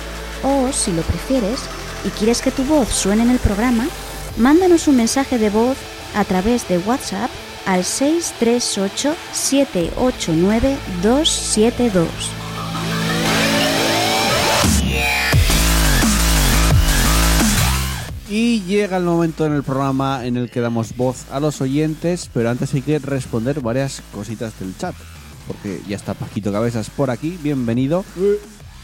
o, si lo prefieres y quieres que tu voz suene en el programa, mándanos un mensaje de voz a través de WhatsApp al 638-789-272.
Y llega el momento en el programa en el que damos voz a los oyentes, pero antes hay que responder varias cositas del chat. Porque ya está Paquito Cabezas por aquí, bienvenido.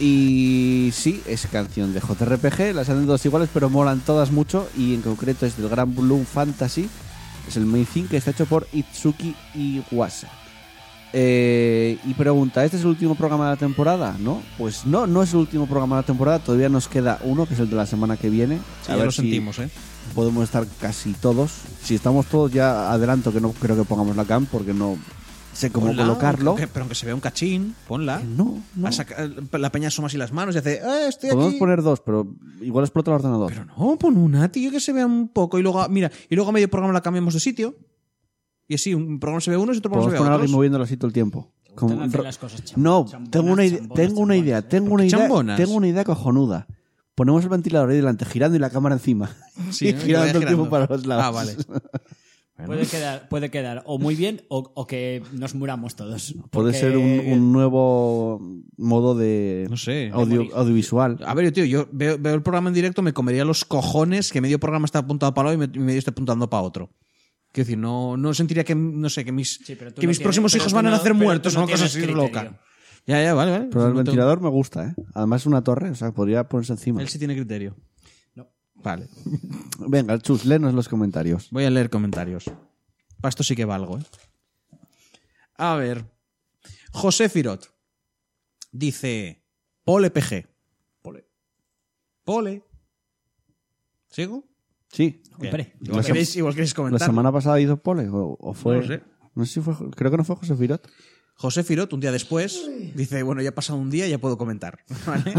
Y sí, es canción de JRPG, las hacen todas iguales, pero molan todas mucho. Y en concreto es del Gran Bloom Fantasy, es el main theme que está hecho por Itsuki Iwasa. Eh, y pregunta, ¿este es el último programa de la temporada? ¿No? Pues no, no es el último programa de la temporada, todavía nos queda uno, que es el de la semana que viene.
Sí, ya lo sentimos, ¿eh?
Podemos estar casi todos. Si estamos todos, ya adelanto que no creo que pongamos la cam porque no sé cómo
Ponla,
colocarlo.
aunque- pero aunque se vea un cachín, ponla.
No, no.
La, saca- eh, la peña asoma así las manos y hace, "Eh, estoy
Podemos
aquí".
poner dos, pero igual explota el ordenador.
Pero no, pon una, tío, que se vea un poco. Y luego, mira, y luego a medio programa la cambiamos de sitio. Y así, un programa se ve uno y otro
Podemos
programa se ve
poner algo y
otro.
moviéndolo así todo el tiempo.
gustan
Como-
hacer
ro-
las cosas cham-
no,
chambonas,
tengo una idea,
chambonas,
tengo una idea,
chambonas, ¿eh?
tengo
¿Por
una
qué
idea,
chambonas?
tengo una idea cojonuda. Ponemos el ventilador ahí delante, girando y la cámara encima.
Sí,
(laughs) y
¿no? Y
girando
vaya
todo el tiempo
girando.
para los lados.
Ah, vale.
Puede quedar, puede quedar o muy bien o, o que nos muramos todos.
Puede
Porque-
ser un, un nuevo modo de
No sé.
audio- audiovisual.
A ver, yo, tío, yo veo, veo el programa en directo, me comería los cojones que medio programa está apuntado para un lado y me- medio está apuntando para otro. Quiero decir, no, no sentiría que, no sé, que mis,
Sí, pero tú
que
no
mis
tienes-
próximos
pero
hijos
tú
van a
no-
nacer
pero
muertos,
tú no
una cosa
tienes
así
criterio.
loca. Ya, ya, vale,
Pero
vale.
el
Pues No tengo-
ventilador me gusta, ¿eh? Además es una torre, o sea, podría ponerse encima.
Él sí tiene criterio.
No.
Vale.
Venga, Chus, léenos los comentarios.
Voy a leer comentarios. Para esto sí que valgo, ¿eh? A ver. José Firot dice: Pole PG. Pole. Pole. ¿Sigo?
Sí.
Hombre,
Igual
La
queréis, igual queréis
¿La
comentar.
semana pasada hizo pole o, o fue...?
No lo sé.
No sé si fue... Creo que no fue José Firot.
José Firot, un día después, dice: Bueno, ya ha pasado un día, ya puedo comentar. (laughs)
(laughs)
¿Vale?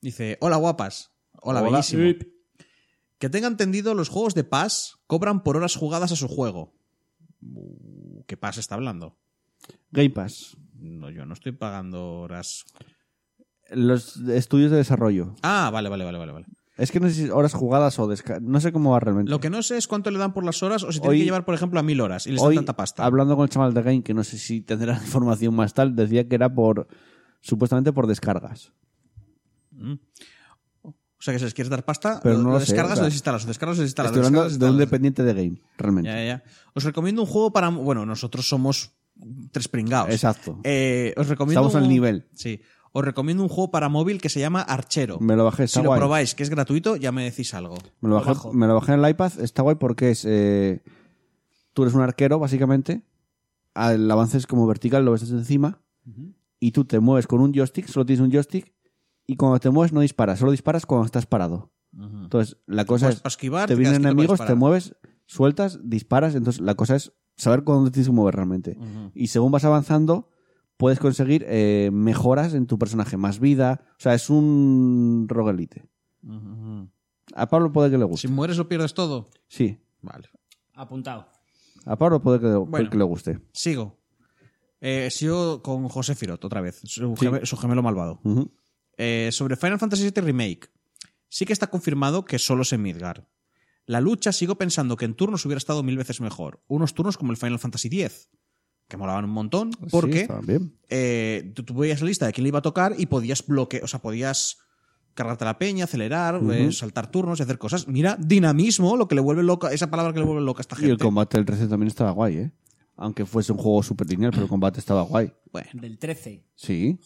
dice: Hola, guapas. Hola,
Hola.
bellísimo. Que tenga entendido, los juegos de Paz cobran por horas jugadas a su juego. Uh, ¿Qué Paz está hablando?
Game Pass.
No, yo no estoy pagando horas.
Los estudios de desarrollo.
Ah, vale, vale, vale, vale, vale.
Es que no sé si horas jugadas o desca... No sé cómo va realmente.
Lo que no sé es cuánto le dan por las horas o si tiene
Hoy-
que llevar, por ejemplo, a mil horas y les dan
Hoy,
tanta pasta.
hablando con el chaval de Game, que no sé si tendrá (laughs) información más tal, decía que era por... Supuestamente por descargas.
O sea que si les quieres dar pasta,
Pero
lo,
no
lo
lo sé,
descargas,
o sea,
lo desinstalas, lo descargas, lo desinstalas.
Estoy
lo
hablando
descargas,
de un
desinstalas.
dependiente de Game, realmente.
Ya, ya, ya. Os recomiendo un juego para. Bueno, nosotros somos tres pringados.
Exacto.
Eh, os recomiendo.
Estamos al
un-
nivel.
Sí. Os recomiendo un juego para móvil que se llama Archero.
Me lo bajé, está
Si lo
guay.
probáis, que es gratuito, ya me decís algo.
Me lo,
Lo
bajé,
bajo.
me lo bajé en el iPad, está guay porque es. eh, tú eres un arquero, básicamente. El avance es como vertical, lo ves desde encima. Y tú te mueves con un joystick, solo tienes un joystick. Y cuando te mueves no disparas, solo disparas cuando estás parado. Mm. Entonces, la cosa
Pues
es.
para esquivar,
te
te
vienen
quedas quieto para
enemigos, te mueves,
disparar.
sueltas, disparas. Entonces, la cosa es saber cuándo te tienes que mover realmente. Y según vas avanzando, puedes conseguir eh, mejoras en tu personaje, más vida. O sea, es un roguelite. A Pablo puede que le guste.
Si mueres, lo pierdes todo.
Sí.
Vale.
apuntado.
A Pablo puede que, puede
Bueno.
que le guste.
Sigo. Eh, sigo con José Firot, otra vez, su, geme- su gemelo malvado.
Ujú.
Eh, sobre Final Fantasy VII Remake, sí que está confirmado que solo es en Midgar. La lucha sigo pensando que en turnos hubiera estado mil veces mejor. Unos turnos como el Final Fantasy X, que molaban un montón,
Sí,
porque
está bien.
eh, tú, tú veías la lista de quién le iba a tocar y podías bloquear, o sea, podías cargarte la peña, acelerar, eh, saltar turnos y hacer cosas. Mira, dinamismo, lo que le vuelve loca, esa palabra que le vuelve loca a esta
Y
gente.
el combate del 13 también estaba guay, ¿eh? Aunque fuese un juego súper lineal, pero el combate estaba guay.
Bueno,
Del 13.
Sí.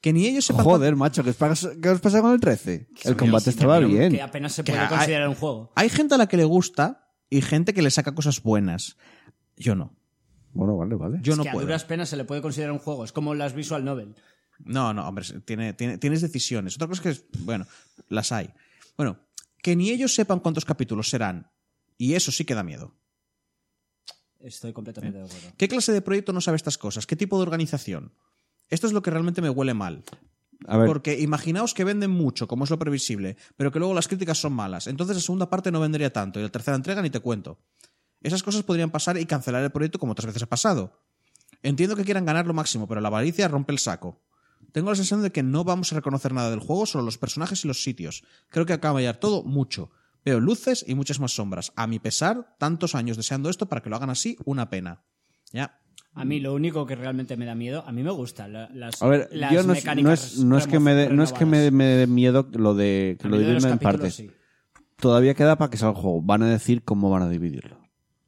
que ni ellos sepan
Joder, macho, ¿qué os, pasa, qué os pasa con el 13? El combate estaba
Que-
bien.
Que apenas se
Que
puede
hay-
considerar un juego.
Hay gente a la que le gusta y gente que le saca cosas buenas. Yo no.
Bueno, vale, vale.
Yo
Es
no
que a
puedo.
duras penas se le puede considerar un juego. Es como las visual novel.
No, no, hombre, tiene, tiene- tienes decisiones. Otra cosa que es, bueno, las hay. Bueno, que ni ellos sepan cuántos capítulos serán. Y eso sí que da miedo.
Estoy completamente de acuerdo.
¿Qué clase de proyecto no sabe estas cosas? ¿Qué tipo de organización? Esto es lo que realmente me huele mal.
A ver,
Porque imaginaos que venden mucho, como es lo previsible, pero que luego las críticas son malas. Entonces la segunda parte no vendería tanto y la tercera entrega ni te cuento. Esas cosas podrían pasar y cancelar el proyecto como otras veces ha pasado. Entiendo que quieran ganar lo máximo, pero la avaricia rompe el saco. Tengo la sensación de que no vamos a reconocer nada del juego, solo los personajes y los sitios. Creo que acaba ya todo mucho. Veo luces y muchas más sombras. A mi pesar, tantos años deseando esto para que lo hagan así, una pena. Ya.
A mí lo único que realmente me da miedo, a mí me gustan la- las,
a ver,
las
yo no, es- no
mecánicas
es, no es que me dé- no es que me dé
renovadas.
me dé miedo lo de que
A
lo
mí de los
dividan en partes.
capítulos, sí.
Todavía queda para que salga el juego. Van a decir cómo van a dividirlo.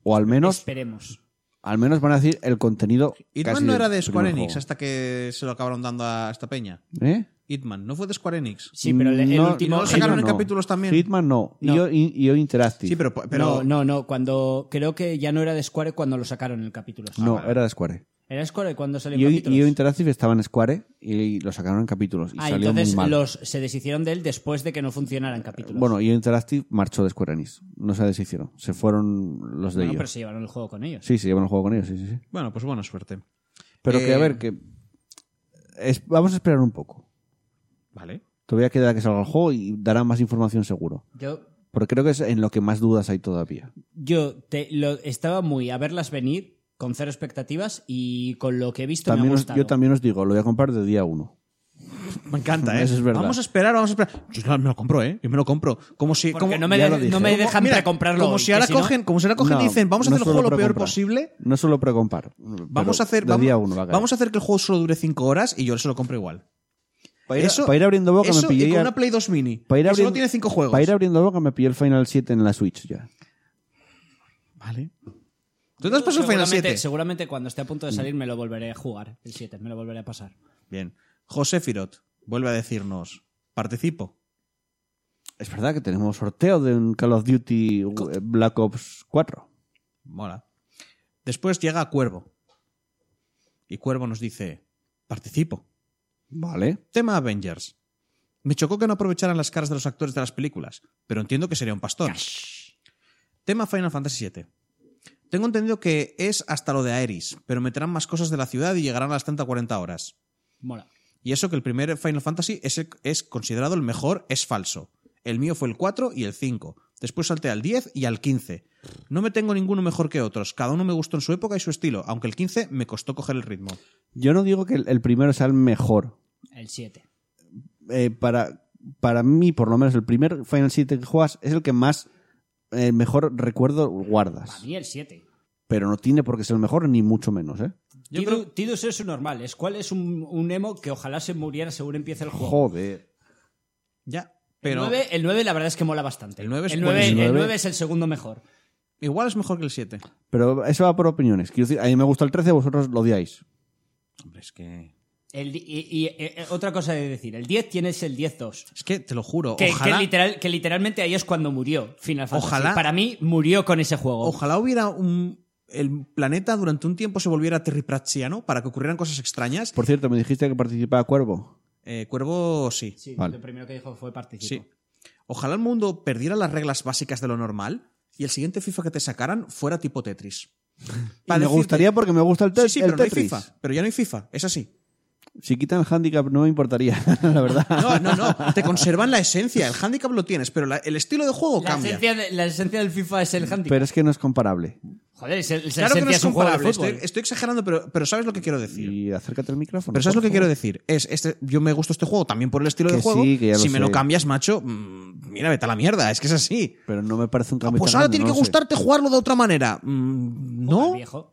O al menos,
Esperemos.
al menos van a decir el contenido. casi
Hitman no
del
era de Square
primer
Enix
juego.
hasta que se lo acabaron dando a esta peña.
¿Eh?
Hitman, ¿no fue de Square Enix?
Sí, pero el, el
No,
último. eh,
no lo sacaron
el-
en capítulos también.
Hitman no.
No.
Y yo, y, y yo Interactive.
Sí, pero... pero
No, no, no. Cuando, creo que ya no era de Square cuando lo sacaron el capítulo. Ah,
No,
ah,
era de Square.
Era Square cuando salió
Y yo,
en
y yo
capítulos.
Interactive estaba en Square y lo sacaron en capítulos. Y
Ah,
salió
entonces
muy mal.
los se deshicieron de él después de que no funcionaran capítulos.
Bueno, y Interactive marchó de Square Enix. No se deshicieron. Se fueron los de
Bueno,
ellos.
pero se llevaron el juego con ellos.
Sí, se llevan el juego con ellos, sí, sí, sí.
Bueno, pues buena suerte.
Pero que, a
Eh,
ver, que. es- vamos a esperar un poco.
Vale.
Todavía queda que salga el juego y dará más información seguro.
Yo,
Porque creo que es en lo que más dudas hay todavía.
yo te, lo, estaba muy a verlas venir con cero expectativas y con lo que he visto
También
me ha
os-
gustado.
yo también os digo, lo voy a comprar de día uno.
Me encanta, ¿eh?
Eso es verdad.
Vamos a esperar, vamos a esperar. Yo claro, me lo compro, ¿eh? Yo me lo compro. Como si...
Porque
como-
no me
ya
de-
lo dije.
no me
como-
dejan
mira,
precomprarlo.
Como
hoy,
si
que
ahora
no-
cogen, como si ahora cogen
No,
y dicen, vamos a
no
hacer el
solo
juego lo peor
precomprar.
posible.
No solo precompar.
Vamos a hacer...
De día
Vamos,
uno va a caer.
vamos a hacer que el juego solo dure 5 horas y yo se lo compro igual.
Para ir, para ir abriendo boca
eso
me
y
pillé
con
ya-
una Play 2 Mini.
para ir
que
abriendo-
solo tiene 5 juegos.
Para ir abriendo boca me pillé el Final 7 en la Switch ya.
Vale. ¿Tú te has pasado el Final
Seguramente-
7?
Seguramente cuando esté a punto de
Mm.
salir me lo volveré a jugar, el 7, me lo volveré a pasar.
Bien. José Firot vuelve a decirnos, participo.
Es verdad que tenemos sorteo de un Call of Duty eh, Black Ops 4.
Mola. Después llega Cuervo. Y Cuervo nos dice, participo.
Vale.
Tema Avengers. Me chocó que no aprovecharan las caras de los actores de las películas, pero entiendo que sería un pastor. Tema Final Fantasy VII. Tengo entendido que es hasta lo de Aeris, pero meterán más cosas de la ciudad y llegarán a las 30-40 horas.
Mola.
Y eso que el primer Final Fantasy es, el- es considerado el mejor es falso. El mío fue el 4 y el 5. Después salté al 10 y al 15. No me tengo ninguno mejor que otros. Cada uno me gustó en su época y su estilo, aunque el 15 me costó coger el ritmo.
Yo no digo que el, el primero sea el mejor.
El 7.
Eh, para, para mí, por lo menos, el primer Final 7 que juegas es el que más el mejor recuerdo
A
guardas.
mí el 7.
Pero no tiene por qué ser el mejor, ni mucho menos, ¿eh?
Yo
Tidus,
creo-
Tidus es un normal. Es cuál es un, un emo que ojalá se muriera según empiece el juego.
Joder.
Ya, pero
el, 9, el 9 la verdad es que mola bastante.
El 9 es
el 9,
buenísimo.
el 9 es el segundo mejor.
igual es mejor que el 7.
Pero eso va por opiniones. Quiero decir, a mí me gusta el 13, vosotros lo odiáis.
Hombre, es que...
El di- y, y, eh, eh, otra cosa de decir, el 10 tienes el 10-2.
Es que te lo juro,
Que,
ojalá,
que literal, que literalmente ahí es cuando murió Final Fantasy.
Ojalá.
Para mí murió con ese juego.
ojalá hubiera un... El planeta durante un tiempo se volviera terriprachiano para que ocurrieran cosas extrañas.
Por cierto, me dijiste que participaba Cuervo.
Eh, Cuervo, sí.
Sí,
Vale.
lo primero que dijo fue participó.
Sí. Ojalá el mundo perdiera las reglas básicas de lo normal y el siguiente FIFA que te sacaran fuera tipo
(laughs)
Tetris.
Y me gustaría porque me gusta el, te-
Sí, sí,
el
pero no hay
Tetris.
FIFA. Pero ya no hay FIFA, es así.
Si quitan el handicap no me importaría, (laughs) la verdad.
No, no, no. Te conservan la esencia. El handicap lo tienes, pero la- el estilo de juego
La
cambia.
esencia, de- la esencia del FIFA es el handicap.
Pero es que no es comparable.
Joder, es el, es
Claro
la
que no
esencia
es
es un juego de
comparable. este
fútbol.
Estoy, estoy exagerando, pero, pero sabes lo que quiero decir.
Y acércate al micrófono.
Pero ¿sabes lo
por
que
favor.
quiero decir? Es, este, yo me gusta este juego también por el estilo
Que
de juego.
sí, que ya lo
si me lo
sé.
cambias, macho, mm, mira, vete a la mierda. Es que es así.
Pero no me parece un cambio
pues
tan
ahora
grande, no
tiene que
lo sé.
gustarte jugarlo de otra manera. Mm,
Joder,
no.
viejo.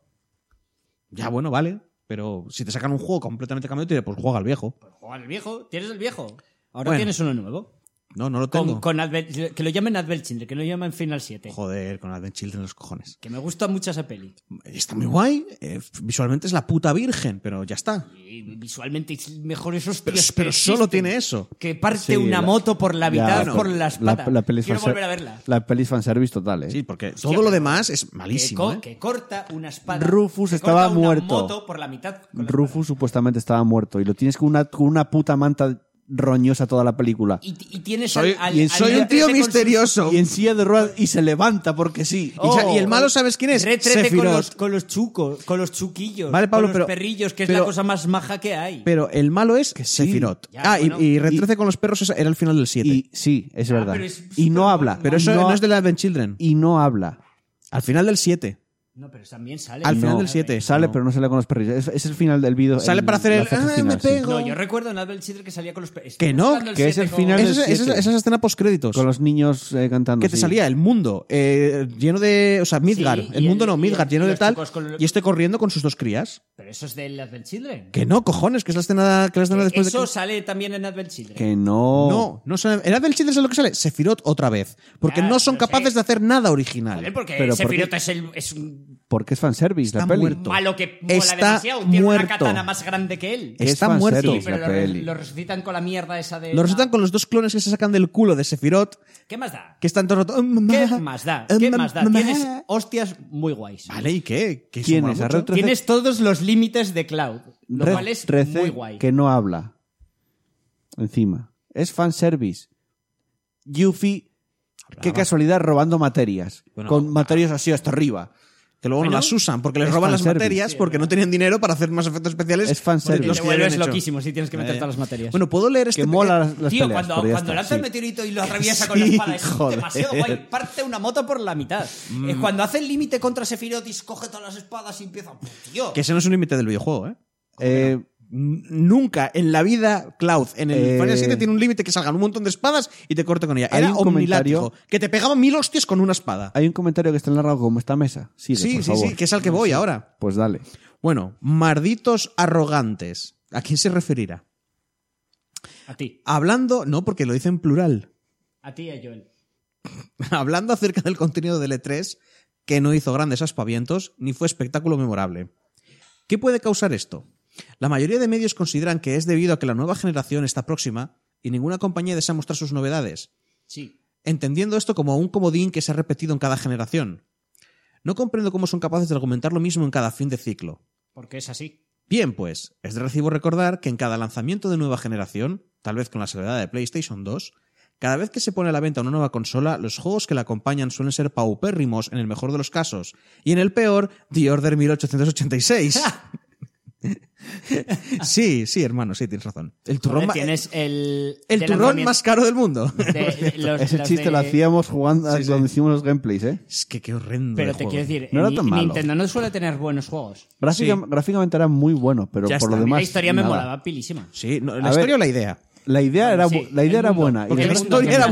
Ya, bueno, vale. Pero si te sacan un juego completamente cambiado, te diré, pues juega al viejo.
Pues juega al viejo. Tienes el viejo. Ahora
Bueno.
tienes uno nuevo.
No, no lo
Con,
tengo.
con Advent- que lo llamen Advent Children, que lo llamen Final 7.
Joder, con Advent Children los cojones.
Que me gusta mucho esa peli.
Está muy guay. eh, visualmente es la puta virgen, pero ya está.
Y visualmente es mejor esos
Pero,
tíos que
pero solo
existen.
tiene eso.
Que parte
Sí,
una
la-
moto por la mitad,
Ya,
por
no,
las
la-
patas.
La, pelis
Quiero
fanser-
volver a verla.
La pelis fanservice total, ¿eh?
Sí, porque todo
pero-
lo demás es
Que,
malísimo.
co-
¿eh?
que corta una espada.
Rufus
que
estaba
corta una
muerto.
moto por la mitad. con la
Rufus supuestamente estaba muerto y lo tienes con una, con una puta manta roñosa toda la película.
Y, y tienes
Soy,
al, al-
y en-
al
soy un
Red
tío
13 con sus-
misterioso.
Y en silla de ruedas y se levanta porque sí.
Oh. Y el malo, ¿sabes quién es?
Red 13 con
Sephiroth.
los, con los chucos, con los chuquillos,
Vale, Pablo,
con los
pero-
perrillos, que es la
pero-
cosa más maja que hay.
Pero el malo es que
sí.
Ya,
ah, y-
bueno.
y, Red 13 con los perros esa- era el final del 7.
Y sí, es
Ah,
verdad.
pero es
y no
súper
habla.
bueno.
pero eso
no,
no es de la Advent Children.
Y no habla.
Al final del 7.
no, pero también sale.
Al
No.
final del 7.
Sale,
No.
pero no sale con los perrillos. Es, es el final del vídeo.
Sale
el-
para hacer
la
el,
fase
"Ah,
final,
me
sí.
pego".
No, yo recuerdo en Advent Children que salía con los perrillos.
Que no,
que es el final del-
Esa, esa-
siete.
esa es la escena post-créditos.
Con los niños eh, cantando.
Que te
sí.
salía el mundo eh, lleno de. O sea, Midgar.
Sí,
el
y
mundo
el-
no,
y
Midgar
el-
lleno
y
de
los
tal.
chicos con-
Y este corriendo con sus dos crías.
Pero eso es del Advent Children.
Que no, cojones, que es la escena, que es la escena después
eso
de. que-
sale también en Advent Children.
Que no.
No, no sale. En Advent Children es lo que sale. Sephiroth otra vez. Porque
Ya,
no son
lo sé.
capaces de hacer nada
Ah, Joder,
original.
porque
pero ¿por
Sephiroth
qué?
es, el- es un
Porque es fanservice la
Está
peli.
muerto.
malo que mola
Está
demasiado. Tiene
muerto.
una katana más grande que él.
Es
Está
fanservice
muerto.
Sí, pero
la
lo, re-
peli.
lo resucitan con la mierda esa de.
Lo resultan con los dos clones que se sacan del culo de Sephiroth.
¿Qué más da?
Que están todo el rato. "Oh, mamá,
¿Qué más da?
oh,
¿Qué
mamá".
más da? Tienes hostias muy guays.
Vale, ¿y qué? ¿Que eso
¿Quién
mola
es? ¿A
mucho?
Red Trece?
Tienes todos los límites de Cloud. Lo
Red
cual es
13
muy guay.
que no habla. Encima. Es fanservice. Yuffie, qué casualidad, robando materias.
Bueno, ah.
con materias así hasta arriba.
Que luego no
Bueno,
las usan porque les
es
roban las
fanservice.
materias porque no tienen dinero para hacer más efectos especiales.
Es fanservice.
Y
Los
te
que ya habían
vuelves
hecho.
loquísimo si tienes que meterte a las materias.
Bueno, puedo leer este.
Que mola las, las
Tío,
peleas,
cuando,
pero ya
cuando
está,
lanza
sí.
el meteorito y
(laughs)
lo atraviesa con la
Sí,
espada, es
joder.
demasiado guay. Parte una moto por la mitad.
Mm.
Eh, cuando hace el límite contra Sephiroth, coge todas las espadas y empieza. Tío,
Que ese no es un límite del videojuego, ¿eh?
Eh,
N- Nunca en la vida, Cloud, en el
Eh,
Final 7 tiene un límite que salgan un montón de espadas y te corte con ella.
Hay
Era
un comentario-
omnilátigo. Que te pegaba mil hostias con una espada.
Hay un comentario que está narrado como esta mesa. Sigue,
sí,
por
sí,
favor.
sí, que es al que voy ahora.
Pues dale.
Bueno, marditos arrogantes. ¿A quién se referirá?
a ti,
Hablando, no, porque lo dice en plural.
a ti y a Joel.
(laughs) hablando acerca del contenido del E3, que no hizo grandes aspavientos ni fue espectáculo memorable. ¿Qué puede causar esto? La mayoría de medios consideran que es debido a que la nueva generación está próxima y ninguna compañía desea mostrar sus novedades,
Sí.
entendiendo esto como un comodín que se ha repetido en cada generación. No comprendo cómo son capaces de argumentar lo mismo en cada fin de ciclo.
Porque es así.
Bien, pues, es de recibo recordar que en cada lanzamiento de nueva generación, tal vez con la salvedad de PlayStation 2, cada vez que se pone a la venta una nueva consola, los juegos que la acompañan suelen ser paupérrimos en el mejor de los casos, y en el peor, The Order 1886.
(laughs)
(laughs) sí, sí, hermano, sí, tienes razón. El turrón,
Joder,
ma-
tienes el.
el
de
turrón
lanzamiento-
más caro del mundo.
de- de- los-
Ese
los
chiste
de-
lo hacíamos jugando
Sí, sí.
cuando hicimos los gameplays, ¿eh?
(laughs) es que qué horrendo.
Pero
de
te
juego.
quiero decir,
No era
Ni-
tan malo.
Nintendo no suele tener buenos juegos.
Gráfica-
Sí.
Gráficamente era muy bueno, pero
Ya
por
está.
lo demás.
la historia me
nada.
molaba pilísima.
Sí, no, la
A ver.
historia o la idea.
La idea era,
Sí,
bu- la idea
el
era
mundo.
buena.
Porque
y
el
los
mundo
gráficos
historia era
eran-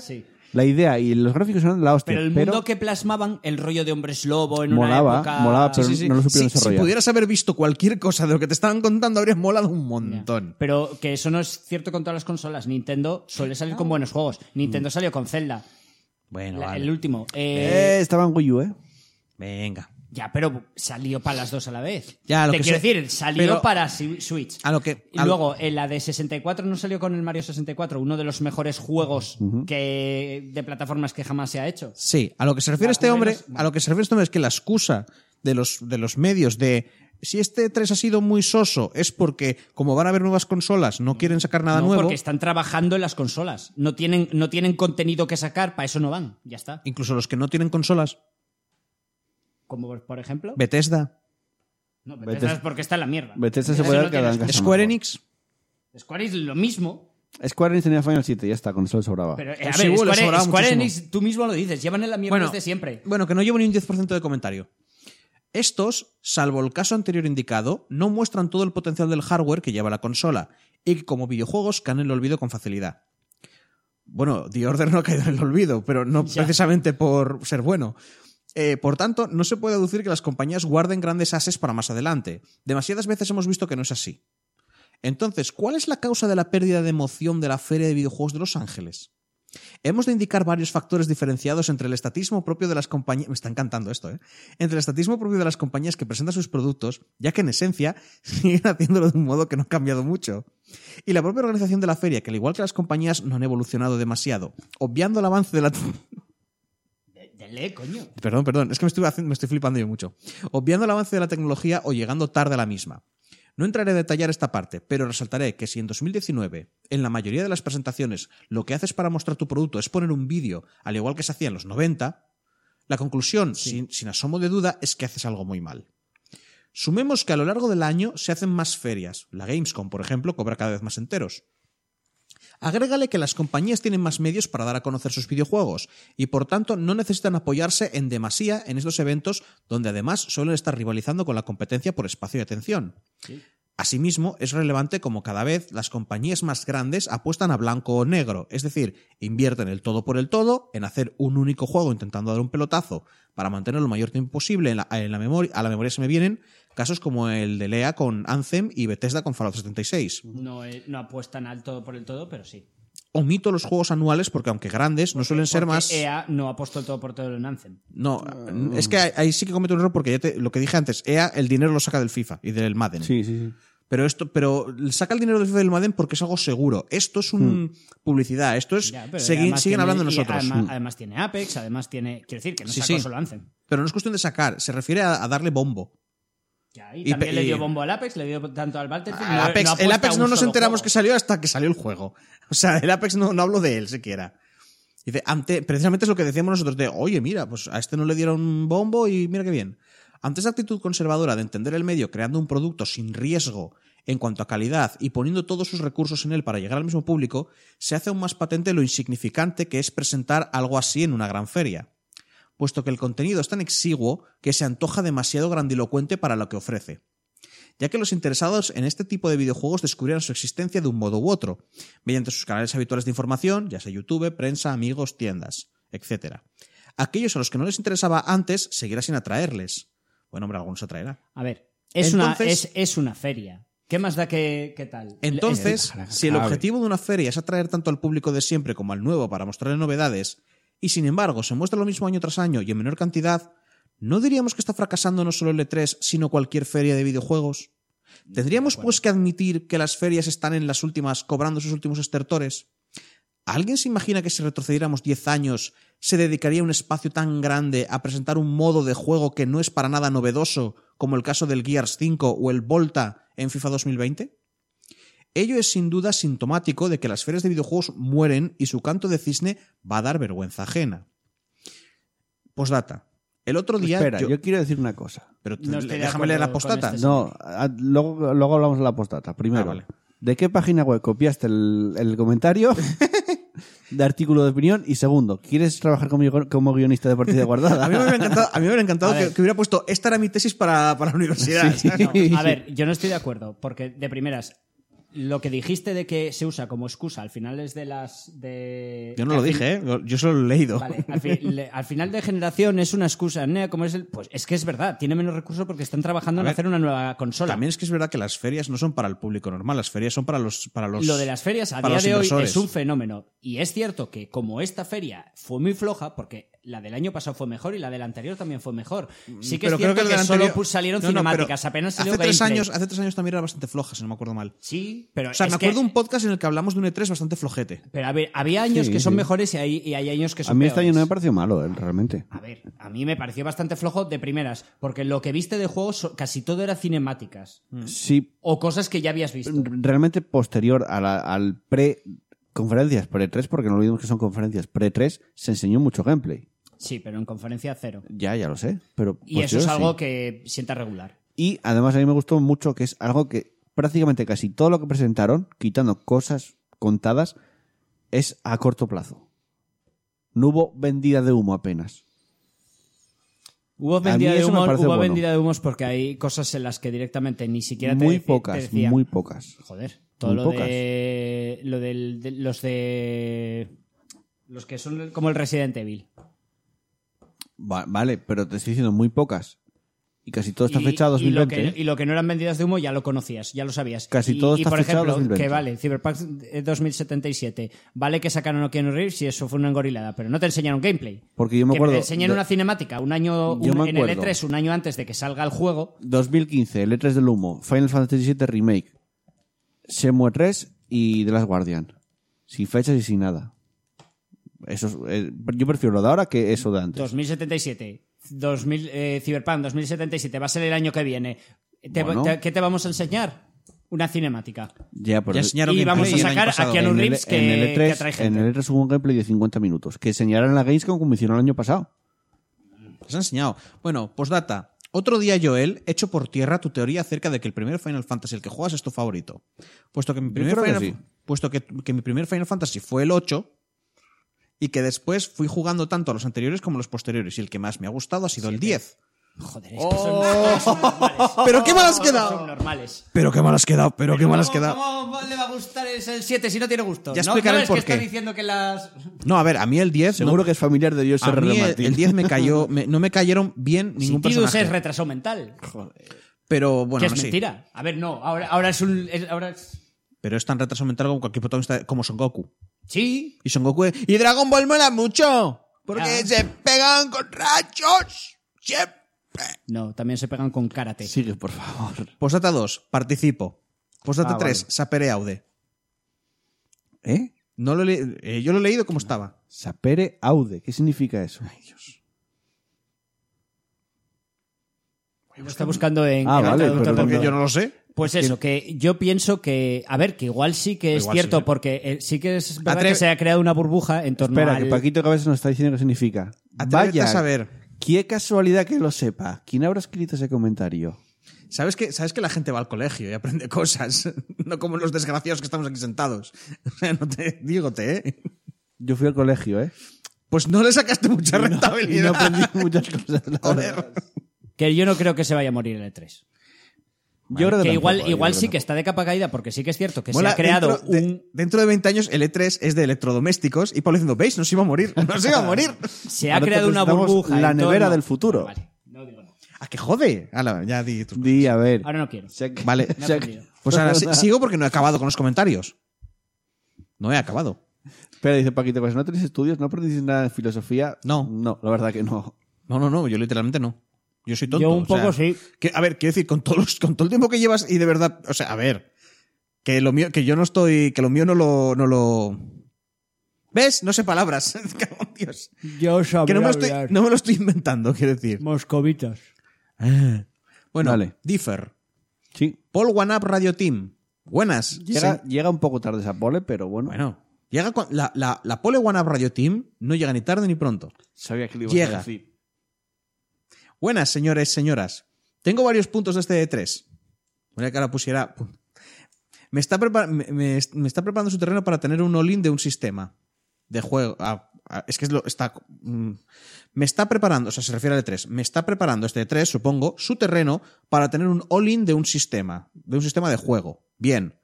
aburrida.
sí.
La idea y los gráficos eran la hostia.
Pero el mundo que plasmaban, el rollo de hombres lobo en
Molaba,
una época...
molaba, pero-
Sí, sí,
no lo
sí.
supieron
Si- si
desarrollar.
pudieras haber visto cualquier cosa de lo que te estaban contando, habrías molado un montón.
Pero que eso no es cierto con todas las consolas. Nintendo suele salir con buenos juegos.
Mm.
Nintendo salió con Zelda,
Bueno,
la-
vale.
el último. Eh,
Eh, estaba en Wii U, ¿eh?
Venga.
Ya, pero salió para las dos a la vez.
Ya, lo
Te
que
quiero
sé.
decir, salió
Pero-
para Si- Switch.
A lo que-
Y
a lo-
luego, en la de 64 no salió con el Mario 64, uno de los mejores juegos que, de plataformas que jamás se ha hecho.
Sí, a lo que se refiere
Más
este
o
hombre,
menos,
a lo que se refiere este hombre es que la excusa de los, de los medios de si este 3 ha sido muy soso es porque como van a haber nuevas consolas no quieren sacar nada
no,
nuevo,
porque están trabajando en las consolas. No tienen, no tienen contenido que sacar, para eso no van. Ya está.
incluso los que no tienen consolas,
Como por ejemplo.
Bethesda,
no, Bethesda
Bethesda-
es porque está en la mierda.
Bethesda se
Eso
puede
no
dar que
tiene
hagan
excusa.
Está
Square
mejor.
Enix,
Square es lo mismo.
Square Enix tenía Final 7, ya está, con eso le sobraba.
Pero, eh,
El
a ver,
Shibu le sobraba
Square, Square
muchísimo.
Enix, tú mismo lo dices, llevan en la mierda desde siempre.
bueno, que no llevo ni un 10% de comentario. Estos, salvo el caso anterior indicado, no muestran todo el potencial del hardware que lleva la consola y que como videojuegos caen en el olvido con facilidad. Bueno, The Order no ha caído en el olvido, pero no
Ya.
precisamente por ser bueno. Eh, por tanto, no se puede deducir que las compañías guarden grandes ases para más adelante. Demasiadas veces hemos visto que no es así. Entonces, ¿cuál es la causa de la pérdida de emoción de la Feria de Videojuegos de Los Ángeles? Hemos de indicar varios factores diferenciados entre el estatismo propio de las compañías. Me está encantando esto, ¿eh? Entre el estatismo propio de las compañías que presentan sus productos, ya que en esencia (laughs) siguen haciéndolo de un modo que no ha cambiado mucho. Y la propia organización de la feria, que al igual que las compañías, no han evolucionado demasiado. Obviando el avance de la.
Dele, coño.
(laughs) Perdón, perdón, es que me estoy, haciendo- me estoy flipando yo mucho. Obviando el avance de la tecnología o llegando tarde a la misma. No entraré a detallar esta parte, pero resaltaré que si en 2019, en la mayoría de las presentaciones, lo que haces para mostrar tu producto es poner un vídeo, al igual que se hacía en los 90, la conclusión, sin, sin asomo de duda, es que haces algo muy mal. Sumemos que a lo largo del año se hacen más ferias. La Gamescom, por ejemplo, cobra cada vez más enteros. Agrégale que las compañías tienen más medios para dar a conocer sus videojuegos y por tanto no necesitan apoyarse en demasía en estos eventos donde además suelen estar rivalizando con la competencia por espacio y atención. Asimismo, es relevante como cada vez las compañías más grandes apuestan a blanco o negro, es decir, invierten el todo por el todo en hacer un único juego intentando dar un pelotazo para mantenerlo el mayor tiempo posible en la, en la memoria, a la memoria se me vienen casos como el de Lea con Anthem y Bethesda con Fallout 76.
No, eh, no apuestan al todo por el todo, pero sí.
Omito los juegos anuales porque aunque grandes no suelen ser
Porque E
más...
Ah, EA no ha puesto el todo por todo en Anthem.
No, es que ahí- ahí sí que cometo un error porque ya te- lo que dije antes, EA el dinero lo saca del FIFA y del Madden.
Sí, sí, sí.
Pero esto, pero saca el dinero del FIFA y del Madden porque es algo seguro. Esto es un publicidad, esto es
Ya, pero
segui-
además
siguen
tiene-
hablando de
y
nosotros.
Además,
Mm.
además tiene Apex, además tiene. Quiero decir que no
Sí,
sacó
sí.
solo Anthem.
Pero no es cuestión de sacar, se refiere a, a darle bombo.
Ya, y,
Y
también
pe-
le
y-
dio bombo al Apex, le dio tanto al Battlefield.
Al Apex-
no- no
el
apuesta
Apex
a
no
un
nos
solo
enteramos
juego.
que salió hasta que salió el juego. O sea, el Apex no, no hablo de él siquiera. Dice, ante, precisamente es lo que decíamos nosotros de, oye, mira, pues a este no le dieron bombo y mira qué bien. Ante esa actitud conservadora de entender el medio creando un producto sin riesgo en cuanto a calidad y poniendo todos sus recursos en él para llegar al mismo público, se hace aún más patente lo insignificante que es presentar algo así en una gran feria puesto que el contenido es tan exiguo que se antoja demasiado grandilocuente para lo que ofrece. Ya que los interesados en este tipo de videojuegos descubrieron su existencia de un modo u otro, mediante sus canales habituales de información, ya sea YouTube, prensa, amigos, tiendas, etc. Aquellos a los que no les interesaba antes seguirá sin atraerles. Bueno, hombre, algunos atraerá.
A ver, es, una,
Entonces-
es, es una feria. ¿Qué más da que, que tal?
Entonces,
Este-
si el
Cabe.
objetivo de una feria es atraer tanto al público de siempre como al nuevo para mostrarle novedades, y sin embargo se muestra lo mismo año tras año y en menor cantidad, ¿no diríamos que está fracasando no solo el E3, sino cualquier feria de videojuegos? ¿Tendríamos pues que admitir que las ferias están en las últimas cobrando sus últimos estertores? ¿Alguien se imagina que si retrocediéramos 10 años se dedicaría un espacio tan grande a presentar un modo de juego que no es para nada novedoso, como el caso del Gears 5 o el Volta en FIFA 2020? Ello es sin duda sintomático de que las ferias de videojuegos mueren y su canto de cisne va a dar vergüenza ajena. Postdata. El otro día.
Espera, yo...
yo-
quiero decir una cosa.
pero
No estoy de
déjame leer la
acuerdo con
postdata.
este
No, a- luego, luego hablamos de la postdata. Primero,
Ah, vale.
¿de qué página web copiaste el, el
(laughs)
comentario de artículo de opinión? Y segundo, ¿quieres trabajar conmigo como guionista de partida guardada?
(laughs) A mí me hubiera encantado, a mí me hubiera encantado
A
que,
ver.
que hubiera puesto esta era mi tesis para, para la universidad.
Sí.
¿sabes?
No, a ver, yo no estoy de acuerdo, porque de primeras, lo que dijiste de que se usa como excusa al final es de las. De,
(laughs) Yo no lo
al fin-
dije, ¿eh? yo solo lo he leído.
Vale, al, fi- le- al final de generación es una excusa, ¿no? Como es el, pues es que es verdad, tiene menos recursos porque están
A
trabajando en
ver,
hacer una nueva consola.
También es que es verdad que las ferias no son para el público normal, las ferias son para los para los
Lo de las ferias a
para
día
los
de hoy
inversores.
es un fenómeno. Y es cierto que como esta feria fue muy floja, porque la del año pasado fue mejor y la del anterior también fue mejor. Sí
Mm, Pero
que es cierto que,
el del
solo
anterior-
pues, salieron
No, no, pero
cinemáticas, apenas salió
hace tres
gameplay.
años Hace tres años también era bastante floja, si no me acuerdo mal.
Sí, pero
O sea,
es
me
que-
acuerdo un podcast en el que hablamos de un E3 bastante flojete.
Pero a ver, había años
Sí,
que son
sí.
mejores y hay, y hay años que son
A mí este año
peores.
no me pareció malo, eh, realmente.
A ver, a mí me pareció bastante flojo de primeras, porque lo que viste de juegos so- casi todo era cinemáticas
Mm.
Sí,
o cosas que ya habías visto.
realmente posterior a la- al pre conferencias pre-3, porque no olvidemos que son conferencias pre-3, se enseñó mucho gameplay.
Sí, pero en conferencia cero.
Ya, ya lo sé, pero
Y
Pues
eso es
posterior
algo
sí.
que sienta regular.
Y además a mí me gustó mucho que es algo que prácticamente casi todo lo que presentaron, quitando cosas contadas, es a corto plazo. No hubo vendida de humo apenas.
Hubo
mí
vendida, de,
eso me
humos,
parece
hubo
bueno.
vendida de humos porque hay cosas en las que directamente ni siquiera te
Muy
deci- te
pocas,
decían-
muy pocas.
Joder, todo
muy
lo
pocas.
de, lo del, de- los de los que son como el Resident Evil.
Va- vale, pero te estoy diciendo muy pocas. Y casi todo está
Y-
fecha
y lo que-
2020.
Y lo, que,
¿eh?
no eran vendidas de humo ya lo conocías, ya lo sabías.
Casi
y,
todo
y,
está
por
fechado
ejemplo,
2020.
que vale, Cyberpunk eh, 2077. Vale que sacaron a Keanu Reeves y eso fue una engorilada, pero no te enseñaron gameplay.
Porque yo me
Que
acuerdo
Te enseñan
de-
una cinemática un año
Yo
un-
me
en el
acuerdo.
E3, un año antes de que salga el juego.
2015, Letras del Humo, Final Fantasy VII Remake, Shenmue 3 y The Last Guardian. Sin fechas y sin nada. Eso es- eh, yo prefiero lo de ahora que eso de antes.
2077. 2000, eh, Cyberpunk 2077 va a ser el año que viene. Te-
Bueno.
te- ¿Qué te vamos a enseñar? Una cinemática.
Ya, pero
Ya
el-
enseñaron
y vamos a
gameplay el E
sacar
año pasado.
a Keanu
en el-
Reeves que,
en el
que
E3
atrae gente.
en el E3 hubo un gameplay de 50 minutos que enseñaron en la Gamescom como hicieron el año pasado.
Les han enseñado. Bueno, postdata. Otro día, Joel, echo por tierra tu teoría acerca de que el primer Final Fantasy, el que juegas, es tu favorito. Puesto que mi primer,
creo que
Final,
sí.
puesto que, que mi primer Final Fantasy fue el 8 y que después fui jugando tanto a los anteriores como a los posteriores y el que más me ha gustado ha sido el 10.
Joder, es que son, son normales.
¡Oh! (laughs) Pero qué mal has
Son
quedado.
normales.
Pero qué mal has quedado, pero qué mal has
¿Cómo,
quedado.
cómo le va a gustar es el 7 si no tiene gusto?
Ya
¿No-
explicaré
¿No,
el
es
por
que está
qué.
diciendo que las...
No, a ver, a mí el 10
Seguro
no-
que es familiar de Dios
a
R.R.
mí el,
Martín.
el 10 me cayó, me- no me cayeron bien ningún
Tidus
personaje.
es retraso mental.
pero bueno,
que es
no sé.
mentira. A ver, no. Ahora, ahora es un... es- ahora es-
Pero es tan retraso mental como cualquier protagonista como Son Goku.
Sí.
Y Son Goku es- ¡Y Dragon Ball mola mucho! Porque
Ya.
se pegan con rachos. Siempre.
No, también se pegan con
(laughs)
karate.
Sigue, por favor.
Postdata 2. Participo. Postdata
Ah,
3.
vale.
Sapere Aude.
¿Eh?
No lo he le- eh, yo lo he leído como estaba.
Sapere aude. ¿Qué significa eso?
Lo está buscando en...
Ah,
en
vale,
traductor
pero
del
Porque
no-
mundo.
yo no lo sé.
Pues eso, que yo pienso que, a ver, que igual sí que es
Igual
cierto,
sí, sí.
porque eh, sí que es verdad
Atreve-
que se ha creado una burbuja en torno
Espera,
al...
que Paquito Cabezas nos está diciendo qué significa.
Atrévete
Vaya,
a saber.
qué casualidad que lo sepa. ¿Quién habrá escrito ese comentario?
¿Sabes que, ¿Sabes que la gente va al colegio y aprende cosas? (laughs) No como los desgraciados que estamos aquí sentados. (laughs) O sea, no te... Dígote, ¿eh?
Yo fui al colegio, ¿eh?
Pues no le sacaste mucha
Y no
rentabilidad. (laughs)
aprendí (laughs) muchas cosas. la
Joder.
verdad.
Que yo no creo que se vaya a morir el E3.
Yo creo
que igual,
tampoco, yo
igual
creo
sí
tampoco.
que está de capa caída, porque sí que es cierto que
Mola,
se ha creado
dentro de,
un...
dentro de 20 años el E3 es de electrodomésticos y Pablo diciendo, ¿veis? Nos iba a morir, nos iba a
(laughs)
morir.
Se ha
Ahora te
creado una
presentamos
burbuja.
la
en
nevera
torno-
del futuro.
Vale, no digo nada.
¿A qué "Ah, jode? Ala, ya di tus-
Di, a ver.
Ahora no quiero.
Se-
Vale.
Me ha
se-
perdido.
Pues
(laughs)
ahora sí- sigo porque no he acabado con los comentarios. No he acabado.
Espera, dice Paquito Cabezas, ¿no tenéis estudios? ¿No aprendís nada de filosofía?
No.
No, la verdad que no.
No, no, no, yo literalmente no. Yo soy tonto.
Yo un
o sea,
poco sí.
que- a ver, quiero decir, con, todos los- con todo el tiempo que llevas y de verdad, o sea, a ver, que lo mío, que yo no estoy, que lo mío no lo, no lo... ¿Ves? No sé palabras. (laughs) Cago en Dios.
Yo sabía
Que no me, lo estoy, no me lo estoy inventando, quiero decir. Ah.
Moscovitas.
Bueno,
Dale.
Differ.
Sí.
Paul One Up Radio Team. Buenas.
Llega,
Se-
llega un poco tarde esa pole, pero bueno.
Bueno. Llega cua- la, la, la Pole One Up Radio Team no llega ni tarde ni pronto.
Sabía que lo
ibas a Llega.
decir.
Buenas, señores, señoras. Tengo varios puntos de este E3. Voy que ahora pusiera. pun- Me está, prepar- me, me- me está preparando su terreno para tener un all-in de un sistema de juego. Ah, ah, es que es lo, está. mm. me está preparando, o sea, se refiere al E3. Me está preparando este E3, supongo, su terreno para tener un all-in de un sistema, de un sistema de juego. Bien.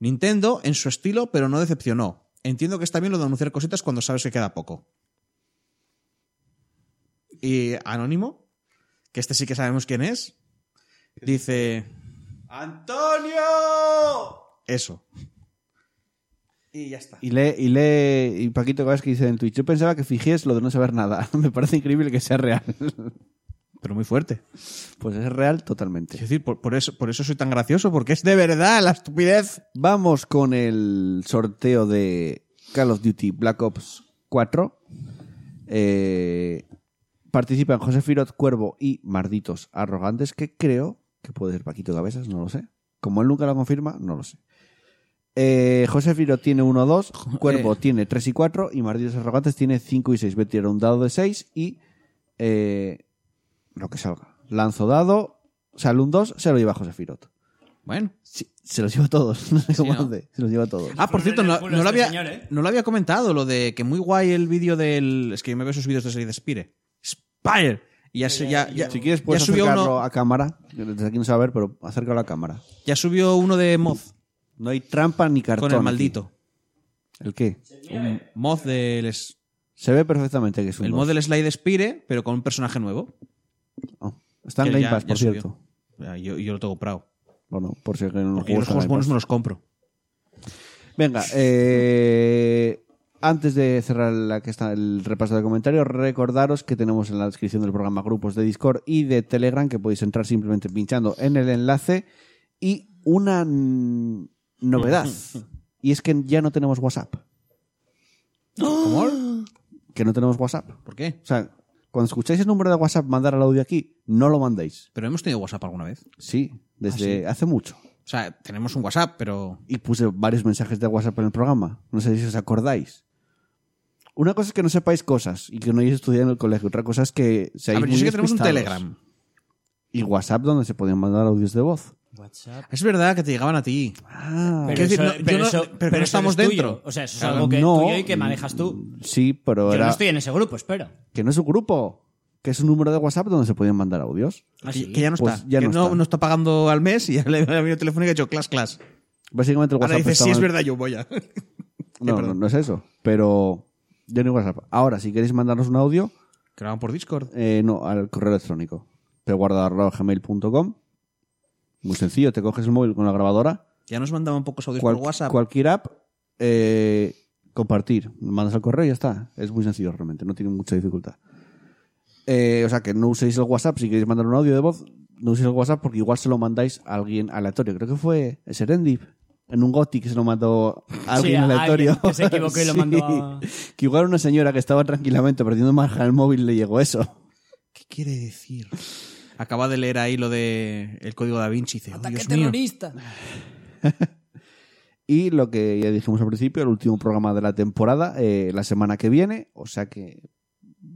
Nintendo en su estilo, pero no decepcionó. Entiendo que está bien lo de anunciar cositas cuando sabes que queda poco. Y Anónimo, que este sí que sabemos quién es, dice
¡Antonio!
eso. Y ya está.
Y lee, y lee y Paquito Cabezas que dice en Twitch, yo pensaba que fijés lo de no saber nada. (laughs) Me parece increíble que sea real. (laughs)
Pero muy fuerte.
Pues es real
Es
totalmente.
decir, por, por eso, por eso soy tan gracioso, porque es de verdad la estupidez.
Vamos con el sorteo de Call of Duty Black Ops 4. Eh, participan José Firot, Cuervo y Marditos Arrogantes, que creo que puede ser Paquito Cabezas, no lo sé. Como él nunca lo confirma, no lo sé. Eh, José Firot tiene 1-2, Cuervo tiene 3 y 4 y Marditos Arrogantes tiene 5 y 6. Voy a tirar un dado de 6 y eh, lo que salga. Lanzo dado, sale un 2, se lo lleva José Firot.
Bueno.
Sí, se los lleva a todos. (laughs) No sé cómo
¿no?
hace. Se los lleva a todos.
Ah, por cierto, no,
Culo
no
este
lo había,
señor, ¿eh?
no lo había comentado, lo de que muy guay el vídeo del. Es que yo me veo sus vídeos de serie de Spire. ¡Spire! Y ya, se- ya, Ah, ya-
si quieres,
ya
puedes
subió
acercarlo
uno,
a cámara. Desde aquí no se va a ver, pero acércalo a la cámara.
ya subió uno de Moz
No hay trampa ni cartón.
con el
aquí.
maldito.
¿El qué?
Un Moz del. es-
Se ve perfectamente que es un
El
dos.
mod del Slide Spire, pero con un personaje nuevo.
Oh. Está en
Que
Game
ya-
Pass,
ya
por
subió.
cierto.
Ya, Yo, yo lo tengo prado.
Bueno, por si alguien no
Porque yo
juega
los
en Game
juegos buenos
Pass.
me los compro.
Venga, eh, antes de cerrar la que está el repaso de comentarios, recordaros que tenemos en la descripción del programa grupos de Discord y de Telegram que podéis entrar simplemente pinchando en el enlace y una mm, novedad y es que ya no tenemos WhatsApp,
(gasps) ¿Cómo?
que no tenemos WhatsApp.
¿Por qué?
O sea, cuando escucháis el número de WhatsApp mandar el audio aquí, no lo mandéis.
Pero hemos tenido WhatsApp alguna vez.
Sí, desde hace mucho.
O sea, tenemos un WhatsApp, pero.
y puse varios mensajes de WhatsApp en el programa. No sé si os acordáis. Una cosa es que no sepáis cosas y que no hayáis estudiado en el colegio. Otra cosa es que
A
seáis
ver, yo
muy
sé que tenemos un
despistados.
Telegram.
Y WhatsApp donde se podían mandar audios de voz.
WhatsApp.
Es verdad que te llegaban a ti.
Ah,
Ah.
Pero
Quiero decir,
eso-
no, yo
pero
no-
eso-
pero que
pero
no
eso
estamos
eres tuyo.
dentro.
O sea, eso es
Claro,
algo que
no.
tuyo y que manejas tú.
sí, pero
Yo
era
no estoy en ese grupo, espero.
que no es un grupo, que es un número de WhatsApp donde se podían mandar audios.
Ah,
que,
sí.
que ya no
Pues
está.
ya
que
no
no,
está.
no está pagando al mes y ya le ha venido telefónica y ha hecho clas, clas.
Básicamente el
Ahora
WhatsApp
dices, sí,
estaba-
es verdad, yo voy a. (laughs)
No, no,
perdón.
no es eso, pero yo no WhatsApp. Ahora, si queréis mandarnos un audio,
Graban por Discord.
Eh, no, al correo electrónico. gmail.com Muy sencillo, te coges el móvil con la grabadora,
Ya nos mandaban pocos audios
cual-
Pues por WhatsApp.
cualquier app, eh, compartir, mandas al correo y ya está. Es muy sencillo realmente, no tiene mucha dificultad. Eh, o sea que no uséis el WhatsApp si queréis mandar un audio de voz, no uséis el WhatsApp porque igual se lo mandáis a alguien aleatorio. Creo que fue Serendip. En un goti que se lo mandó a
Sí,
alguien
a
aleatorio.
alguien que se equivocó
(laughs)
y lo mandó a-
Que igual una señora que estaba tranquilamente perdiendo margen al móvil le llegó eso.
¿Qué quiere decir? Acaba de leer ahí lo de el código da Vinci y dice, oh, Dios mío.
terrorista!
Y lo que ya dijimos al principio, el último programa de la temporada, eh, la semana que viene. O sea que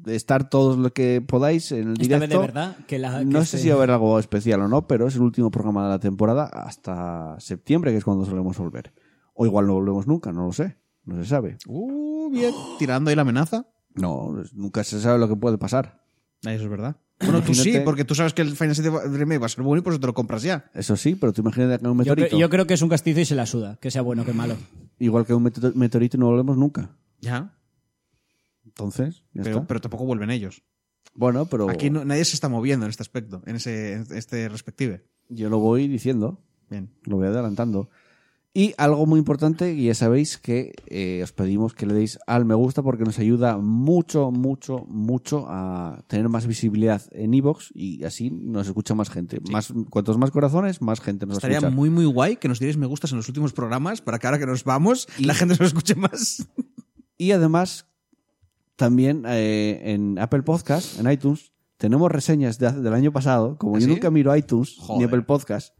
estar todos lo que podáis en el
Esta
directo.
vez de verdad que la. que este-
no sé
se-
si va a haber algo especial o no, pero es el último programa de la temporada hasta septiembre, que es cuando solemos volver. O igual no volvemos nunca, no lo sé. No se sabe.
Uh, bien. (gasps) Tirando ahí la amenaza. Ah,
No, nunca se sabe lo que puede pasar.
Eso es verdad. Bueno, tú sí,
Imagínate.
porque tú sabes que el Final Fantasy Remake va a ser bueno y por eso te lo compras ya.
Eso sí, pero tú imagínate que hay un
Yo,
meteorito.
cre- yo creo que es un castizo y se la suda, que sea bueno que malo.
Igual que hay un meteor- meteorito y no volvemos nunca.
Ya.
Entonces, ya
Pero,
está.
pero tampoco vuelven ellos.
bueno, pero
Aquí no- nadie se está moviendo en este aspecto, en ese en este respective.
yo lo voy diciendo.
Bien.
lo voy adelantando. Y algo muy importante, y ya sabéis que eh, os pedimos que le deis al me gusta porque nos ayuda mucho, mucho, mucho a tener más visibilidad en Evox y así nos escucha más gente. Más, cuantos más corazones, más gente nos va a
Estaría
escuchar.
muy, muy guay que nos dierais me gustas en los últimos programas para que ahora que nos vamos la gente nos
(laughs)
escuche más.
Y además, también eh, en Apple Podcast, en iTunes, tenemos reseñas de hace- del año pasado. Como
¿Ah,
yo
sí?
nunca miro iTunes ni
Joder.
Apple Podcast,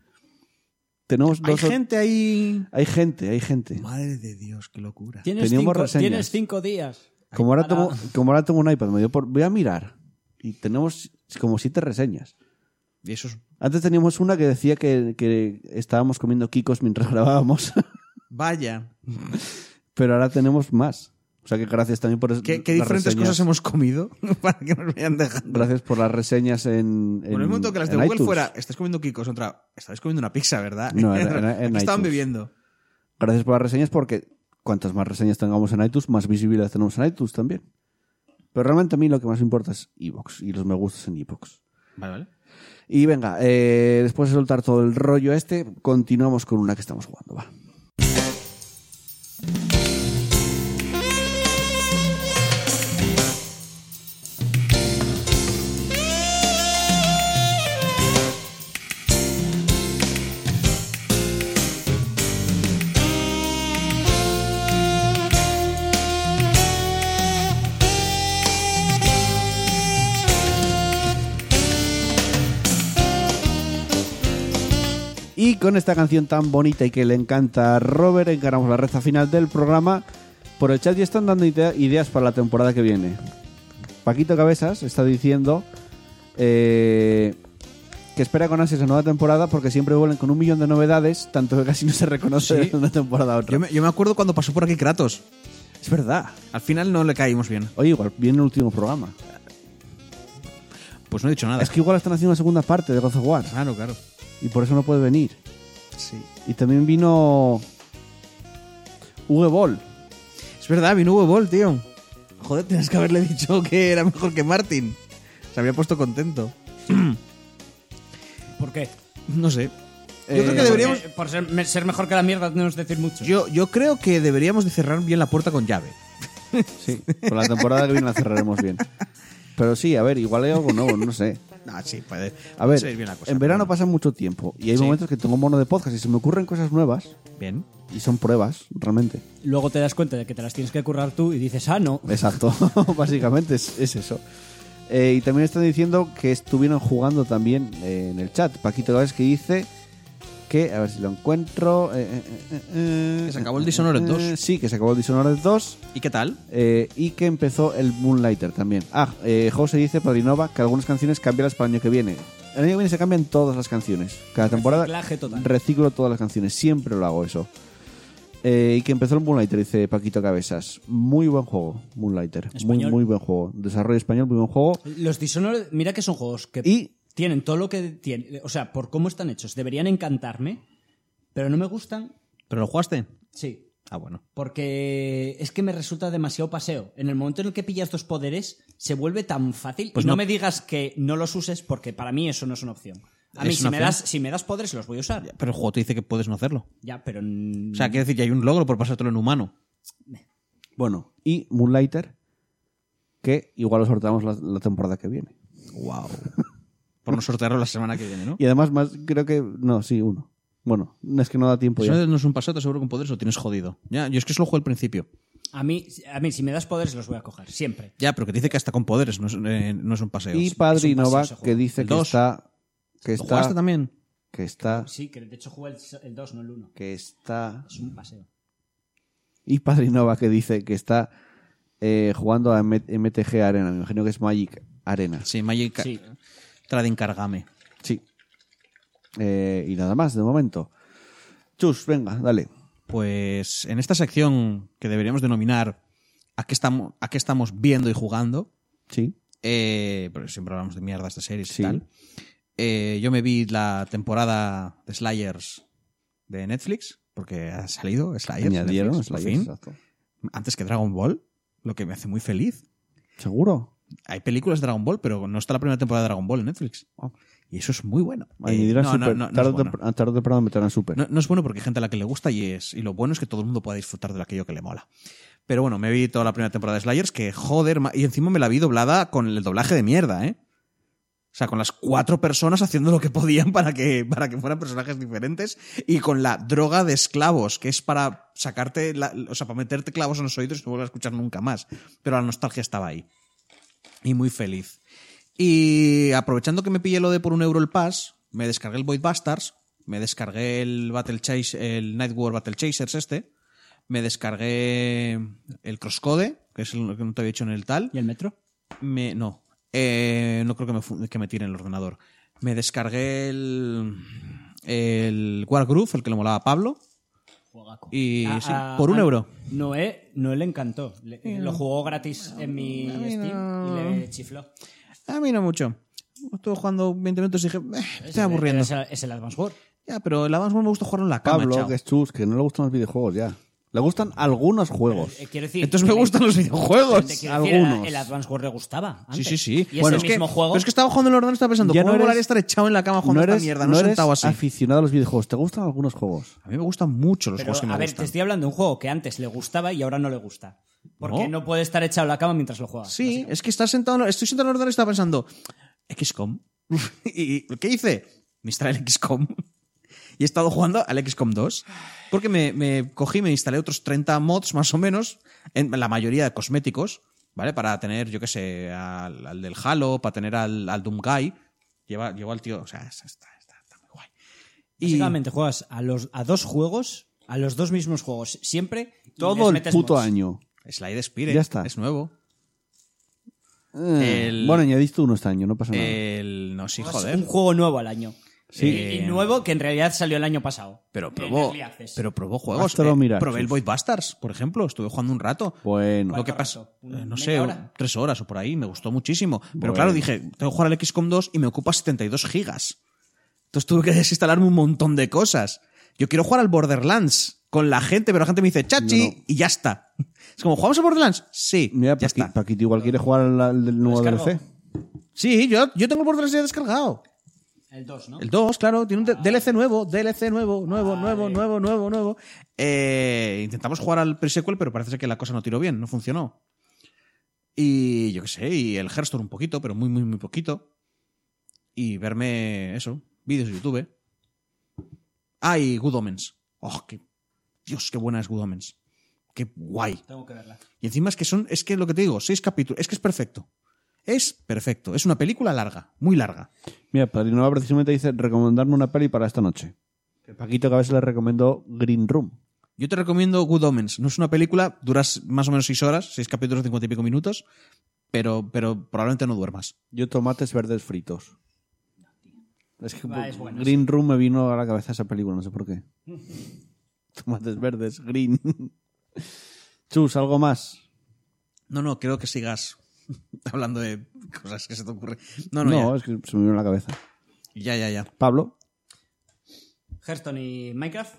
tenemos
Hay
dos. o-
gente ahí.
hay gente, hay gente.
Madre de Dios, qué locura.
Tienes,
Teníamos
cinco,
reseñas.
tienes cinco días.
Como ahora,
para-
tengo, como ahora tengo un iPad, me dio por, voy a mirar. Y tenemos como siete reseñas.
Y eso es.
Antes teníamos una que decía que, que estábamos comiendo kikos mientras (laughs) grabábamos,
Vaya.
pero ahora tenemos más. O sea que gracias también por es-
¿Qué, qué
las
diferentes
reseñas.
cosas hemos comido (laughs) para que nos vayan dejando?
Gracias por las reseñas en. en
Por el momento que las de
en
Google
iTunes.
fuera, estáis comiendo kikos, otra, estáis comiendo una pizza, ¿verdad?
No,
(laughs)
en- en- en
Aquí estaban
iTunes.
bebiendo.
Gracias por las reseñas porque cuantas más reseñas tengamos en iTunes, más visibilidad tenemos en iTunes también. Pero realmente a mí lo que más me importa es Evox y los me gustas en Evox.
Vale, vale.
Y venga, eh, después de soltar todo el rollo este, continuamos con una que estamos jugando, va. Y con esta canción tan bonita y que le encanta a Robert, encaramos la recta final del programa. Por el chat ya están dando idea- ideas para la temporada que viene. Paquito Cabezas está diciendo eh, que espera con ansias la nueva temporada porque siempre vuelven con un millón de novedades, tanto que casi no se reconoce
Sí.
de una temporada a otra.
Yo me, yo me acuerdo cuando pasó por aquí Kratos.
Es verdad.
Al final no le caímos bien.
Oye, igual viene el último programa.
Pues no he dicho nada.
Es que igual están haciendo una segunda parte de God of War
Claro, claro.
y por eso no puede venir.
Sí.
Y también vino Uwe Boll.
Es verdad, vino Uwe Boll, tío. Joder, tienes que haberle dicho que era mejor que Martin. Se había puesto contento.
qué?
No sé. Yo
Eh,
creo que deberíamos.
Porque por ser, me- ser mejor que la mierda tenemos que decir mucho.
Yo, yo creo que deberíamos de cerrar bien la puerta con llave.
Sí, con la temporada que viene la cerraremos bien. Pero sí, a ver, igual hay algo nuevo, no sé.
Ah, sí, puede.
A ver,
salir bien la cosa.
en verano pasa mucho tiempo y hay
Sí.
momentos que tengo mono de podcast y se me ocurren cosas nuevas
Bien.
y son pruebas, realmente.
Luego te das cuenta de que te las tienes que currar tú y dices, ah, no.
Exacto, (laughs) básicamente es, es eso. Eh, y también están diciendo que estuvieron jugando también eh, en el chat. Paquito Gávez que dice que, a ver si lo encuentro. eh, eh, eh, eh,
Que se acabó el Dishonored 2.
eh, sí, que se acabó el Dishonored 2.
¿Y qué tal?
eh, y que empezó el Moonlighter también. Ah, eh, José dice, Padrinova, que algunas canciones cambiarán para el año que viene. El año que viene se cambian todas las canciones. Cada temporada
Reciclaje total.
reciclo todas las canciones. Siempre lo hago eso. Eh, y que empezó el Moonlighter, dice Paquito Cabezas. Muy buen juego, Moonlighter. Muy,
Español.
muy buen juego. Desarrollo español, muy buen juego.
Los Dishonored, mira que son juegos que
Y-
tienen todo lo que tienen. O sea, por cómo están hechos. Deberían encantarme, pero no me gustan.
¿Pero lo jugaste?
Sí.
Ah, bueno.
Porque es que me resulta demasiado paseo. En el momento en el que pillas dos poderes, se vuelve tan fácil.
Pues
y no,
no.
me digas que no los uses, porque para mí eso no es una opción. A
¿Es
mí, si
una
me,
opción?
das, si me das poderes, los voy a usar.
Pero el juego te dice que puedes no hacerlo.
Ya, pero.
O sea, quiere decir que hay un logro por pasártelo en humano.
Bueno, y Moonlighter, que igual lo sorteamos la, la temporada que viene.
Wow. Por no sortearlo la semana que (laughs) viene, ¿no?
Y además, más creo que. No, sí, uno. Bueno, es que no da tiempo
Si
ya.
no no es un paseo, te aseguro que con poderes lo tienes jodido. Ya, yo es que eso lo juego al principio.
A mí, a mí, si me das poderes, los voy a coger. Siempre.
Ya, pero que te dice que hasta con poderes no es, eh, no es un paseo.
Y
es un paseo
Padrinova,
ese juego.
que dice
El
que
dos.
está. Que
¿Lo jugaste
está.
también?
Que está.
Sí, que de hecho jugué el 2, no el 1.
Que está.
Es un paseo.
Y Padrinova, que dice que está eh, jugando a M- MTG Arena. Me imagino que es Magic Arena.
Sí, Magic
Sí.
Trade Encargame.
Sí. Eh, y nada más, de momento. Chus, venga, dale.
Pues en esta sección que deberíamos denominar a qué estamos, a qué estamos viendo y jugando,
Sí.
eh, pero siempre hablamos de mierdas de series
Sí.
y tal. eh, yo me vi la temporada de Slayers de Netflix, porque ha salido Slayers.
Añadieron
Netflix, por
Slayers,
fin,
exacto.
antes que Dragon Ball, lo que me hace muy feliz.
¿Seguro?
Hay películas de Dragon Ball, pero no está la primera temporada de Dragon Ball en Netflix.
Oh.
Y eso es muy bueno. Eh,
Añadieron
no, no,
Super.
no, no
tarde,
es
o
bueno.
tempr- tarde o temprano meterán Super.
No, no es bueno porque hay gente a la que le gusta y es y lo bueno es que todo el mundo pueda disfrutar de aquello que le mola. Pero bueno, me vi toda la primera temporada de Slayers que joder, ma- y encima me la vi doblada con el doblaje de mierda, ¿eh? O sea, con las cuatro personas haciendo lo que podían para que, para que fueran personajes diferentes y con la droga de esclavos, que es para sacarte, la- o sea, para meterte clavos en los oídos y no volver a escuchar nunca más. Pero la nostalgia estaba ahí. Y muy feliz. Y aprovechando que me pillé lo de por un euro el pass, me descargué el Void Bastards, me descargué el Battle Chase, el Night War Battle Chasers este, me descargué el Crosscode, que es el que no te había hecho en el tal.
¿Y el metro?
Me, no, Eh, no creo que me, fu- que me tire el ordenador. Me descargué el, el Wargroove, el que le molaba a Pablo. Y sí, por un euro.
Ah, Noé, Noé le encantó. Le- lo jugó gratis en mi Steam y le chifló.
A mí no mucho. Estuve jugando 20 minutos y dije, "Eh, me estoy aburriendo.
Es, el- es el Advance Wars.
Ya, pero el Advance Wars me gusta jugarlo en la cama,
Pablo,
chao.
que es Chus, que no le gustan los videojuegos ya. Le gustan algunos juegos.
Eh, quiero decir,
Entonces me
que le-
gustan los videojuegos.
te
Sí,
quiero decir,
algunos.
El Advance Wars le gustaba. antes.
sí, sí.
Y
Bueno,
es el mismo
que,
juego.
pero es que estaba jugando en el ordenador y estaba pensando,
Ya
¿cómo
no
me
eres-
molaría estar echado en la cama jugando
no
esta
eres,
mierda?
no
No,
eres
sentado así.
aficionado a los videojuegos. ¿Te gustan algunos juegos?
A mí me gustan mucho los
Pero,
juegos que me
a ver,
gustan.
te estoy hablando de un juego que antes le gustaba y ahora no le gusta. Porque
No.
no, puede estar echado en la cama mientras lo juega.
Sí, es que estás sentado, en la- estoy sentado en el ordenador y estaba pensando, XCOM. (laughs) ¿Y y- qué hice? Me instalé el XCOM. Y he estado jugando al XCOM 2. Porque me, me cogí, me instalé otros 30 mods más o menos, en la mayoría de cosméticos, ¿vale? Para tener, yo qué sé, al, al del Halo, para tener al, al Doom Guy. Lleva, llevo al tío, o sea, está, está, está muy guay. Y-
Básicamente juegas a, los, a dos juegos, a los dos mismos juegos, siempre. y les
Todo el
metes
puto
mods.
año.
Slide Spire.
Ya está.
Es nuevo.
Eh,
El-
Bueno, añadiste uno este año, no pasa
Eh,
nada.
El. No, sí,
Oh, Es
joder.
un juego nuevo al año. Eh,
Sí.
Y, y nuevo que en realidad salió el año pasado. Eh,
Pero
En
probó,
Early Access.
pero probó juegos. eh,
Háztelo mirar,
probé el
Chus.
Void Bastards, por ejemplo. Estuve jugando un rato.
Bueno,
Lo que
¿Cuánto
pasa,
rato? ¿Una
eh, no
media
sé,
hora?
tres horas o por ahí. Me gustó muchísimo. Pero
Bueno.
claro, dije, tengo que jugar al XCOM 2 y me ocupa 72 gigas. Entonces tuve que desinstalarme un montón de cosas. Yo quiero jugar al Borderlands con la gente, pero la gente me dice, chachi,
No, no.
y ya está. Es como, ¿jugamos al Borderlands? Sí,
mira, Paqui-
ya está.
Paquito igual quiere jugar al, al del nuevo
descargo?
DLC.
Sí, yo, yo tengo el Borderlands ya descargado.
El 2, ¿no?
El 2, claro, tiene un D- DLC nuevo, DLC nuevo, nuevo, nuevo, nuevo, nuevo, nuevo. Eh, intentamos jugar al pre-sequel, pero parece que la cosa no tiró bien, no funcionó. Y yo qué sé, y el Hearthstone un poquito, pero muy, muy, muy poquito. Y verme eso, vídeos de YouTube. Ah, y Good Omens. ¡Oh, qué. Dios, qué buena es Good Omens. Qué guay.
Tengo que verla.
Y encima es que son, es que lo que te digo, seis capítulos, es que es perfecto. Es perfecto. Es una película larga, muy larga.
Mira, Padrino Nova precisamente dice recomendarme una peli para esta noche. Que Paquito Cabeza le recomendó Green Room.
Yo te recomiendo Good Omens. No es una película, duras más o menos seis horas, seis capítulos de cincuenta y pico minutos, pero, pero probablemente no duermas.
Yo tomates verdes fritos. Es que
Va, Ah, es bueno,
Green Room me vino a la cabeza esa película, no sé por qué. (laughs) tomates verdes, green. (laughs) Chus, algo más.
No, no, creo que sigas (laughs) hablando de cosas que se te ocurren. No, no,
es que se me vino a la cabeza.
ya. ya, ya, ya.
Pablo,
Hearthstone y Minecraft.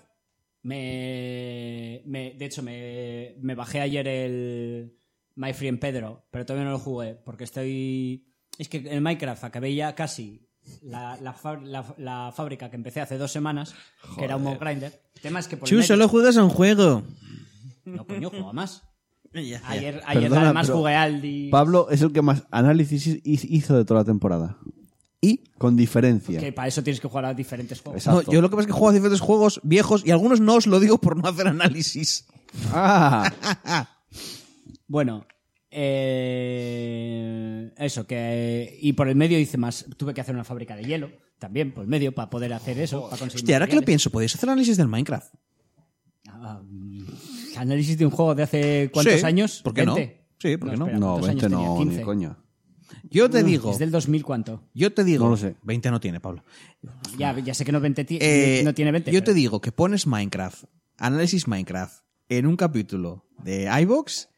Me, me- de hecho, me, me bajé ayer el My Friend Pedro, pero todavía no lo jugué porque estoy. Es que en Minecraft acabé ya casi la, la fa- la- la fábrica que empecé hace dos semanas, que era un mob grinder. El tema es que por el medio-
juegas a un juego.
No, coño, juega más.
Ya, ya.
Ayer, ayer
Perdona,
además
pero-
jugué Aldi.
Pablo es el que más análisis hizo de toda la temporada. Y con diferencia.
Que para eso tienes que jugar a diferentes juegos.
Exacto.
No, yo lo que pasa es que juego a diferentes juegos viejos y algunos no os lo digo por no hacer análisis.
(laughs)
Pues (laughs)
Ah,
Bueno, eh, eso, que. Y por el medio hice más. Tuve que hacer una fábrica de hielo también, por el medio, para poder hacer eso. para conseguir
Hostia, ahora que lo
materiales.
pienso, podéis hacer análisis del Minecraft.
Ah, mm, análisis de un juego de hace cuántos
Sí,
años?
¿por qué no?
20.
Sí, ¿por qué no?
espera,
no,
¿cuántos años
20
tenía?
no, ni
15.
coño.
Yo te digo,
Es del 2000 cuánto.
yo te digo,
No lo sé.
20 no tiene, Pablo.
Ya, ya sé que no, 20 ti-
Eh,
no tiene 20.
Yo te
pero-
digo que pones Minecraft, análisis Minecraft, en un capítulo de iBox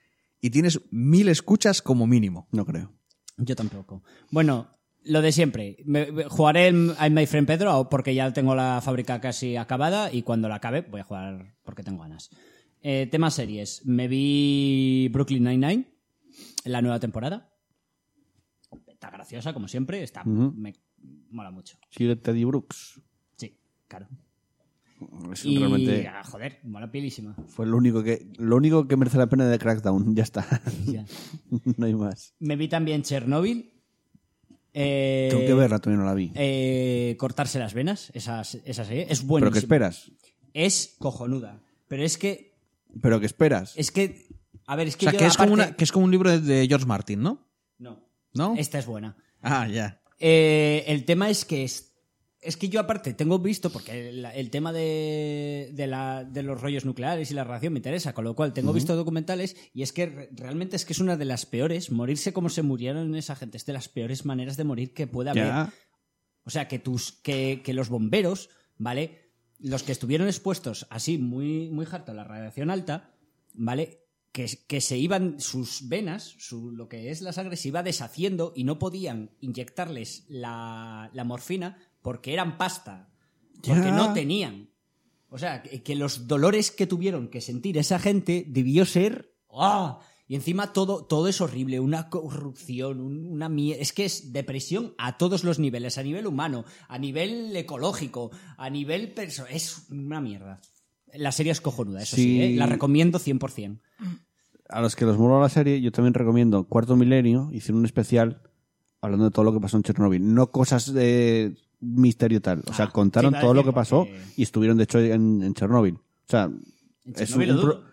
y tienes mil escuchas como mínimo.
No creo.
Yo tampoco. Bueno, lo de siempre. Me- me- jugaré en en My Friend Pedro porque ya tengo la fábrica casi acabada y cuando la acabe voy a jugar porque tengo ganas. Eh, tema series. Me vi Brooklyn Nine-Nine, la nueva temporada. Está graciosa, como siempre. Está,
Ujú.
Me mola mucho.
Sigue Teddy Brooks.
Sí, claro.
Es
Y,
realmente
ah, joder, mola pilísima.
fue lo único que lo único que merece la pena de Crackdown. (laughs) Ya está.
Ya.
no hay más.
Me vi también Chernobyl. Eh,
Tengo que verla, todavía no la vi.
eh, cortarse las venas, esas, esa serie. Es
Pero
buenísima.
que esperas.
es cojonuda. Pero es que,
Pero que esperas.
es que, a ver, es
O
que
sea,
yo
que es, como
aparte-
una- que es como un libro de, de George Martin, ¿no?
No,
¿No?
esta es buena.
Ah, ya.
Eh, el tema es que es, es que yo aparte tengo visto, porque el, el tema de, de, la- de los rollos nucleares y la radiación me interesa, con lo cual tengo visto documentales y es que re- realmente es que es una de las peores, morirse como se murieron esa gente, es de las peores maneras de morir que puede haber.
Ya.
O sea, que, tus, que, que los bomberos, ¿vale? Los que estuvieron expuestos así, muy, muy harto a la radiación alta, ¿vale? Que, que se iban sus venas, su, lo que es la sangre, se iba deshaciendo y no podían inyectarles la, la morfina porque eran pasta. Porque
Ya.
no tenían. O sea, que, que los dolores que tuvieron que sentir esa gente debió ser. ¡Ah! Y encima todo, todo es horrible, una corrupción, un- una mierda. Es que es depresión a todos los niveles, a nivel humano, a nivel ecológico, a nivel perso Es una mierda. La serie es cojonuda, eso sí,
Sí.
¿eh? la recomiendo 100%.
A los que los mola la serie, yo también recomiendo Cuarto Milenio. Hicieron un especial hablando de todo lo que pasó en Chernobyl. No cosas de misterio tal. O sea,
Ah,
contaron
te iba a
todo lo
decir
que pasó
porque-
y estuvieron, de hecho, en, en Chernobyl. O sea,
En
Es
Chernóbil
un
lo dudo.
pro-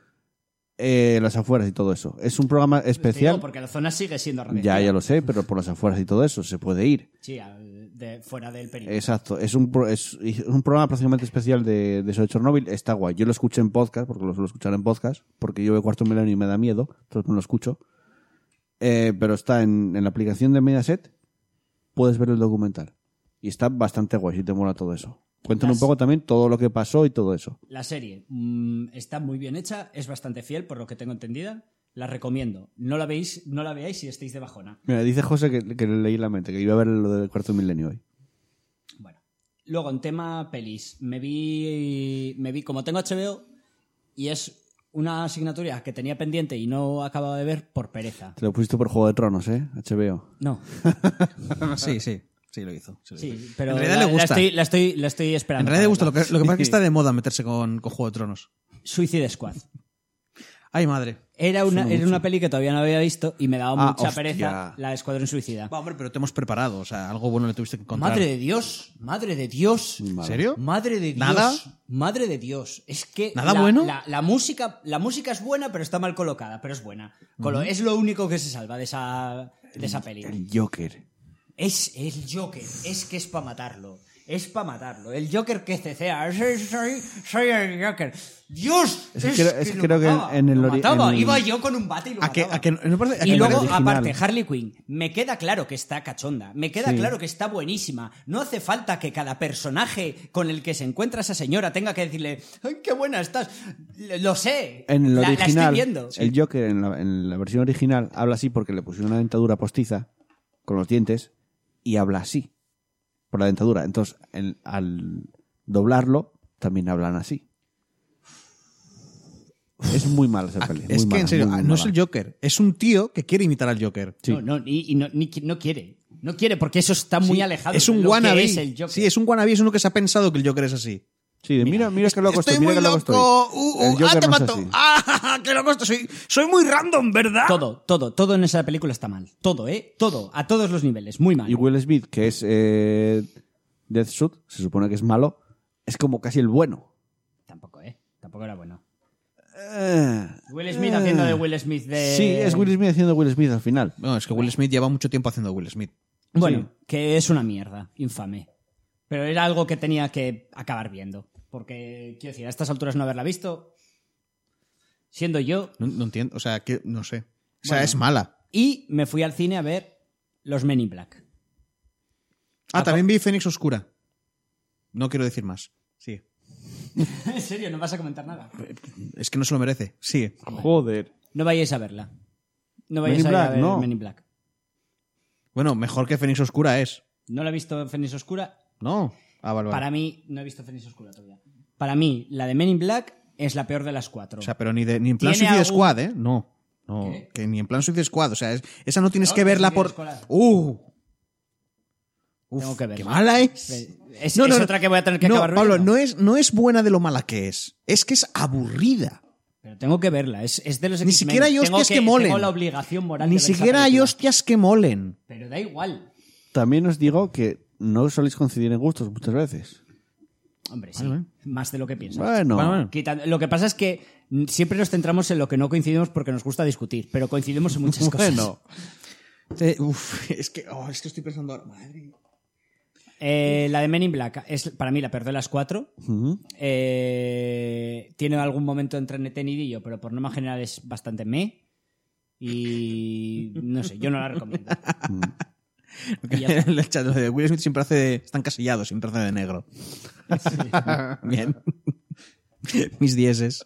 eh, las afueras y todo eso. Es un programa
Digo,
especial.
porque la zona sigue siendo
Ya,
radiactiva.
ya lo sé, pero por las afueras y todo eso se puede ir.
Sí, al- de- fuera del perímetro.
Exacto, es un, pro- es, es un programa prácticamente especial de, de eso de Chernobyl, está guay. Yo lo escuché en podcast, porque lo suelo escuchar en podcast, porque yo veo Cuarto Milenio y me da miedo, entonces no lo escucho. Eh, pero está en, en la aplicación de Mediaset, puedes ver el documental. Y está bastante guay, si te mola todo eso. Cuentan
Las-
un poco también todo lo que pasó y todo eso.
La serie mm, está muy bien hecha, es bastante fiel por lo que tengo entendida. La recomiendo. No la veis, no la veáis si estáis de bajona.
Mira, dice José que, que le leí la mente, que iba a ver lo del Cuarto Milenio hoy.
Bueno. Luego, en tema pelis, me vi. Me vi, como tengo HBO, y es una asignatura que tenía pendiente y no acababa de ver por pereza.
Te lo pusiste por Juego de Tronos, ¿eh? HBO.
No.
Sí, sí. Sí, lo hizo. sí lo hizo.
Sí, pero
en realidad
la,
le gusta.
La estoy, la estoy, la estoy esperando.
en realidad le gusta. Lo
para
que,
verla.
lo que pasa es que está
(laughs)
de moda meterse con, con Juego de Tronos.
Suicide Squad.
Ay, madre.
Era una,
Suena
era
mucho.
una peli que todavía no había visto y me daba
Ah,
mucha
hostia.
pereza la de Escuadrón Suicida.
Va, hombre, pero te hemos preparado. O sea, algo bueno le tuviste que encontrar.
Madre de Dios, madre de Dios.
Muy
¿En
malo.
serio?
Madre de Dios.
¿Nada?
Madre de Dios. Es que.
¿Nada
la,
bueno?
La, la música, la música es buena, pero está mal colocada, pero es buena. Colo- Es lo único que se salva de esa, de esa peli.
El Joker.
Es el Joker. Es que es para matarlo. Es para matarlo. El Joker que cecea. Soy, soy, soy el Joker. ¡Dios!
Es
Es,
que creo- es que
lo
creo que en-
mataba,
en el
lo
ori-
mataba.
en el-
Iba yo con un bate y lo
¿A que,
mataba.
a que no- ¿no parece- a
Y
que-
luego,
original.
aparte, Harley Quinn, me queda claro que está cachonda, me queda claro que está buenísima. No hace falta que cada personaje con el que se encuentra esa señora tenga que decirle, ¡ay, qué buena estás! Lo sé,
En el
la, la estoy
original,
viendo.
el Joker en la, en la versión original habla así porque le pusieron una dentadura postiza con los dientes y habla así por la dentadura. Entonces, en- al doblarlo, también hablan así. Es muy mala esa peli.
Ah, Es
muy
que, en
mala,
serio,
muy, muy
no es
mala.
el Joker. Es un tío que quiere imitar al Joker.
sí.
No, no, y, y no, ni- no quiere, no quiere porque eso está muy alejado.
Es
de
un
lo que
wannabe.
es el Joker.
Sí, es un wannabe, es uno que se ha pensado que el Joker es así.
Sí, de mira, mira que loco estoy,
estoy
mira
muy
que loco
loco.
estoy.
Uh,
El
uh, ah,
Joker
te
no es
mato.
así.
Ah, qué loco estoy. Soy, soy muy random, ¿verdad?
Todo, todo, todo en esa película está mal. Todo, ¿eh? Todo, a todos los niveles, muy mal.
Y Will Smith, que es eh, Death Suit, se supone que es malo, es como casi el bueno.
Tampoco, ¿eh? Tampoco era bueno.
Eh,
Will Smith
eh.
haciendo de Will Smith de...
Sí, es Will Smith haciendo Will Smith al final.
No, es que Will Smith lleva mucho tiempo haciendo Will Smith.
Bueno,
Sí.
que es una mierda, infame. Pero era algo que tenía que acabar viendo. Porque, quiero decir, a estas alturas no haberla visto, siendo yo,
No, no entiendo, o sea, que no sé. O sea,
Bueno.
es mala.
y me fui al cine a ver Los Men in Black.
Ah, también vi Fénix Oscura. No quiero decir más. Sí.
(laughs) en serio, no vas a comentar nada.
Es que no se lo merece. Sí.
Joder.
No vayáis a verla. No
Men
vayáis
in
a, ir a
Black,
ver
no.
Men in Black.
Bueno, mejor que Fénix Oscura es.
No la he visto en Fénix Oscura.
No. Ah, vale, vale.
Para mí, no he visto Fénix Oscura todavía. Para mí, la de Men in Black es la peor de las cuatro.
O sea, pero ni, de, ni en plan
¿Tiene
Suicide
algún-
Squad, ¿eh? No. No,
¿Qué?
que ni en plan Suicide Squad. O sea, es- esa no tienes
No,
que verla
Suicide
por.
Squad.
¡Uh! Uf,
Tengo que verla.
¡Qué mala es!
es, es otra que voy a tener que
no,
acabar
Pablo,
viendo.
no es, no es buena de lo mala que es. Es que es aburrida.
Pero tengo que verla, es, es de los
Ni
X-Men.
siquiera hay
Tengo
hostias que molen.
Tengo la obligación moral
Ni
de ver esa
siquiera hay
película.
hostias que molen.
Pero da igual.
También os digo que no soléis coincidir en gustos muchas veces.
Hombre, sí. Más de lo que piensas.
Bueno,
Bueno, bueno.
Quitando- lo que pasa es que mm, siempre nos centramos en lo que no coincidimos porque nos gusta discutir, pero coincidimos
(laughs)
en muchas cosas.
Bueno.
Eh, uf, (laughs) es que, oh, es que estoy pensando ahora. Madre.
Eh, la de Men in Black es para mí la peor de las cuatro.
Ujú.
Eh, tiene algún momento entretenidillo, pero por norma general es bastante me. Y no sé, yo no
(laughs)
la recomiendo. ya está.
El chat de Will Smith siempre hace. de- Está encasillado, siempre hace de negro.
(laughs)
Bien. (laughs) Mis dieces.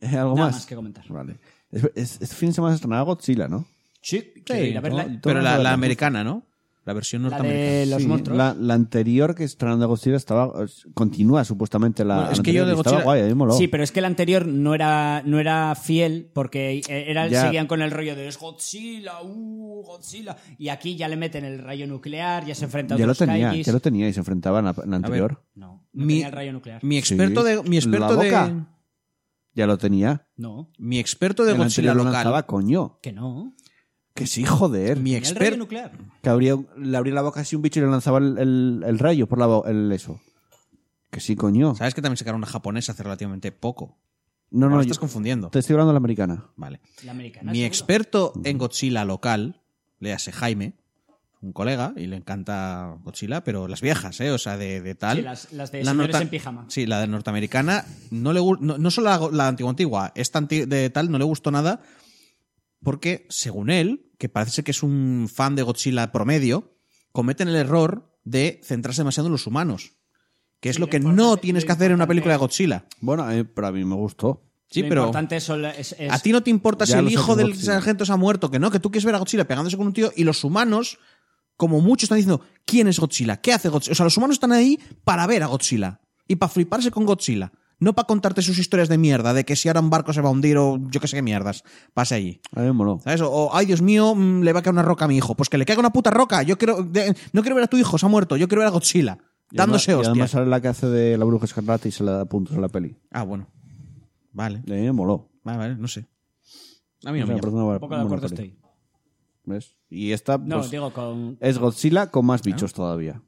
Eh, ¿Algo
Nada
más?
más que comentar.
Vale. Es- es- Este fin de semana se estrenaba Godzilla, ¿no?
Sí, quiero ir a verla.
no,
Pero la,
Todo
la
lo
americana, ¿no? La versión
La
norteamericana.
de los
Sí,
monstruos.
La, la anterior que estrenando Godzilla estaba, es- continúa supuestamente la.
Bueno, es
la
que yo
anterior
de
y estaba
Godzilla-
guay, a mí me moló.
Sí, pero es que el anterior no era, no era fiel porque eh, era,
Ya.
seguían con el rollo de es Godzilla, uh, Godzilla. Y aquí ya le meten el rayo nuclear, ya se enfrenta a
ya lo
otros
tenía,
kaijis.
ya lo tenía y se enfrentaba en la, en la anterior.
No, no
Mi-
tenía el rayo nuclear.
Mi experto
Sí.
de. Mi
La
experto de.
boca. Ya lo tenía.
No,
Mi experto de
El
Godzilla
anterior lo lanzaba,
local.
coño.
que no.
Que sí, joder.
Mi
Tenía el rayo
experto.
nuclear.
Que abría, un- le abría la boca así un bicho y le lanzaba el, el- el rayo por la bo- el eso. Que sí, coño.
¿Sabes que también sacaron una japonesa hace relativamente poco?
No,
No,
no,
lo
yo-
estás confundiendo.
te estoy hablando de la americana.
Vale.
La americana.
Mi
seguro.
experto en Godzilla local, le hace Jaime, un colega, y le encanta Godzilla, pero las viejas, ¿eh? O sea, de, de tal.
Sí, las- las de Eh, señores en pijama.
Sí, la de norteamericana. No, le, gu- no, no solo la, go- la antigua antigua, esta anti- de tal no le gustó nada, porque según él, que parece ser que es un fan de Godzilla promedio, cometen el error de centrarse demasiado en los humanos. Que es
Sí,
lo
lo
que no
importante-
tienes
lo
que hacer en una
importante
película de
es-
Godzilla.
Bueno, eh, pero a mí me gustó.
Sí,
Lo
pero.
importante son la- es, es-
A ti no te importa
Ya
si el
los
hijo
otros
del
Godzilla.
sargento se ha muerto, que no, que tú quieres ver a Godzilla pegándose con un tío y los humanos, como muchos, están diciendo, ¿quién es Godzilla? ¿Qué hace Godzilla? O sea, los humanos están ahí para ver a Godzilla y para fliparse con Godzilla. No para contarte sus historias de mierda, de que si ahora un barco se va a hundir o yo qué sé qué mierdas, pase allí.
A mí me moló.
¿Sabes? O, o, ay Dios mío, mm, le va a caer una roca a mi hijo. Pues que le caiga una puta roca. Yo quiero, de- no quiero ver a tu hijo, se ha muerto. Yo quiero ver a Godzilla.
Y
Dándose
además- y
hostias.
además sale la que hace de la bruja escarlata y se le da puntos a la peli.
Ah, bueno. Vale.
Y a mí me moló.
Vale, vale, no sé. A mí
O sea, me
no me llama.
parece una
Un poco de
buena
acuerdo
peli.
estoy.
¿Ves? Y esta
No,
pues,
digo, con.
es Godzilla con más bichos todavía.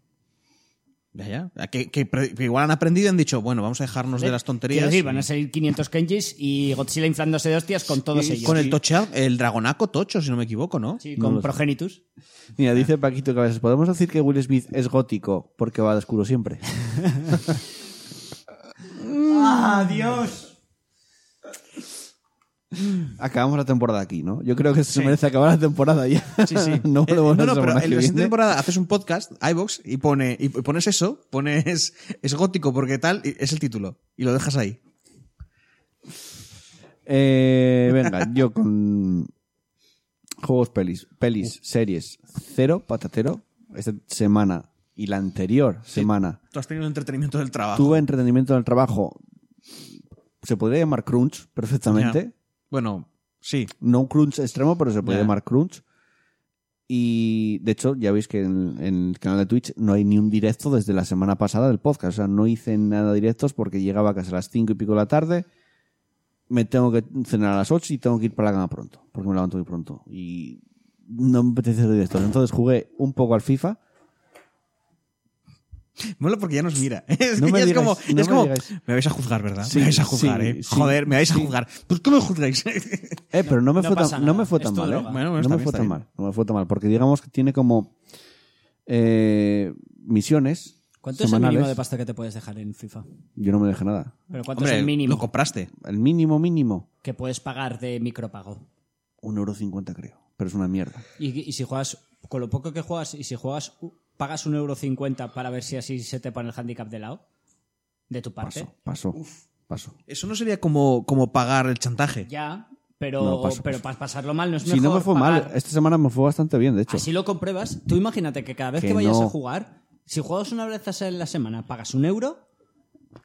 Ya, ya. Que, que pre- que igual han aprendido y han dicho, bueno, vamos a dejarnos de las tonterías.
Quiero decir, van a salir 500 Kenjis y Godzilla inflándose de hostias con todos
Y-
ellos.
Con el tocha, el dragonaco tocho, si no me equivoco, ¿no?
Sí,
No
con
lo sé.
Progenitus.
Mira, dice Paquito que a veces podemos decir que Will Smith es gótico porque va de oscuro
(laughs)
siempre.
¡Adiós!
Acabamos la temporada aquí, ¿no? Yo creo que se merece acabar la temporada ya. Sí,
(laughs)
sí. (laughs) no
Eh,
volvemos
no,
a
no,
la
pero
semana que
en la siguiente
viene.
temporada haces un podcast, iBox, y, pone, y pones eso, pones es gótico porque tal, y es el título, y lo dejas ahí.
Eh, venga, yo con juegos, pelis,
Uh.
pelis, series, cero, patatero. Esta semana y la anterior semana
Tú has tenido un entretenimiento del trabajo.
tuve entretenimiento en el trabajo. Se podría llamar crunch perfectamente.
Ya. Bueno, sí.
No un crunch extremo, pero se puede
Ya.
llamar crunch. Y de hecho, ya veis que en, en el canal de Twitch no hay ni un directo desde la semana pasada del podcast. O sea, no hice nada directos porque llegaba casi a las cinco y pico de la tarde. Me tengo que cenar a las 8 y tengo que ir para la cama pronto, porque me levanto muy pronto. Y no me apetece hacer directos. Entonces jugué un poco al FIFA.
Mola porque ya nos mira. (laughs) Es,
No
que
me
ya es
digáis,
como,
no
es
me
como,
digáis.
me vais a juzgar, ¿verdad?
Sí,
me vais a juzgar,
sí,
¿eh?
sí.
Joder, me vais a juzgar. ¿Por qué me juzgáis?
Eh, pero no me,
no
fue,
pasa
tan, no
nada.
me fue
Es
tan
tu
mal, ¿eh?
droga.
Bueno, bueno,
no
está
me
bien,
fue
está
tan
bien.
mal. No me fue tan mal. Porque digamos que tiene como eh, misiones.
¿Cuánto es el
semanales.
mínimo de pasta que te puedes dejar en FIFA?
Yo no me dejé nada.
¿Pero cuánto
Hombre,
es el mínimo
lo compraste.
El mínimo mínimo,
que puedes pagar de micropago?
1,50€ creo. Pero es una mierda.
Y, y si juegas, con lo poco que juegas, y si juegas, u- pagas un euro cincuenta para ver si así se te pone el handicap de lado, de tu parte.
Paso, paso, paso.
Eso no sería como, como pagar el chantaje.
Ya, pero,
No, paso,
pero
paso.
para pasarlo mal no es
si no me
mejor
fue mal,
pagar.
esta semana me fue bastante bien, de hecho.
Así lo compruebas. Tú imagínate que cada vez que,
Que
vayas
no.
a jugar, si juegas una vez a la semana, pagas un euro,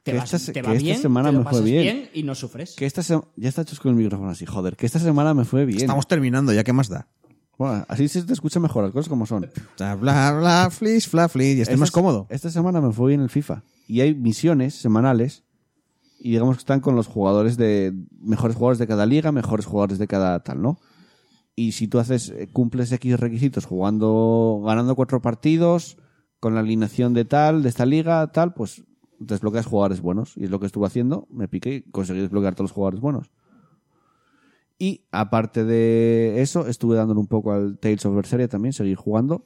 te,
Que
vas-
esta se-
te
que
va
esta
bien,
semana
te lo
me fue
pasas
bien.
y no sufres.
Que esta semana. Ya está hecho con el micrófono así, joder. Que esta semana me fue bien.
Estamos terminando, ya qué más da.
Bueno, así se te escucha mejor, las cosas como son.
Bla, bla, bla, flis, fla, flis, y estoy
Esta
más
se-
cómodo.
Esta semana me fue bien el FIFA. Y hay misiones semanales. Y digamos que están con los jugadores de. Mejores jugadores de cada liga, mejores jugadores de cada tal, ¿no? Y si tú haces. eh, Cumples X requisitos jugando. Ganando cuatro partidos. Con la alineación de tal, de esta liga, tal, pues desbloqueas jugadores buenos. Y es lo que estuve haciendo. Me piqué y conseguí desbloquear todos los jugadores buenos. Y aparte de eso, estuve dándole un poco al Tales of Berseria también, seguí jugando.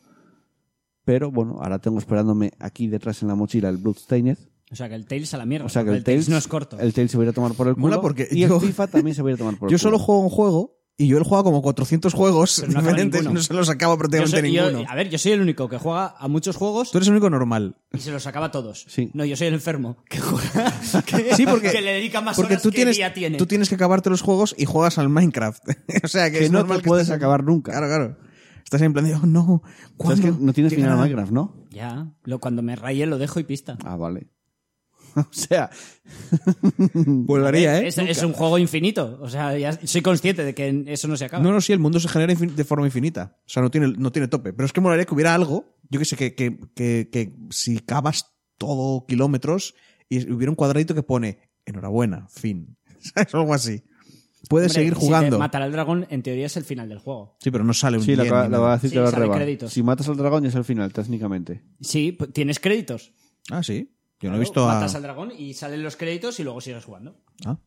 Pero bueno, ahora tengo esperándome aquí detrás en la mochila el Bloodstained.
O sea, que el Tails a la mierda.
O sea que el,
porque
Tales,
no es corto.
El Tales se va a ir a tomar por el culo.
Mola porque
y
yo-
el FIFA también se va a ir a
(laughs)
tomar por el
Yo
culo.
solo juego un juego y yo he jugado como 400 juegos
Pero no acaba
diferentes
ninguno.
no se los acaba
Yo
prácticamente
soy- yo-
ninguno.
a ver, yo soy el único que juega a muchos juegos
Tú eres el único normal.
y se los acaba a todos.
Sí.
No, yo soy el enfermo (laughs) que juega. Que,
Sí, porque,
que le dedica más
porque
horas
tú
que
tienes,
día tiene.
tú tienes que acabarte los juegos y juegas al Minecraft. (laughs) o sea que,
Que
es
no
normal
te puedes
estés en-
acabar nunca.
Claro, claro. Estás en plan de, oh, no,
¿Sabes
¿cuándo?
que no tienes final a
llegará?
Minecraft, no?
Ya, lo, cuando me raye lo dejo y pista.
Ah,
(laughs)
vale. o sea,
Volvería, ¿eh?
es, es un juego infinito. O sea, ya soy consciente de que eso no se acaba.
No, no, sí, el mundo se genera infin- de forma infinita. O sea, no tiene, no tiene tope. Pero es que molaría que hubiera algo, yo que sé, que, que, que, que si cavas todo kilómetros y hubiera un cuadradito que pone enhorabuena, fin. (laughs) ¿Sabes? Algo así. Puedes
Hombre,
seguir
Si
jugando.
te matar al dragón, en teoría es el final del juego.
sí, pero no sale un
sí, lo
bien
acaba-
ni
lo
nada.
va a decir
Sí,
que va
sale
arriba.
créditos.
Si matas al dragón ya es el final, técnicamente.
Sí, p- tienes créditos.
Ah, sí. Yo no
Claro,
he visto a...
Matas al dragón y salen los créditos y luego sigues jugando.
Ah.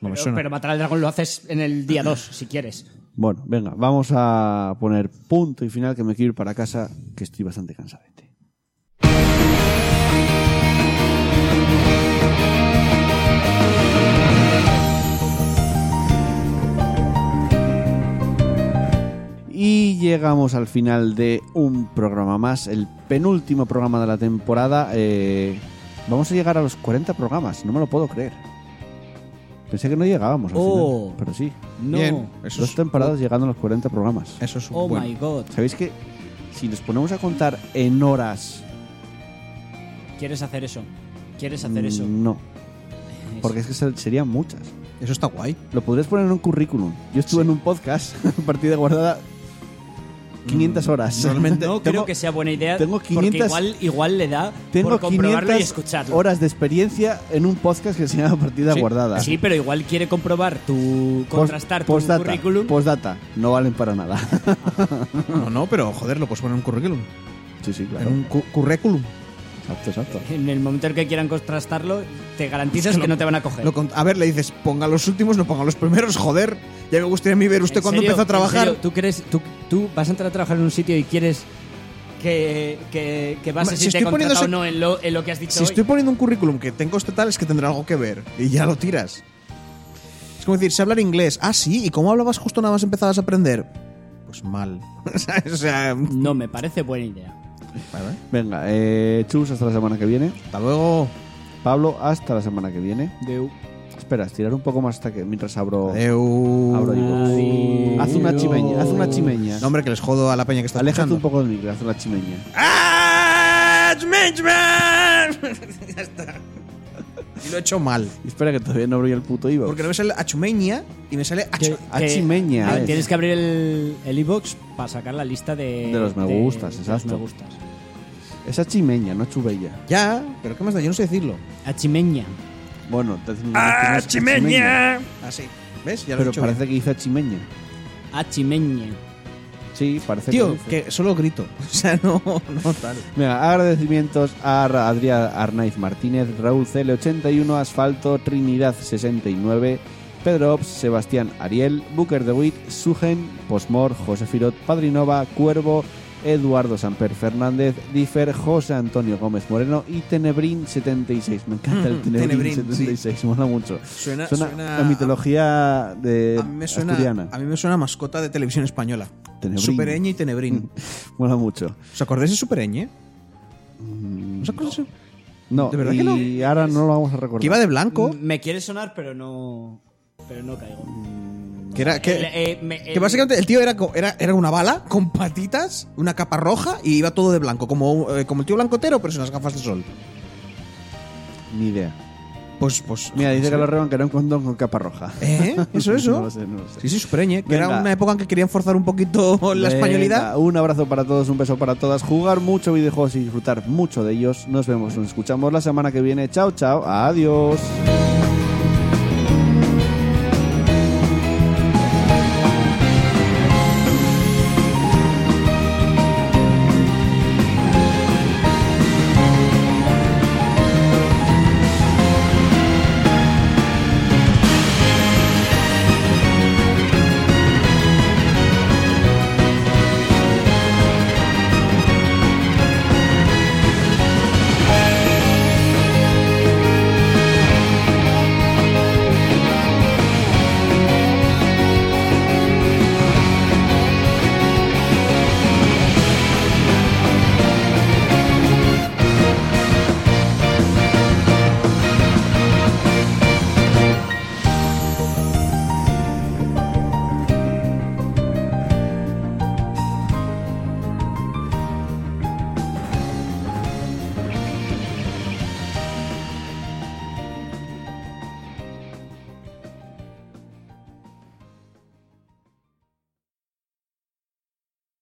No me
Pero,
suena.
pero matar al dragón lo haces en el día 2, si quieres.
Bueno, venga, vamos a poner punto y final que me quiero ir para casa, que estoy bastante cansadete. Y llegamos al final de un programa más, el penúltimo programa de la temporada. Eh, vamos a llegar a los 40 programas, no me lo puedo creer. Pensé que no llegábamos al
Oh.
final, pero sí.
No.
Bien, eso
Dos
es,
temporadas llegando a los 40 programas.
eso es
Oh
bueno.
my god.
¿Sabéis que si nos ponemos a contar en horas...
¿Quieres hacer eso? ¿Quieres hacer
mm,
eso?
No.
Sí,
Porque es que se- serían muchas.
Eso está
(laughs)
guay.
Lo podrías poner en un currículum. Yo estuve en un podcast, (laughs) partida guardada, 500 horas.
realmente
No
Tengo-
creo que sea buena idea.
tengo 500
Porque igual, igual le da
(laughs) Tengo
por comprobarlo
500
y escucharlo.
horas de experiencia en un podcast que se llama Partida
Sí.
Guardada.
Sí, pero igual quiere comprobar tu.
Post-
contrastar tu
postdata,
currículum.
Postdata. No valen para nada. (laughs)
No, no, pero joder, lo puedes poner en un currículum.
sí, sí, claro.
En un cu- currículum.
Exacto, exacto.
En el momento en que quieran contrastarlo, te garantizas que,
lo-
no te van a coger.
Lo con- a ver, le dices, ponga los últimos, no ponga los primeros, joder. Ya me gustaría a mí ver usted
¿En
cuando
serio?
empezó a
¿En
trabajar.
serio? ¿Tú, crees, tú, tú vas a entrar a trabajar en un sitio y quieres que, que, que
Ma,
bases
si
si te
estoy poniendo
contrata o
ese-
no en lo, en lo que has dicho
Si
hoy?
estoy poniendo un currículum que tengo este tal, es que tendrá algo que ver. Y ya lo tiras. Es como decir, sé hablar inglés. Ah, sí, ¿y cómo hablabas justo nada más empezabas a aprender? Pues mal. (laughs) o sea,
No me parece buena idea.
vale.
Venga, eh, Chus, hasta la semana que viene.
Hasta luego.
Pablo, hasta la semana que viene.
Deu.
Espera, estirar un poco más hasta que mientras abro.
Eh, Adeu.
Abro iVoox.
Adiós.
Haz una chimeña, haz una chimeña.
uh, No, hombre, que les jodo a la peña que está
Aléjate
escuchando.
un poco del micro, haz una chimeña.
¡Ah! ¡Achmeña! (laughs) ya está. Y lo he hecho mal.
Y Espera que todavía no abrí el puto iVoox.
Porque no me sale achumeña y me sale achu...
Ah, chimeña,
ah,
es.
Tienes que abrir el el iBox para sacar la lista de,
De los me gustas,
de los
exacto.
me gustas.
Esa chimeña, no chubella.
Ya, pero ¿qué más da? Yo no sé decirlo.
A chimeña.
Bueno, te hacen una chimeña.
Así. Ah, ¿Ves? ¡Ah, Ya lo he
Pero
hecho
parece
bien.
que hice chimeña.
A chimeña.
Sí, parece que.
Tío,
hice.
que solo grito. (laughs) O sea, no, no tal.
Venga, agradecimientos a Ra- Adrián Arnaiz Martínez, Raúl CL81, Asfalto, Trinidad 69, Pedro Ops, Sebastián Ariel, Booker de Witt, Sugen, Posmor, José Firot, Padrinova, Cuervo, Eduardo Samper Fernández, Difer, José Antonio Gómez Moreno y Tenebrín76. Me encanta el
Mm, Tenebrín,
Tenebrín76, mola mucho.
Suena,
Suena,
suena
a mitología de
A mí, me suena,
asturiana.
a mí me suena a mascota de televisión española.
Tenebrín. Mm.
Supereñe y Tenebrín.
(laughs) Mola mucho.
¿Os acordáis de Supereñe? ¿Os acordáis de-
Mm, No,
¿De verdad
y
que no?
ahora no lo vamos a recordar.
Que iba de blanco.
Mm, Me quiere sonar, pero no, pero no caigo.
Que era... Que,
El- eh, me-
Que
el-
básicamente el tío era, co- era, era una bala con patitas, una capa roja y iba todo de blanco, como, eh, como el tío blancotero, pero sin las gafas de sol.
Ni idea.
Pues, pues.
Mira, dice que lo
joder,
reban que era un condón con capa roja.
¿Eh?
(laughs)
¿Eso, eso?
no lo sé, no lo sé.
Sí, sí, Supereñe, que
Venga.
era una época en que querían forzar un poquito (laughs) la
Venga,
españolidad.
Un abrazo para todos, un beso para todas. Jugar mucho videojuegos y disfrutar mucho de ellos. Nos vemos, nos escuchamos la semana que viene. Chao, chao. Adiós.